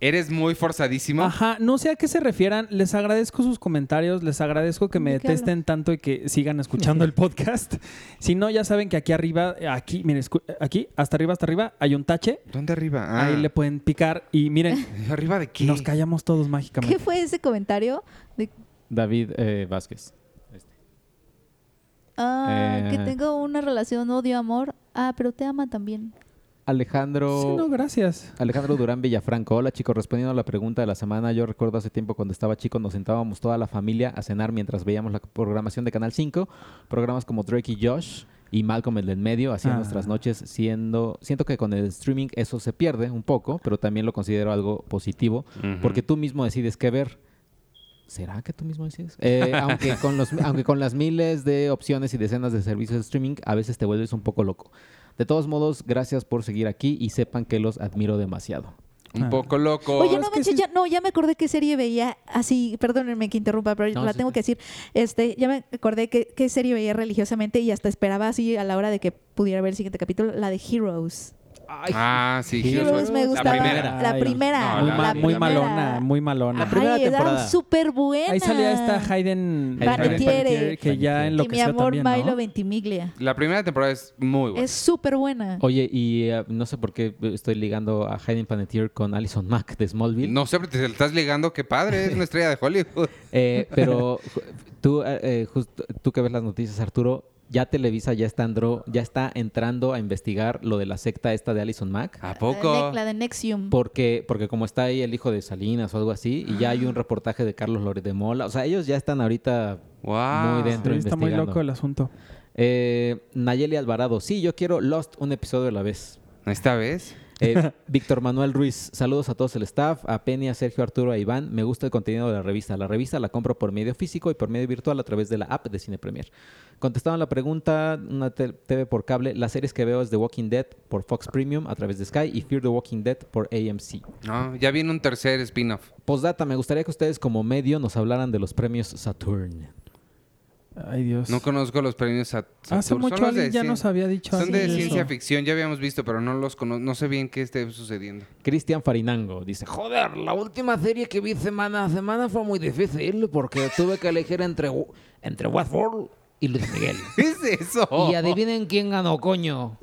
Speaker 5: Eres muy forzadísimo.
Speaker 1: ajá, no sé a qué se refieran. Les agradezco sus comentarios, les agradezco que me
Speaker 2: ¿De qué
Speaker 1: detesten tanto y que sigan
Speaker 5: (laughs)
Speaker 1: escuchando el podcast. Si no, ya saben que aquí arriba, aquí, miren, escu- aquí, hasta arriba, hasta arriba, hay un tache.
Speaker 5: ¿Dónde arriba? Ah,
Speaker 1: Ahí le pueden picar y miren,
Speaker 5: ¿Arriba de qué?
Speaker 1: nos callamos todos mágicamente.
Speaker 2: ¿Qué fue ese comentario? De,
Speaker 3: David eh, Vázquez.
Speaker 2: ah,
Speaker 3: Eh.
Speaker 2: Que tengo una relación odio-amor. Ah, pero te ama también.
Speaker 3: Alejandro.
Speaker 1: Sí, no, gracias.
Speaker 3: Alejandro Durán Villafranco, hola chicos, respondiendo a la pregunta de la semana, yo recuerdo hace tiempo cuando estaba chico nos sentábamos toda la familia a cenar mientras veíamos la programación de Canal 5, programas como Drake y Josh y Malcolm el del medio hacían
Speaker 1: Ah.
Speaker 3: nuestras noches siendo, siento que con el streaming eso se pierde un poco, pero también lo considero algo positivo porque tú mismo decides qué ver. ¿Será que tú mismo decides? Eh, aunque, con los, aunque con las miles de opciones y decenas de servicios de streaming, a veces te vuelves un poco loco. De todos modos, gracias por seguir aquí y sepan que los admiro demasiado.
Speaker 5: Un poco loco.
Speaker 2: Oye,
Speaker 5: Es
Speaker 2: no
Speaker 5: que
Speaker 2: manches,
Speaker 5: sí-
Speaker 2: ya, no, ya me acordé qué serie veía así, perdónenme que interrumpa, pero
Speaker 3: No,
Speaker 2: la
Speaker 3: sí,
Speaker 2: tengo
Speaker 3: sí.
Speaker 2: que decir. Este, ya me acordé qué, qué serie veía religiosamente y hasta esperaba así a la hora de que pudiera ver el siguiente capítulo, la de Heroes.
Speaker 5: Ah, sí,
Speaker 3: Heroes
Speaker 5: Heroes
Speaker 2: Heroes me
Speaker 5: la
Speaker 2: gustaba.
Speaker 5: primera.
Speaker 2: La
Speaker 1: Ay,
Speaker 2: primera.
Speaker 5: no,
Speaker 1: muy,
Speaker 5: la-
Speaker 1: ma-
Speaker 5: la
Speaker 1: muy
Speaker 5: primera.
Speaker 1: malona, muy malona.
Speaker 3: La primera
Speaker 2: Ay,
Speaker 3: temporada.
Speaker 2: eran súper buenas.
Speaker 1: Ahí salía esta Hayden
Speaker 3: Hayden
Speaker 1: Panettiere,
Speaker 2: Panettiere.
Speaker 1: que ya
Speaker 3: Panettiere.
Speaker 2: Y mi
Speaker 1: enloqueció
Speaker 2: amor,
Speaker 1: también,
Speaker 2: Milo
Speaker 1: ¿no?
Speaker 2: Ventimiglia.
Speaker 5: La primera temporada es muy buena.
Speaker 2: Es súper buena.
Speaker 3: Oye, y eh, no sé por qué estoy ligando a Hayden Panettiere con Alison Mack de Smallville.
Speaker 5: No sé, pero te la estás ligando, qué padre, es una estrella de Hollywood.
Speaker 3: Eh, pero ju- tú, eh, eh, justo- tú que ves las noticias, Arturo, ya Televisa ya está, andro- ya está entrando a investigar lo de la secta esta de Alison Mack.
Speaker 5: ¿A
Speaker 2: La de,
Speaker 5: poco?
Speaker 2: la de Nexium.
Speaker 3: Porque, porque como está ahí el hijo de Salinas o algo así, y ya hay un reportaje de Carlos Loret de Mola. O sea, ellos ya están ahorita
Speaker 5: Wow.
Speaker 3: muy dentro
Speaker 1: Sí, está muy
Speaker 3: investigando.
Speaker 1: loco el asunto.
Speaker 3: Eh, Nayeli Alvarado, sí, yo quiero Lost un episodio a la vez.
Speaker 5: ¿Esta vez?
Speaker 3: Eh, Víctor Manuel Ruiz, saludos a todos el staff, a Penny, a Sergio, Arturo, a Iván. Me gusta el contenido de la revista. La revista la compro por medio físico y por medio virtual a través de la app de Cine Premier. Contestaban la pregunta, una te- TV por cable. Las series que veo es The Walking Dead por Fox Premium a través de Sky y Fear the Walking Dead por AMC.
Speaker 5: No, ya viene un tercer spin-off.
Speaker 3: Postdata, me gustaría que ustedes como medio nos hablaran de los premios Saturn.
Speaker 1: Ay, Dios.
Speaker 5: No conozco los premios a
Speaker 1: Pues Hace
Speaker 5: Saturn. Son
Speaker 1: mucho
Speaker 5: los de
Speaker 1: alguien ya
Speaker 5: cien-
Speaker 1: nos había dicho
Speaker 5: Son
Speaker 1: algo
Speaker 5: de
Speaker 2: Sí.
Speaker 5: ciencia
Speaker 1: eso.
Speaker 5: ficción, ya habíamos visto, pero no los conozco. No sé bien qué
Speaker 1: (laughs)
Speaker 5: esté sucediendo.
Speaker 3: Cristian Farinango dice, "Jo-
Speaker 6: Joder, la última serie que vi semana a semana fue muy difícil porque tuve que elegir entre, Wa- entre Watford y Luis Miguel.
Speaker 5: ¿Qué es eso?
Speaker 6: Y adivinen quién ganó, coño.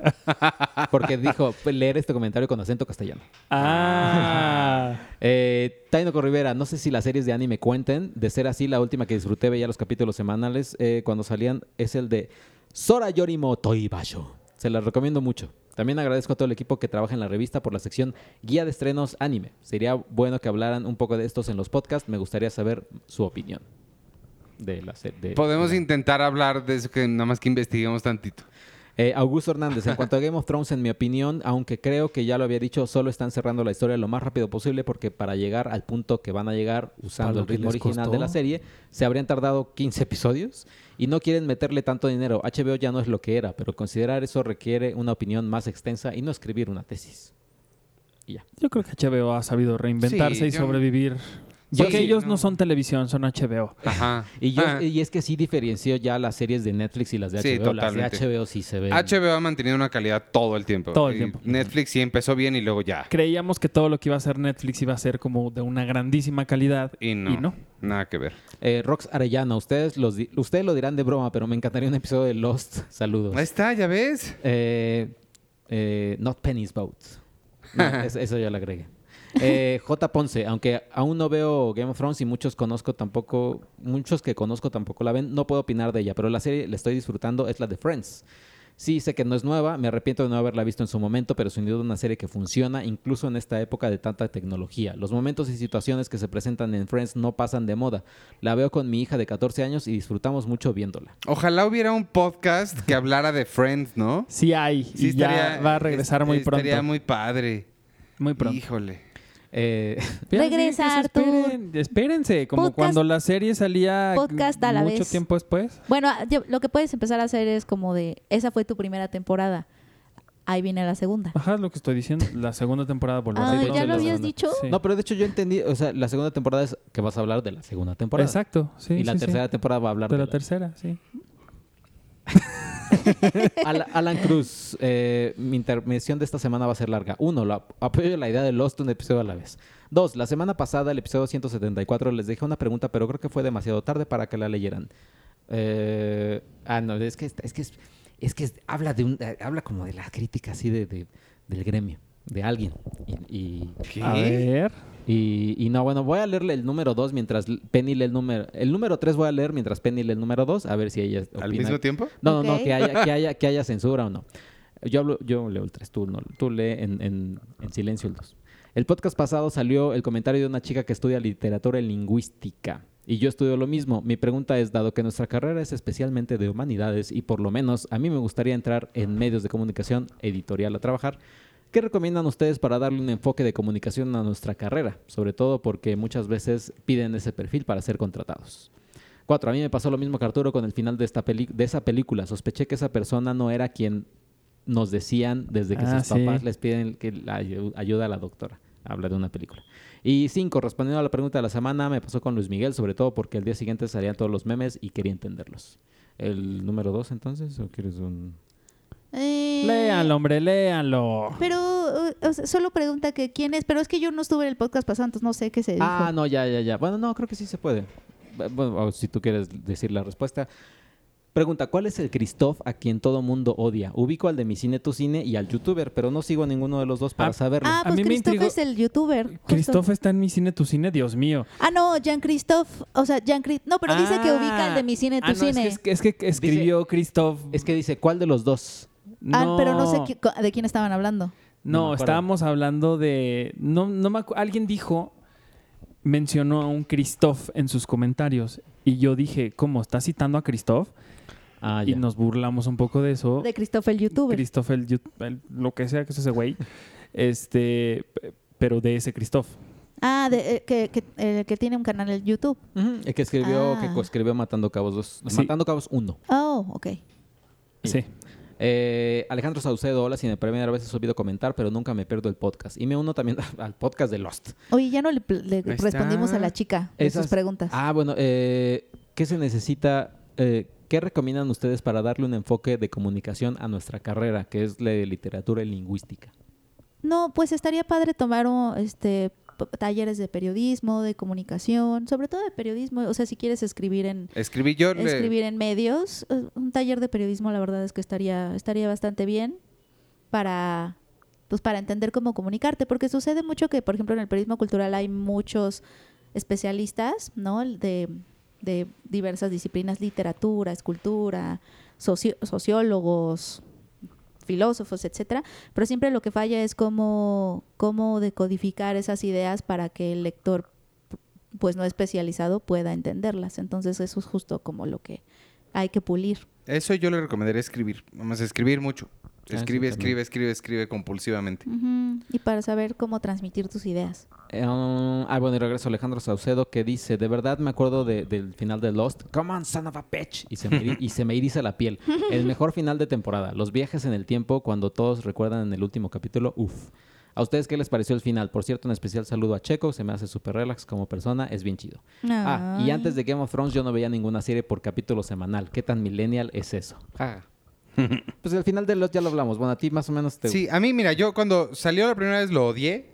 Speaker 3: porque dijo leer este comentario con acento castellano.
Speaker 1: Ah.
Speaker 3: Eh, Tainoco Rivera, no sé si las series de anime cuenten. De ser así, la última que disfruté veía los capítulos semanales eh, cuando salían es el de Sora Yorimo Toibasho. Se las recomiendo mucho. También agradezco a todo el equipo que trabaja en la revista por la sección Guía de Estrenos Anime. Sería bueno que hablaran un poco de estos en los podcasts. Me gustaría saber su opinión. De la se- de-
Speaker 5: Podemos
Speaker 3: de-
Speaker 5: intentar hablar de eso, que nada más que investiguemos tantito.
Speaker 3: eh, Augusto Hernández, en cuanto a Game of Thrones, en mi opinión, aunque creo que ya lo había dicho, solo están cerrando la historia lo más rápido posible porque para llegar al punto que van a llegar
Speaker 1: Para lo
Speaker 3: usando el
Speaker 1: que
Speaker 3: ritmo
Speaker 1: les
Speaker 3: original
Speaker 1: costó.
Speaker 3: de la serie, se habrían tardado 15 episodios y no quieren meterle tanto dinero. HBO ya no es lo que era, pero considerar eso requiere una opinión más extensa y no escribir una tesis. Y ya.
Speaker 1: (laughs) Yo creo que HBO ha sabido reinventarse
Speaker 5: Sí,
Speaker 1: y
Speaker 5: yo-
Speaker 1: sobrevivir.
Speaker 5: Yo
Speaker 1: Porque
Speaker 5: sí,
Speaker 1: ellos no.
Speaker 5: no.
Speaker 1: son televisión, son HBO.
Speaker 5: Ajá.
Speaker 3: Y, yo-
Speaker 5: Ah,
Speaker 3: y es que sí diferenció ya las series de Netflix y las de
Speaker 5: Sí,
Speaker 3: HBO. las de
Speaker 5: totalmente.
Speaker 3: HBO sí se ven.
Speaker 5: HBO ha mantenido una calidad todo el tiempo.
Speaker 1: Todo el
Speaker 5: Y
Speaker 1: tiempo.
Speaker 5: Netflix sí empezó bien y luego ya.
Speaker 1: Creíamos que todo lo que iba a ser Netflix iba a ser como de una grandísima calidad.
Speaker 5: Y no, Nada que ver.
Speaker 3: Eh, Rox Arellano, ustedes, los di- ustedes lo dirán de broma, pero me encantaría un episodio de Lost. Saludos.
Speaker 5: Ahí está, ya ves.
Speaker 3: Eh, eh, not Penny's Boat. No, es- eso ya lo agregué. Eh, J. Ponce, aunque aún no veo Game of Thrones y muchos conozco tampoco, muchos que conozco tampoco la ven, no puedo opinar de ella, pero la serie la estoy disfrutando es la de Friends. Sí, sé que no es nueva, me arrepiento de no haberla visto en su momento, pero sin duda una serie que funciona incluso en esta época de tanta tecnología. Los momentos y situaciones que se presentan en Friends no pasan de moda. La veo con mi hija de 14 años y disfrutamos mucho viéndola.
Speaker 5: Ojalá hubiera un podcast que hablara de Friends, ¿no?
Speaker 1: Sí hay.
Speaker 5: Sí,
Speaker 1: y
Speaker 5: estaría-
Speaker 1: ya va a regresar
Speaker 5: est-
Speaker 1: muy pronto.
Speaker 5: Estaría muy padre.
Speaker 1: Muy pronto.
Speaker 5: Híjole.
Speaker 3: Eh, (laughs)
Speaker 1: Pero sí,
Speaker 2: Regresa,
Speaker 1: que se
Speaker 2: Artur.
Speaker 1: esperen, espérense, como
Speaker 2: Podcast-
Speaker 1: cuando la serie salía
Speaker 2: Podcast a la
Speaker 1: mucho
Speaker 2: vez.
Speaker 1: tiempo después.
Speaker 2: Bueno, ah, yo- lo que puedes empezar a hacer es como de, esa fue tu primera temporada, ahí viene la segunda.
Speaker 1: Ajá, es lo que estoy diciendo. La segunda temporada volverá.
Speaker 2: Ah,
Speaker 1: Sí,
Speaker 2: ¿ya
Speaker 1: entonces
Speaker 2: lo
Speaker 1: la
Speaker 2: habías
Speaker 1: segunda.
Speaker 2: dicho?
Speaker 1: Sí.
Speaker 3: No, pero de hecho yo entendí, o sea, la segunda temporada es que vas a hablar de la segunda temporada.
Speaker 1: Exacto, sí.
Speaker 3: y la
Speaker 1: sí, sí.
Speaker 3: tercera temporada va a hablar
Speaker 1: De la tercera, sí.
Speaker 3: Al- Alan Cruz, eh, mi intervención de esta semana va a ser larga. Uno, la, apoyo la idea de Lost un episodio a la vez. Dos, la semana pasada, el episodio 174, les dejé una pregunta, pero creo que fue demasiado tarde para que la leyeran. Eh, ah, no, es que es, es que es, es que es- habla de un, eh, habla como de la crítica así de, de- del gremio, de alguien. Y, y-
Speaker 1: A ver.
Speaker 3: Y, y no, bueno, voy a leerle el número 2 mientras Penny lee el número. El número 3 voy a leer mientras Penny lee el número 2, a ver si ella.
Speaker 5: ¿Al
Speaker 3: opina.
Speaker 5: mismo tiempo?
Speaker 3: No, no,
Speaker 2: Ok.
Speaker 3: no, que haya, que, haya, que haya censura o no. Yo, hablo- yo leo el 3, tú, no, tú lee en, en- en silencio el 2. El podcast pasado salió el comentario de una chica que estudia literatura y lingüística. Y yo estudio lo mismo. Mi pregunta es, dado que nuestra carrera es especialmente de humanidades y por lo menos a mí me gustaría entrar en medios de comunicación editorial a trabajar, ¿qué recomiendan ustedes para darle un enfoque de comunicación a nuestra carrera? Sobre todo porque muchas veces piden ese perfil para ser contratados. Cuatro, a mí me pasó lo mismo que Arturo con el final de, esta peli- de esa película. Sospeché que esa persona no era quien nos decían desde que
Speaker 1: Ah,
Speaker 3: sus papás
Speaker 1: sí.
Speaker 3: les piden que la ayu- ayuda a la doctora. Habla de una película. Y cinco, respondiendo a la pregunta de la semana, me pasó con Luis Miguel, sobre todo porque el día siguiente salían todos los memes y quería entenderlos. ¿El número dos entonces? ¿O quieres un...?
Speaker 2: Eh,
Speaker 1: Léanlo, hombre, léanlo.
Speaker 2: Pero o- o sea, solo pregunta que quién es, pero es que yo no estuve en el podcast pasado, entonces no sé qué se dijo.
Speaker 3: Ah, no, ya, ya, ya. Bueno, no, creo que sí se puede. Bu- Bueno, o si tú quieres decir la respuesta. Pregunta, ¿cuál es el Christoph a quien todo mundo odia? Ubico al de mi cine, tu cine y al youtuber, pero no sigo a ninguno de los dos para
Speaker 1: Ah,
Speaker 3: saberlo.
Speaker 2: Ah,
Speaker 1: a
Speaker 2: pues
Speaker 1: mí me
Speaker 2: Christoph
Speaker 1: intrigó-
Speaker 2: es el youtuber. justo.
Speaker 1: Christoph está en mi cine, tu cine, Dios mío.
Speaker 2: Ah, no, Jean Christoph. O sea, Jean Christoph. No, pero dice que
Speaker 1: Ah.
Speaker 2: ubica el de mi cine, tu
Speaker 1: Ah, no,
Speaker 2: cine.
Speaker 1: Es que, es que- es que escribió Christoph.
Speaker 3: Es que dice, ¿cuál de los dos?
Speaker 2: Ah, pero no sé qui- co- de quién estaban hablando.
Speaker 1: No,
Speaker 3: No me acuerdo.
Speaker 1: estábamos hablando de. No, no me acu- Alguien dijo, mencionó a un Christoph en sus comentarios. Y yo dije, ¿cómo? ¿Está citando a Christoph?
Speaker 3: Ah,
Speaker 1: Y nos burlamos un poco de eso.
Speaker 2: De Christoph el youtuber.
Speaker 1: Christoph, el yu- el- lo que sea que es ese güey. este. p- Pero de ese Christoph.
Speaker 2: Ah, de, eh, que, que, eh, que tiene un canal en YouTube.
Speaker 3: Ujú, El que escribió, que
Speaker 2: Ah.
Speaker 3: coescribió Matando Cabos 2.
Speaker 1: Sí.
Speaker 3: Matando Cabos 1.
Speaker 2: Oh, ok.
Speaker 1: Sí.
Speaker 3: Eh, Alejandro Saucedo, hola, sin premio, a veces olvido comentar, pero nunca me pierdo el podcast. Y me uno también (laughs) al podcast de Lost.
Speaker 2: Oye, ya no le, pl- le
Speaker 5: Ahí está.
Speaker 2: respondimos a la chica de
Speaker 3: Esas-
Speaker 2: sus preguntas.
Speaker 3: Ah, bueno, eh, ¿qué se necesita? eh, ¿Qué recomiendan ustedes para darle un enfoque de comunicación a nuestra carrera, que es la de literatura y lingüística?
Speaker 2: No, pues estaría padre tomar oh, este p- talleres de periodismo, de comunicación, sobre todo de periodismo, o sea, si quieres escribir en
Speaker 5: Escribí yo. le-
Speaker 2: escribir en medios, eh, un taller de periodismo la verdad es que estaría estaría bastante bien para pues para entender cómo comunicarte, porque sucede mucho que, por ejemplo, en el periodismo cultural hay muchos especialistas, ¿no? El De, de diversas disciplinas, literatura, escultura, soci- sociólogos, filósofos, etcétera, pero siempre lo que falla es cómo, cómo decodificar esas ideas para que el lector pues no especializado pueda entenderlas. Entonces eso es justo como lo que hay que pulir.
Speaker 5: Eso yo le recomendaría escribir. Vamos a escribir mucho.
Speaker 1: Ah,
Speaker 3: eso
Speaker 5: Escribe,
Speaker 3: también.
Speaker 5: escribe, escribe, escribe compulsivamente.
Speaker 2: Y para saber cómo transmitir tus ideas.
Speaker 3: Eh, um, ah, bueno, y regreso a Alejandro Saucedo que dice, de verdad me acuerdo de- del final de Lost, come on son of a bitch, y se, me, (laughs) iri- y se me iriza la piel. El mejor final de temporada, los viajes en el tiempo cuando todos recuerdan en el último capítulo, uff. ¿A ustedes qué les pareció el final? Por cierto, un especial saludo a Checo, se me hace súper relax como persona, es bien chido. Ah, y antes de Game of Thrones yo no veía ninguna serie por capítulo semanal. ¿Qué tan millennial es eso?
Speaker 5: Ah.
Speaker 3: Ja. (laughs) pues al final de los ya lo hablamos. Bueno, a ti más o menos te...
Speaker 5: Sí, a mí, mira, yo cuando salió la primera vez lo odié.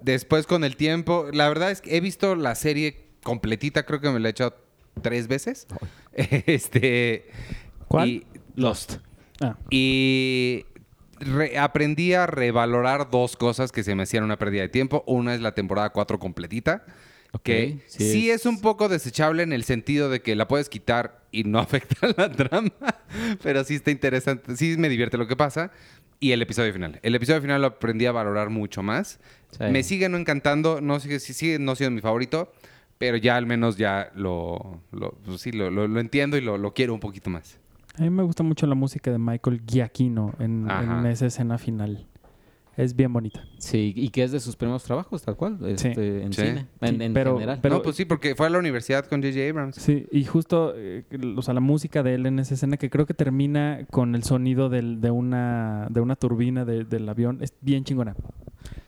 Speaker 5: Después con el tiempo, la verdad es que he visto la serie completita, creo que me la he echado tres veces. (laughs) Este.
Speaker 1: ¿Cuál?
Speaker 5: y- Lost.
Speaker 1: Ah.
Speaker 5: Y re- aprendí a revalorar dos cosas que se me hacían una pérdida de tiempo. Una es la temporada 4 completita.
Speaker 3: Ok,
Speaker 5: Que
Speaker 3: sí
Speaker 5: sí es un poco desechable en el sentido de que la puedes quitar y no (laughs) afecta la trama, pero sí está interesante, sí me divierte lo que pasa. Y el episodio final. El episodio final lo aprendí a valorar mucho más.
Speaker 3: Sí.
Speaker 5: Me sigue no encantando, no sigue, sí, sigue no siendo mi favorito, pero ya al menos ya lo, lo- pues sí, lo, lo- lo entiendo y lo, lo quiero un poquito más.
Speaker 1: A mí me gusta mucho la música de Michael Giacchino en,
Speaker 5: Ajá.
Speaker 1: en esa escena final. Es bien bonita.
Speaker 3: Sí, y que es de sus primeros trabajos, tal cual, este, en
Speaker 5: Sí.
Speaker 3: cine, en,
Speaker 1: Sí,
Speaker 3: en
Speaker 1: pero-
Speaker 3: general.
Speaker 1: pero-
Speaker 5: no, pues sí, porque fue a la universidad con J.J. Abrams.
Speaker 1: Sí, y justo, eh, o sea, la música de él en esa escena que creo que termina con el sonido del- de, una, de una turbina de- del avión es bien chingona.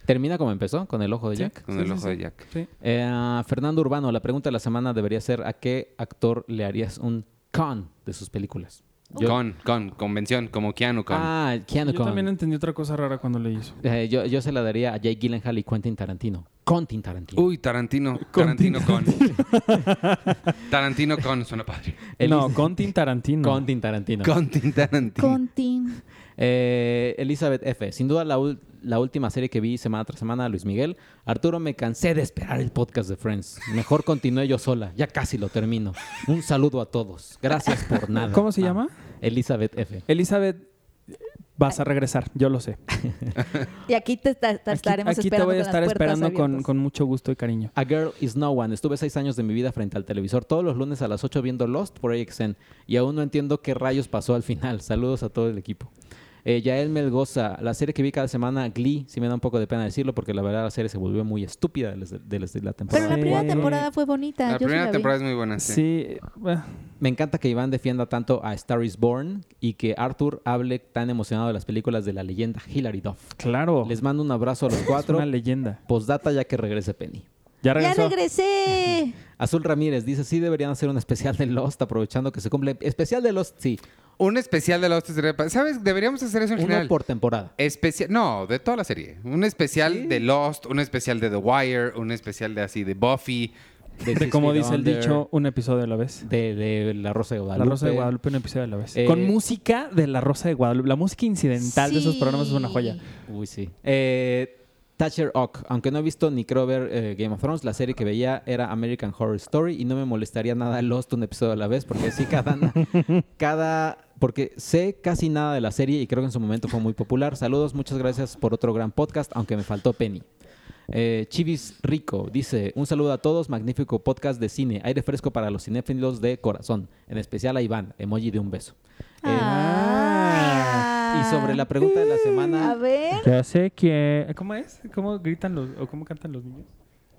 Speaker 3: Termina como empezó, con el ojo de
Speaker 1: Sí.
Speaker 3: Jack.
Speaker 5: Con el ojo de Jack.
Speaker 1: Sí.
Speaker 3: Eh, Fernando Urbano, la pregunta de la semana debería ser ¿a qué actor le harías un con de sus películas? Yo-
Speaker 5: Con, con, convención, como Keanu con.
Speaker 3: Ah, Keanu
Speaker 1: Yo
Speaker 3: con.
Speaker 1: también entendí otra cosa rara cuando leí eso.
Speaker 3: Eh, yo, yo se la daría a Jake Gyllenhaal y Quentin Tarantino. Quentin Tarantino.
Speaker 5: Uy, Tarantino. Tarantino con. Tarantino con, suena padre.
Speaker 3: Él
Speaker 1: no,
Speaker 3: dice-
Speaker 1: Contin Tarantino.
Speaker 3: Quentin Tarantino.
Speaker 5: Contin
Speaker 1: (laughs)
Speaker 5: Tarantino.
Speaker 2: Contin.
Speaker 3: Eh, Elizabeth F. Sin duda la, ul- la última serie que vi semana tras semana, Luis Miguel. Arturo, me cansé de esperar el podcast de Friends. Mejor continué yo sola. Ya casi lo termino. Un saludo a todos. Gracias
Speaker 1: (laughs)
Speaker 3: por nada.
Speaker 1: ¿Cómo se
Speaker 3: Ah,
Speaker 1: llama?
Speaker 3: Elizabeth F.
Speaker 1: Elizabeth, vas a regresar, yo lo sé.
Speaker 2: Y aquí te esta- te estaremos
Speaker 1: aquí te
Speaker 2: esperando
Speaker 1: voy a
Speaker 2: con las
Speaker 1: estar
Speaker 2: puertas
Speaker 1: esperando con,
Speaker 2: abiertas.
Speaker 1: con mucho gusto y cariño.
Speaker 3: A Girl is No One. Estuve seis años de mi vida frente al televisor todos los lunes a las 8 viendo Lost por AXN y aún no entiendo qué rayos pasó al final. Saludos a todo el equipo. Eh, Yael Melgoza, la serie que vi cada semana, Glee, sí me da un poco de pena decirlo porque la verdad la serie se volvió muy estúpida desde, desde la temporada.
Speaker 2: Pero la primera
Speaker 3: cuatro.
Speaker 2: temporada fue bonita.
Speaker 5: La
Speaker 2: yo sí
Speaker 5: primera
Speaker 2: vi.
Speaker 5: temporada es muy buena, Ah, sí.
Speaker 1: Sí, eh, bueno,
Speaker 3: Me encanta que Iván defienda tanto a Star is Born y que Arthur hable tan emocionado de las películas de la leyenda Hilary Duff.
Speaker 1: claro.
Speaker 3: Les mando un abrazo a los
Speaker 1: es una
Speaker 3: cuatro.
Speaker 1: leyenda.
Speaker 3: Postdata ya que regrese Penny.
Speaker 1: Ya
Speaker 2: Ya
Speaker 1: regresó.
Speaker 2: (laughs) regresé.
Speaker 3: Azul Ramírez dice, sí deberían hacer un especial de Lost, aprovechando que se cumple... Especial de Lost, sí.
Speaker 5: Un especial de la hostia sería pa- ¿Sabes? Deberíamos hacer eso en
Speaker 3: Uno
Speaker 5: general.
Speaker 3: por temporada.
Speaker 5: Especial, no, de toda la serie. Un especial de Lost, un especial de The Wire, un especial de así de Buffy.
Speaker 1: de (laughs)
Speaker 3: Six
Speaker 1: como
Speaker 3: Feet
Speaker 1: dice el
Speaker 3: Under,
Speaker 1: dicho, un episodio a la vez.
Speaker 3: De, de La Rosa de
Speaker 1: La
Speaker 3: Guadalupe.
Speaker 1: Rosa de Guadalupe, un episodio a la vez.
Speaker 3: Eh,
Speaker 1: Con música de La Rosa de Guadalupe. La música incidental de esos
Speaker 2: Sí.
Speaker 1: programas es una joya.
Speaker 3: Uy, sí. Eh, Thatcher Ock, aunque no he visto ni creo ver eh, Game of Thrones, la serie que veía era American Horror Story y no me molestaría nada Lost un episodio a la vez, porque sí, cada, (laughs) cada, porque sé casi nada de la serie y creo que en su momento fue muy popular. Saludos, muchas gracias por otro gran podcast, aunque me faltó Penny. Eh, Chivis Rico dice: Un saludo a todos, magnífico podcast de cine, aire fresco para los cinéfilos de corazón, en especial a Iván, emoji de un beso. Eh,
Speaker 2: Ah.
Speaker 3: Y sobre la pregunta de la semana,
Speaker 2: A ver.
Speaker 1: Ya sé que. ¿Cómo es? ¿Cómo gritan los. o cómo cantan los niños?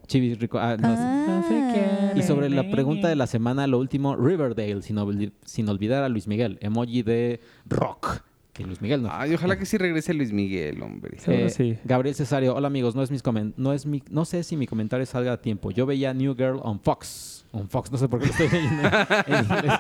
Speaker 3: Chivis Rico. ah, no, sí.
Speaker 2: Ah.
Speaker 3: Y sobre la pregunta de la semana, lo último, Riverdale, sin, obli- sin olvidar a Luis Miguel, emoji de rock. Que Luis Miguel no. Eh,
Speaker 5: Ay, ojalá que sí regrese Luis Miguel, hombre.
Speaker 1: Seguro sí.
Speaker 3: Gabriel Cesario, hola amigos, no es mis comen- no es mi no sé si mi comentario salga a tiempo. Yo veía New Girl on Fox. On Fox, no sé por qué lo estoy leyendo en inglés.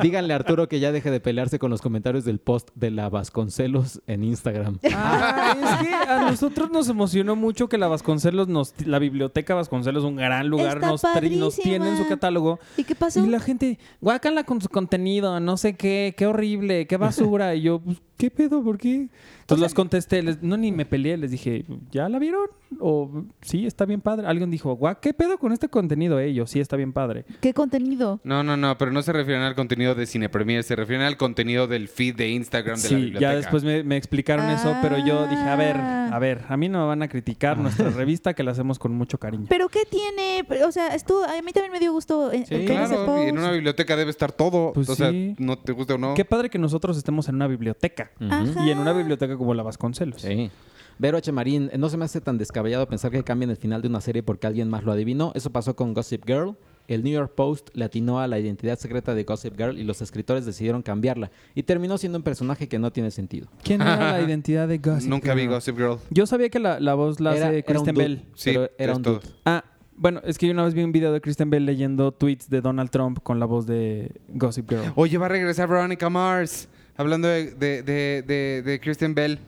Speaker 3: Díganle a Arturo que ya deje de pelearse con los comentarios del post de la Vasconcelos en Instagram.
Speaker 1: Ah, es que a nosotros nos emocionó mucho que la Vasconcelos nos la biblioteca Vasconcelos un gran lugar
Speaker 2: Está
Speaker 1: nos, tri- nos tiene en su
Speaker 2: padrísima.
Speaker 1: catálogo
Speaker 2: ¿Y qué pasó?
Speaker 1: y la gente guácala con su contenido, no sé qué, qué horrible, qué basura y yo pues, qué pedo, ¿por qué? Entonces los contesté, les- no ni me peleé, les dije, ¿ya la vieron? O sí, está bien padre. Alguien dijo, "Guau, qué pedo con este contenido." Eh, yo, sí está bien padre.
Speaker 2: ¿Qué contenido?
Speaker 5: No, no, no, pero no se refieren al contenido de Cine Premier, se refieren al contenido del feed de Instagram de la
Speaker 1: Sí,
Speaker 5: biblioteca.
Speaker 1: ya después me, me explicaron eso, pero yo dije, a ver,
Speaker 2: Ah.
Speaker 1: a ver, a mí no me van a
Speaker 5: Ah.
Speaker 1: criticar nuestra revista que la hacemos con mucho cariño.
Speaker 2: ¿Pero qué tiene? O sea, estuvo, a mí también me dio gusto eh,
Speaker 3: Sí,
Speaker 2: que ese
Speaker 5: Claro,
Speaker 2: post.
Speaker 5: y en una biblioteca debe estar todo.
Speaker 1: Pues
Speaker 5: o sea,
Speaker 1: sí.
Speaker 5: no te gusta o no.
Speaker 1: Qué padre que nosotros estemos en una biblioteca.
Speaker 2: Ajá.
Speaker 1: Y en una biblioteca como la Vasconcelos.
Speaker 5: Pues.
Speaker 3: Sí. Vero H. Marín, eh, no se me hace tan descabellado pensar que cambien el final de una serie porque alguien más lo adivinó. Eso pasó con Gossip Girl. El New York Post le atinó a la identidad secreta de Gossip Girl y los escritores decidieron cambiarla. Y terminó siendo un personaje que no tiene sentido.
Speaker 1: ¿Quién era
Speaker 5: (laughs)
Speaker 1: la identidad de Gossip?
Speaker 5: Nunca vi
Speaker 1: Girl?
Speaker 5: Gossip Girl.
Speaker 1: Yo sabía que la, la voz la
Speaker 3: Era-
Speaker 1: hace
Speaker 3: era un
Speaker 1: Kristen
Speaker 3: dude,
Speaker 1: Bell.
Speaker 5: Sí,
Speaker 3: pero era
Speaker 5: es
Speaker 3: un
Speaker 5: todo.
Speaker 3: dude.
Speaker 1: Ah, bueno, es que yo una vez vi un video de Kristen Bell leyendo tweets de Donald Trump con la voz de Gossip Girl.
Speaker 5: Oye, va a regresar Veronica Mars. Hablando de, de, de, de- de Kristen Bell,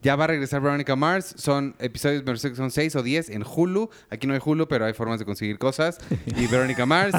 Speaker 5: ya va a regresar Veronica Mars. Son episodios, me parece que son 6 o 10 en Hulu. Aquí no hay Hulu, pero hay formas de conseguir cosas. Y
Speaker 1: (laughs)
Speaker 5: Veronica Mars.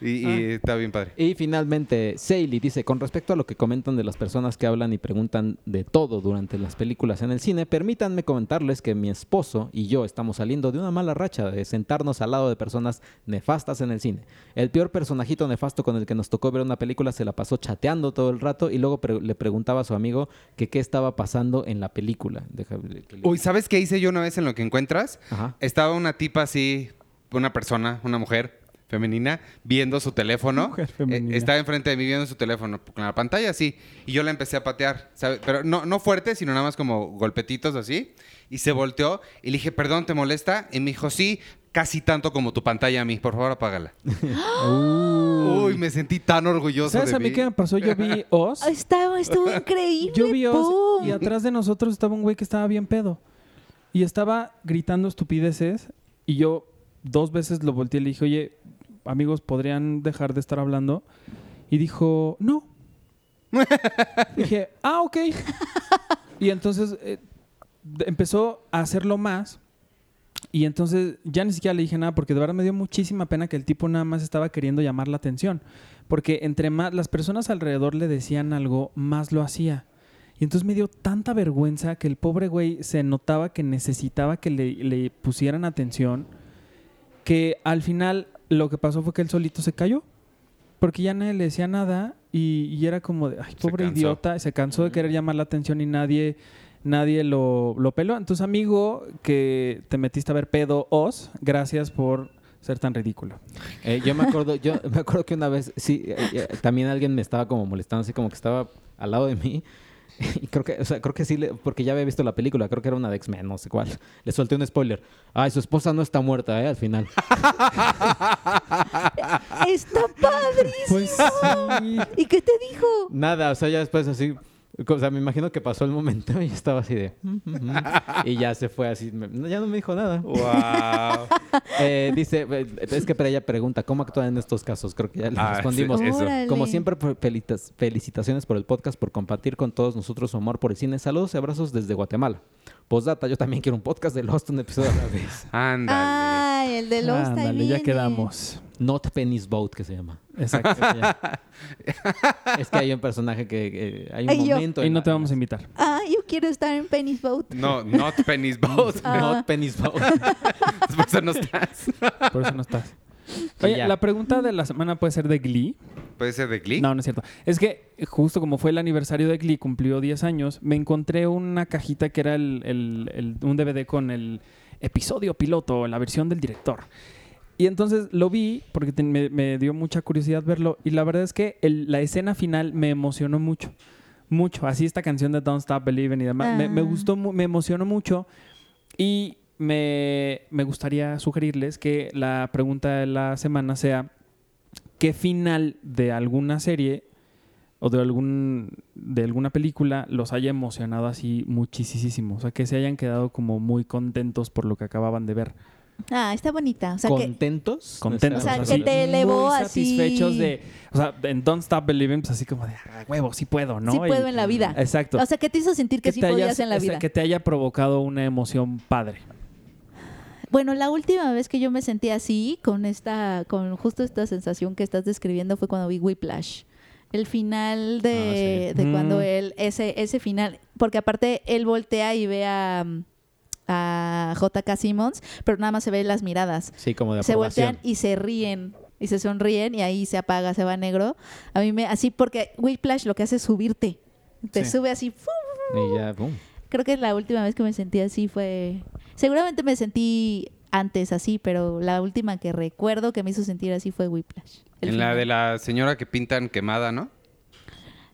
Speaker 5: y, y
Speaker 1: Ah.
Speaker 5: está bien padre.
Speaker 3: Y finalmente, Sally dice, con respecto a lo que comentan de las personas que hablan y preguntan de todo durante las películas en el cine, permítanme comentarles que mi esposo y yo estamos saliendo de una mala racha de sentarnos al lado de personas nefastas en el cine. El peor personajito nefasto con el que nos tocó ver una película se la pasó chateando todo el rato y luego pre- le preguntaba a su amigo que qué estaba pasando en la película. Deja- que le-
Speaker 5: Uy, ¿sabes qué hice yo una vez en lo que encuentras?
Speaker 3: Ajá.
Speaker 5: Estaba una tipa así, una persona, una mujer femenina, viendo su teléfono.
Speaker 1: Mujer femenina.
Speaker 5: Eh, estaba enfrente de mí viendo su teléfono, con la pantalla así. Y yo la empecé a patear, ¿sabes? Pero no, no fuerte, sino nada más como golpetitos así. Y se volteó y le dije, perdón, ¿te molesta? Y me dijo, sí, casi tanto como tu pantalla a mí. Por favor, apágala. Uy, me sentí tan orgulloso
Speaker 1: Uh, ¿Sabes
Speaker 5: de
Speaker 1: a mí
Speaker 5: mí. (laughs)
Speaker 1: qué me pasó? Yo vi Oz.
Speaker 2: Estaba, estuvo increíble.
Speaker 1: Yo vi Oz
Speaker 2: ¡Pum!
Speaker 1: y atrás de nosotros estaba un güey que estaba bien pedo. Y estaba gritando estupideces y yo dos veces lo volteé y le dije, oye, amigos, ¿podrían dejar de estar hablando? Y dijo,
Speaker 2: (laughs)
Speaker 1: no. dije, ah, ok. y entonces eh, de- empezó a hacerlo más. Y entonces ya ni siquiera le dije nada porque de verdad me dio muchísima pena que el tipo nada más estaba queriendo llamar la atención. Porque entre más las personas alrededor le decían algo, más lo hacía. Y entonces me dio tanta vergüenza que el pobre güey se notaba que necesitaba que le, le pusieran atención, que al final lo que pasó fue que él solito se cayó, porque ya nadie le decía nada y, y era como de, ay, pobre
Speaker 5: cansó.
Speaker 1: idiota, se cansó de querer llamar la atención y nadie, nadie lo, lo peló. Entonces, amigo, que te metiste a ver pedo, os, gracias por ser tan ridículo.
Speaker 3: Eh, yo me acuerdo, yo (laughs) me acuerdo que una vez, sí, eh, eh, también alguien me estaba como molestando, así como que estaba al lado de mí. (laughs) Y creo que, o sea, creo que sí, le- porque ya había visto la película, creo que era una de X-Men, no sé cuál. Le solté un spoiler. Ay, su esposa no está muerta, ¿eh? Al final.
Speaker 2: Está padrísimo.
Speaker 1: Pues (laughs) sí.
Speaker 2: ¿Y qué te dijo?
Speaker 3: Nada, o sea, ya después así. O sea, me imagino que pasó el momento y estaba así de. "Mm, mm, mm", Y ya se fue así. me- no, ya no me dijo nada.
Speaker 5: Oh. ¡Wow!
Speaker 3: Eh, dice, eh, es que para ella pregunta, ¿cómo actúan en estos casos? Creo que ya le
Speaker 5: Ah,
Speaker 3: respondimos.
Speaker 5: sí, eso.
Speaker 2: Órale.
Speaker 3: Como siempre, fe- felicitas- felicitaciones por el podcast, por compartir con todos nosotros su amor por el cine. Saludos y abrazos desde Guatemala. Postdata, yo también quiero un podcast de Lost, un episodio a la vez.
Speaker 5: Ándale.
Speaker 2: Ay, el de Lost ahí
Speaker 1: Ándale, ya
Speaker 2: viene.
Speaker 1: quedamos.
Speaker 3: Not Penny's Boat, que se llama.
Speaker 1: Exacto.
Speaker 3: Es que hay un personaje que... eh, hay un
Speaker 2: Ay, yo.
Speaker 3: momento...
Speaker 1: y
Speaker 3: en
Speaker 1: no
Speaker 3: la-
Speaker 1: te vamos a invitar.
Speaker 2: Ah, yo quiero estar en Penny's Boat.
Speaker 5: No, not (laughs) Penny's
Speaker 1: (laughs)
Speaker 5: boat.
Speaker 2: Ah.
Speaker 3: Not Penny's
Speaker 2: (laughs)
Speaker 3: Boat.
Speaker 5: Por eso no estás.
Speaker 1: Por eso no
Speaker 3: (laughs)
Speaker 1: estás.
Speaker 3: Sí,
Speaker 1: Oye,
Speaker 3: ya.
Speaker 1: la pregunta de la semana puede ser de Glee.
Speaker 5: ¿Puede ser de Glee?
Speaker 1: No, no es cierto. Es que justo como fue el aniversario de Glee, cumplió 10 años, me encontré una cajita que era el- el- el- un DVD con el episodio piloto, la versión del director. Y entonces lo vi porque te- me, me dio mucha curiosidad verlo y la verdad es que el- la escena final me emocionó mucho, mucho. Así esta canción de Don't Stop Believing y demás, me, me
Speaker 2: Ah.
Speaker 1: gustó, mu- me emocionó mucho y me, me gustaría sugerirles que la pregunta de la semana sea qué final de alguna serie o de algún de alguna película los haya emocionado así muchísimo, o sea, que se hayan quedado como muy contentos por lo que acababan de ver.
Speaker 2: Ah, está bonita. O sea, que
Speaker 3: ¿Contentos?
Speaker 1: Contentos.
Speaker 2: O sea,
Speaker 1: así,
Speaker 2: que te elevó
Speaker 1: muy
Speaker 2: así.
Speaker 1: satisfechos de, o sea, en Don't Stop Believing pues así como de, ah, huevo, sí puedo, ¿no?
Speaker 2: sí
Speaker 1: Y-
Speaker 2: puedo en la vida.
Speaker 1: Exacto.
Speaker 2: O sea, que te hizo sentir que, sí
Speaker 1: te
Speaker 2: podías
Speaker 1: hayas-
Speaker 2: en la
Speaker 1: o sea,
Speaker 2: vida.
Speaker 1: que te haya provocado una emoción padre.
Speaker 2: Bueno, la última vez que yo me sentí así, con esta, con justo esta sensación que estás describiendo, fue cuando vi Whiplash. El final de,
Speaker 1: Ah, sí.
Speaker 2: de cuando
Speaker 1: Mm.
Speaker 2: él, ese, ese final, porque aparte él voltea y ve a, a JK Simmons, pero nada más se ve las miradas.
Speaker 3: Sí, como de
Speaker 2: se
Speaker 3: aprobación.
Speaker 2: voltean y se ríen y se sonríen y ahí se apaga, se va negro. A mí me así porque Whiplash lo que hace es subirte. Te
Speaker 1: Sí.
Speaker 2: sube así. ¡fu!
Speaker 3: Y ya, pum.
Speaker 2: Creo que la última vez que me sentí así fue seguramente me sentí antes así, pero la última que recuerdo que me hizo sentir así fue Whiplash. El
Speaker 5: En la
Speaker 2: final.
Speaker 5: de la señora que pintan quemada, ¿no?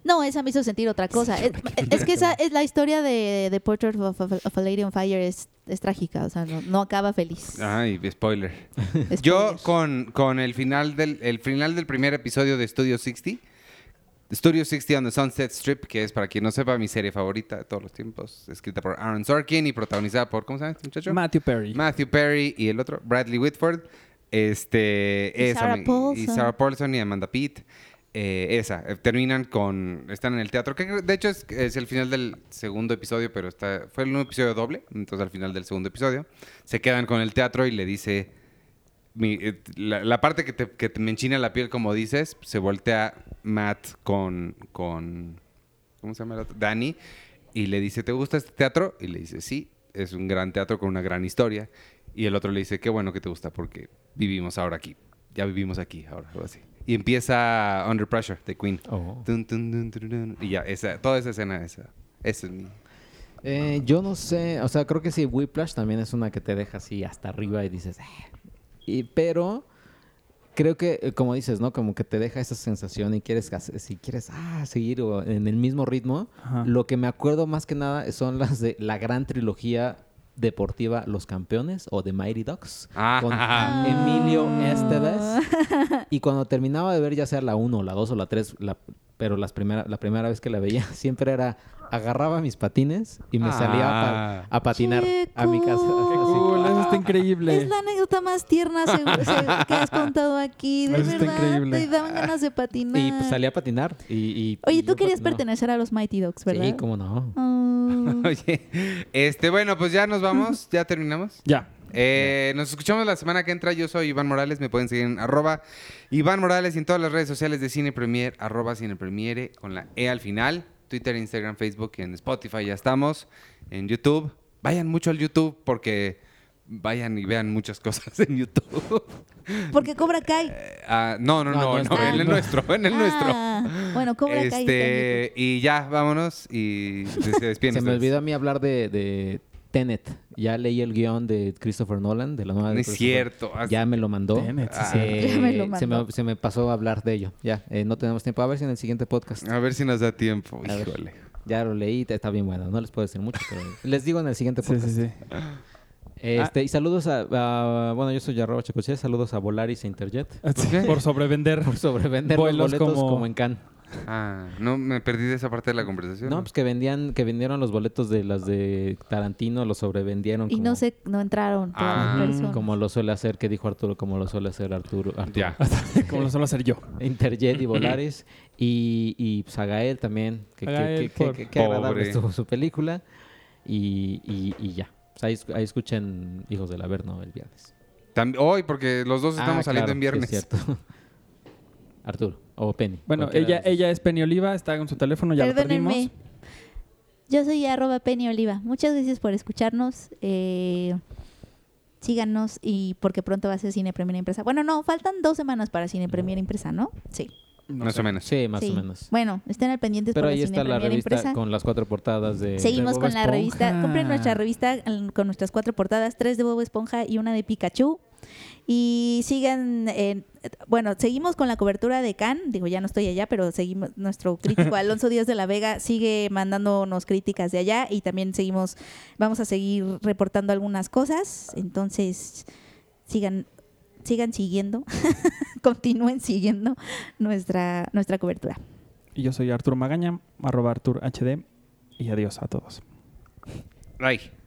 Speaker 2: No, esa me hizo sentir otra cosa. es, es que esa es la historia de, de Portrait of, a- of a Lady on Fire es, es trágica, o sea, no, no acaba feliz.
Speaker 5: Ay, Ah, spoiler.
Speaker 2: Spoiler.
Speaker 5: Yo con, con el final del el final del primer episodio de Studio 60, Studio 60 on the Sunset Strip, que es para quien no sepa mi serie favorita de todos los tiempos, escrita por Aaron Sorkin y protagonizada por ¿cómo se llama este muchacho?
Speaker 1: Matthew Perry.
Speaker 5: Matthew Perry y el otro Bradley Whitford, este
Speaker 2: Y
Speaker 5: esa
Speaker 2: Sarah
Speaker 5: me- y
Speaker 2: Paulson.
Speaker 5: Sarah Paulson y Amanda Pitt. eh, esa, eh, terminan con. Están en el teatro. Que de hecho es, es el final del segundo episodio, pero está, fue un episodio doble. Entonces, al final del segundo episodio, se quedan con el teatro y le dice. mi- eh, la, la parte que te, que te me enchina la piel, como dices, se voltea Matt con. con ¿Cómo se llama el otro? Dani. Y le dice, ¿te gusta este teatro? Y le dice, sí, es un gran teatro con una gran historia. Y el otro le dice, qué bueno que te gusta porque vivimos ahora aquí. Ya vivimos aquí ahora, algo así. Y empieza Under Pressure de Queen.
Speaker 3: Oh.
Speaker 5: Tun, tun, tun, tun, tun. Y ya, esa, toda esa escena, esa, esa es mi... (laughs)
Speaker 3: Eh, yo no sé, o sea, creo que sí, Whiplash también es una que te deja así hasta arriba y dices, "Eh". Y- pero creo que, eh, como dices, ¿no? Como que te deja esa sensación y quieres, hacer- si quieres, ah, seguir o en el mismo ritmo.
Speaker 1: Ajá.
Speaker 3: Lo que me acuerdo más que nada son las de la gran trilogía deportiva Los Campeones o The Mighty Ducks
Speaker 5: Ah.
Speaker 3: con Emilio Estevez. Y cuando terminaba de ver ya sea la 1, la 2 o la 3, pero las primera, la primera vez que la veía (laughs) siempre era agarraba mis patines y me salía a, pa-
Speaker 5: Ah.
Speaker 3: a patinar
Speaker 2: ¡Qué
Speaker 3: a mi casa.
Speaker 2: cool!
Speaker 3: Así.
Speaker 1: Cool, eso está increíble.
Speaker 2: Ah, Es la anécdota más tierna
Speaker 5: (laughs)
Speaker 2: se- se- que has contado aquí. De
Speaker 1: Eso está
Speaker 2: verdad,
Speaker 1: increíble.
Speaker 2: te daban ganas de patinar.
Speaker 3: Y pues, salía a patinar. Y, y- y
Speaker 2: Oye, tú
Speaker 3: yo
Speaker 2: querías
Speaker 3: patinaba.
Speaker 2: pertenecer a los Mighty Dogs, ¿verdad?
Speaker 3: Sí, cómo no.
Speaker 5: (laughs)
Speaker 2: Ah.
Speaker 5: Oye, este, bueno, pues ya nos vamos, ya terminamos.
Speaker 1: Ya.
Speaker 5: Eh, nos escuchamos la semana que entra. Yo soy Iván Morales. Me pueden seguir en arroba Iván Morales y en todas las redes sociales de Cine Premier, arroba Cine Premiere con la E al final. Twitter, Instagram, Facebook y en Spotify ya estamos. En YouTube. Vayan mucho al YouTube porque vayan y vean muchas cosas en YouTube. (laughs)
Speaker 2: Porque Cobra Kai.
Speaker 5: Eh, ah, no, no,
Speaker 3: No,
Speaker 5: no, no,
Speaker 3: nuestro.
Speaker 5: en el
Speaker 3: Ah.
Speaker 5: nuestro, en el
Speaker 2: Ah, Bueno,
Speaker 5: nuestro.
Speaker 2: Cobra Kai. está en YouTube.
Speaker 5: Este, y ya, vámonos y se,
Speaker 3: (laughs)
Speaker 5: se despiden
Speaker 3: Se me
Speaker 5: ustedes.
Speaker 3: olvidó a mí hablar de, de Tenet. Ya leí el guión de Christopher Nolan, de la nueva de
Speaker 5: No es
Speaker 3: Christopher.
Speaker 5: cierto. Haz-
Speaker 3: Ya me lo mandó.
Speaker 1: Tenet, sí,
Speaker 5: Ah.
Speaker 1: cierto.
Speaker 3: Eh,
Speaker 2: Ya me lo
Speaker 3: se,
Speaker 2: mandó.
Speaker 3: me, se me pasó a hablar de ello. Ya, eh, no tenemos tiempo. A ver si en el siguiente podcast.
Speaker 5: A ver si nos da tiempo.
Speaker 3: A ver.
Speaker 5: Híjole.
Speaker 3: Ya lo leí, está bien bueno. No les puedo decir mucho, pero les digo en el
Speaker 1: (laughs)
Speaker 3: siguiente
Speaker 1: Sí,
Speaker 3: podcast.
Speaker 1: sí, sí.
Speaker 3: Este, Y saludos a, a- Bueno, yo soy Yarroba Checoche. Saludos a Volaris e Interjet. (laughs)
Speaker 1: Por sobrevender.
Speaker 3: Por sobrevender los
Speaker 1: Vuelos
Speaker 3: boletos como...
Speaker 1: como-
Speaker 3: en Cannes.
Speaker 5: Ah, no, me perdí de esa parte de la conversación.
Speaker 3: No, pues que vendían, que vendieron los boletos de las de Tarantino, los sobrevendieron.
Speaker 2: Y
Speaker 3: como,
Speaker 2: no se, no entraron todas las
Speaker 5: Ah,
Speaker 2: personas.
Speaker 3: Como lo suele hacer, que dijo Arturo, como lo suele hacer Arturo. Arturo. (laughs)
Speaker 5: Ya.
Speaker 1: Como lo suelo hacer yo.
Speaker 3: Interjet
Speaker 5: (clears throat)
Speaker 3: y Volaris. y, y pues a Gael también. Que, que-
Speaker 1: Gael,
Speaker 3: que- que-
Speaker 1: por-
Speaker 3: que- que agradable
Speaker 5: Pobre.
Speaker 3: estuvo su película. Y, y- y ya. Pues ahí, esc- ahí escuchen Hijos del Averno el viernes.
Speaker 5: Tam- Hoy, porque los dos estamos
Speaker 3: Ah,
Speaker 5: saliendo
Speaker 3: claro,
Speaker 5: en
Speaker 3: sí,
Speaker 5: viernes.
Speaker 3: es cierto. (laughs) Arturo o Penny.
Speaker 1: Bueno,
Speaker 3: cualquiera
Speaker 1: ella,
Speaker 3: de los
Speaker 1: ella es Penny Oliva, está con su teléfono, ya lo
Speaker 2: Perdónenme.
Speaker 1: perdimos.
Speaker 2: Yo soy arroba Penny Oliva. Muchas gracias por escucharnos. Eh, síganos y porque pronto va a ser Cine Premier Impresa. Bueno, no, faltan dos semanas para Cine Premier Impresa, ¿no? Sí.
Speaker 5: Más o
Speaker 3: dos.
Speaker 5: menos.
Speaker 3: Sí, más
Speaker 2: Sí.
Speaker 3: o menos.
Speaker 2: Bueno, estén al pendiente
Speaker 3: Pero
Speaker 2: para
Speaker 3: ahí
Speaker 2: Cine
Speaker 3: está la
Speaker 2: Premier
Speaker 3: revista
Speaker 2: Impresa.
Speaker 3: con las cuatro portadas de...
Speaker 2: Seguimos
Speaker 1: Bob
Speaker 2: con la
Speaker 1: Esponja.
Speaker 2: revista. Compren nuestra revista mm, con nuestras cuatro portadas, tres de Bob Esponja y una de Pikachu. Y sigan, en- bueno, seguimos con la cobertura de Cannes. Digo, ya no estoy allá, pero seguimos. Nuestro crítico Alonso Díaz de la Vega sigue mandándonos críticas de allá y también seguimos, vamos a seguir reportando algunas cosas. Entonces, sigan, sigan siguiendo, (laughs) continúen siguiendo nuestra, nuestra cobertura.
Speaker 1: Y yo soy Arturo Magaña, arroba Artur HD. Y adiós a todos.
Speaker 5: Ay.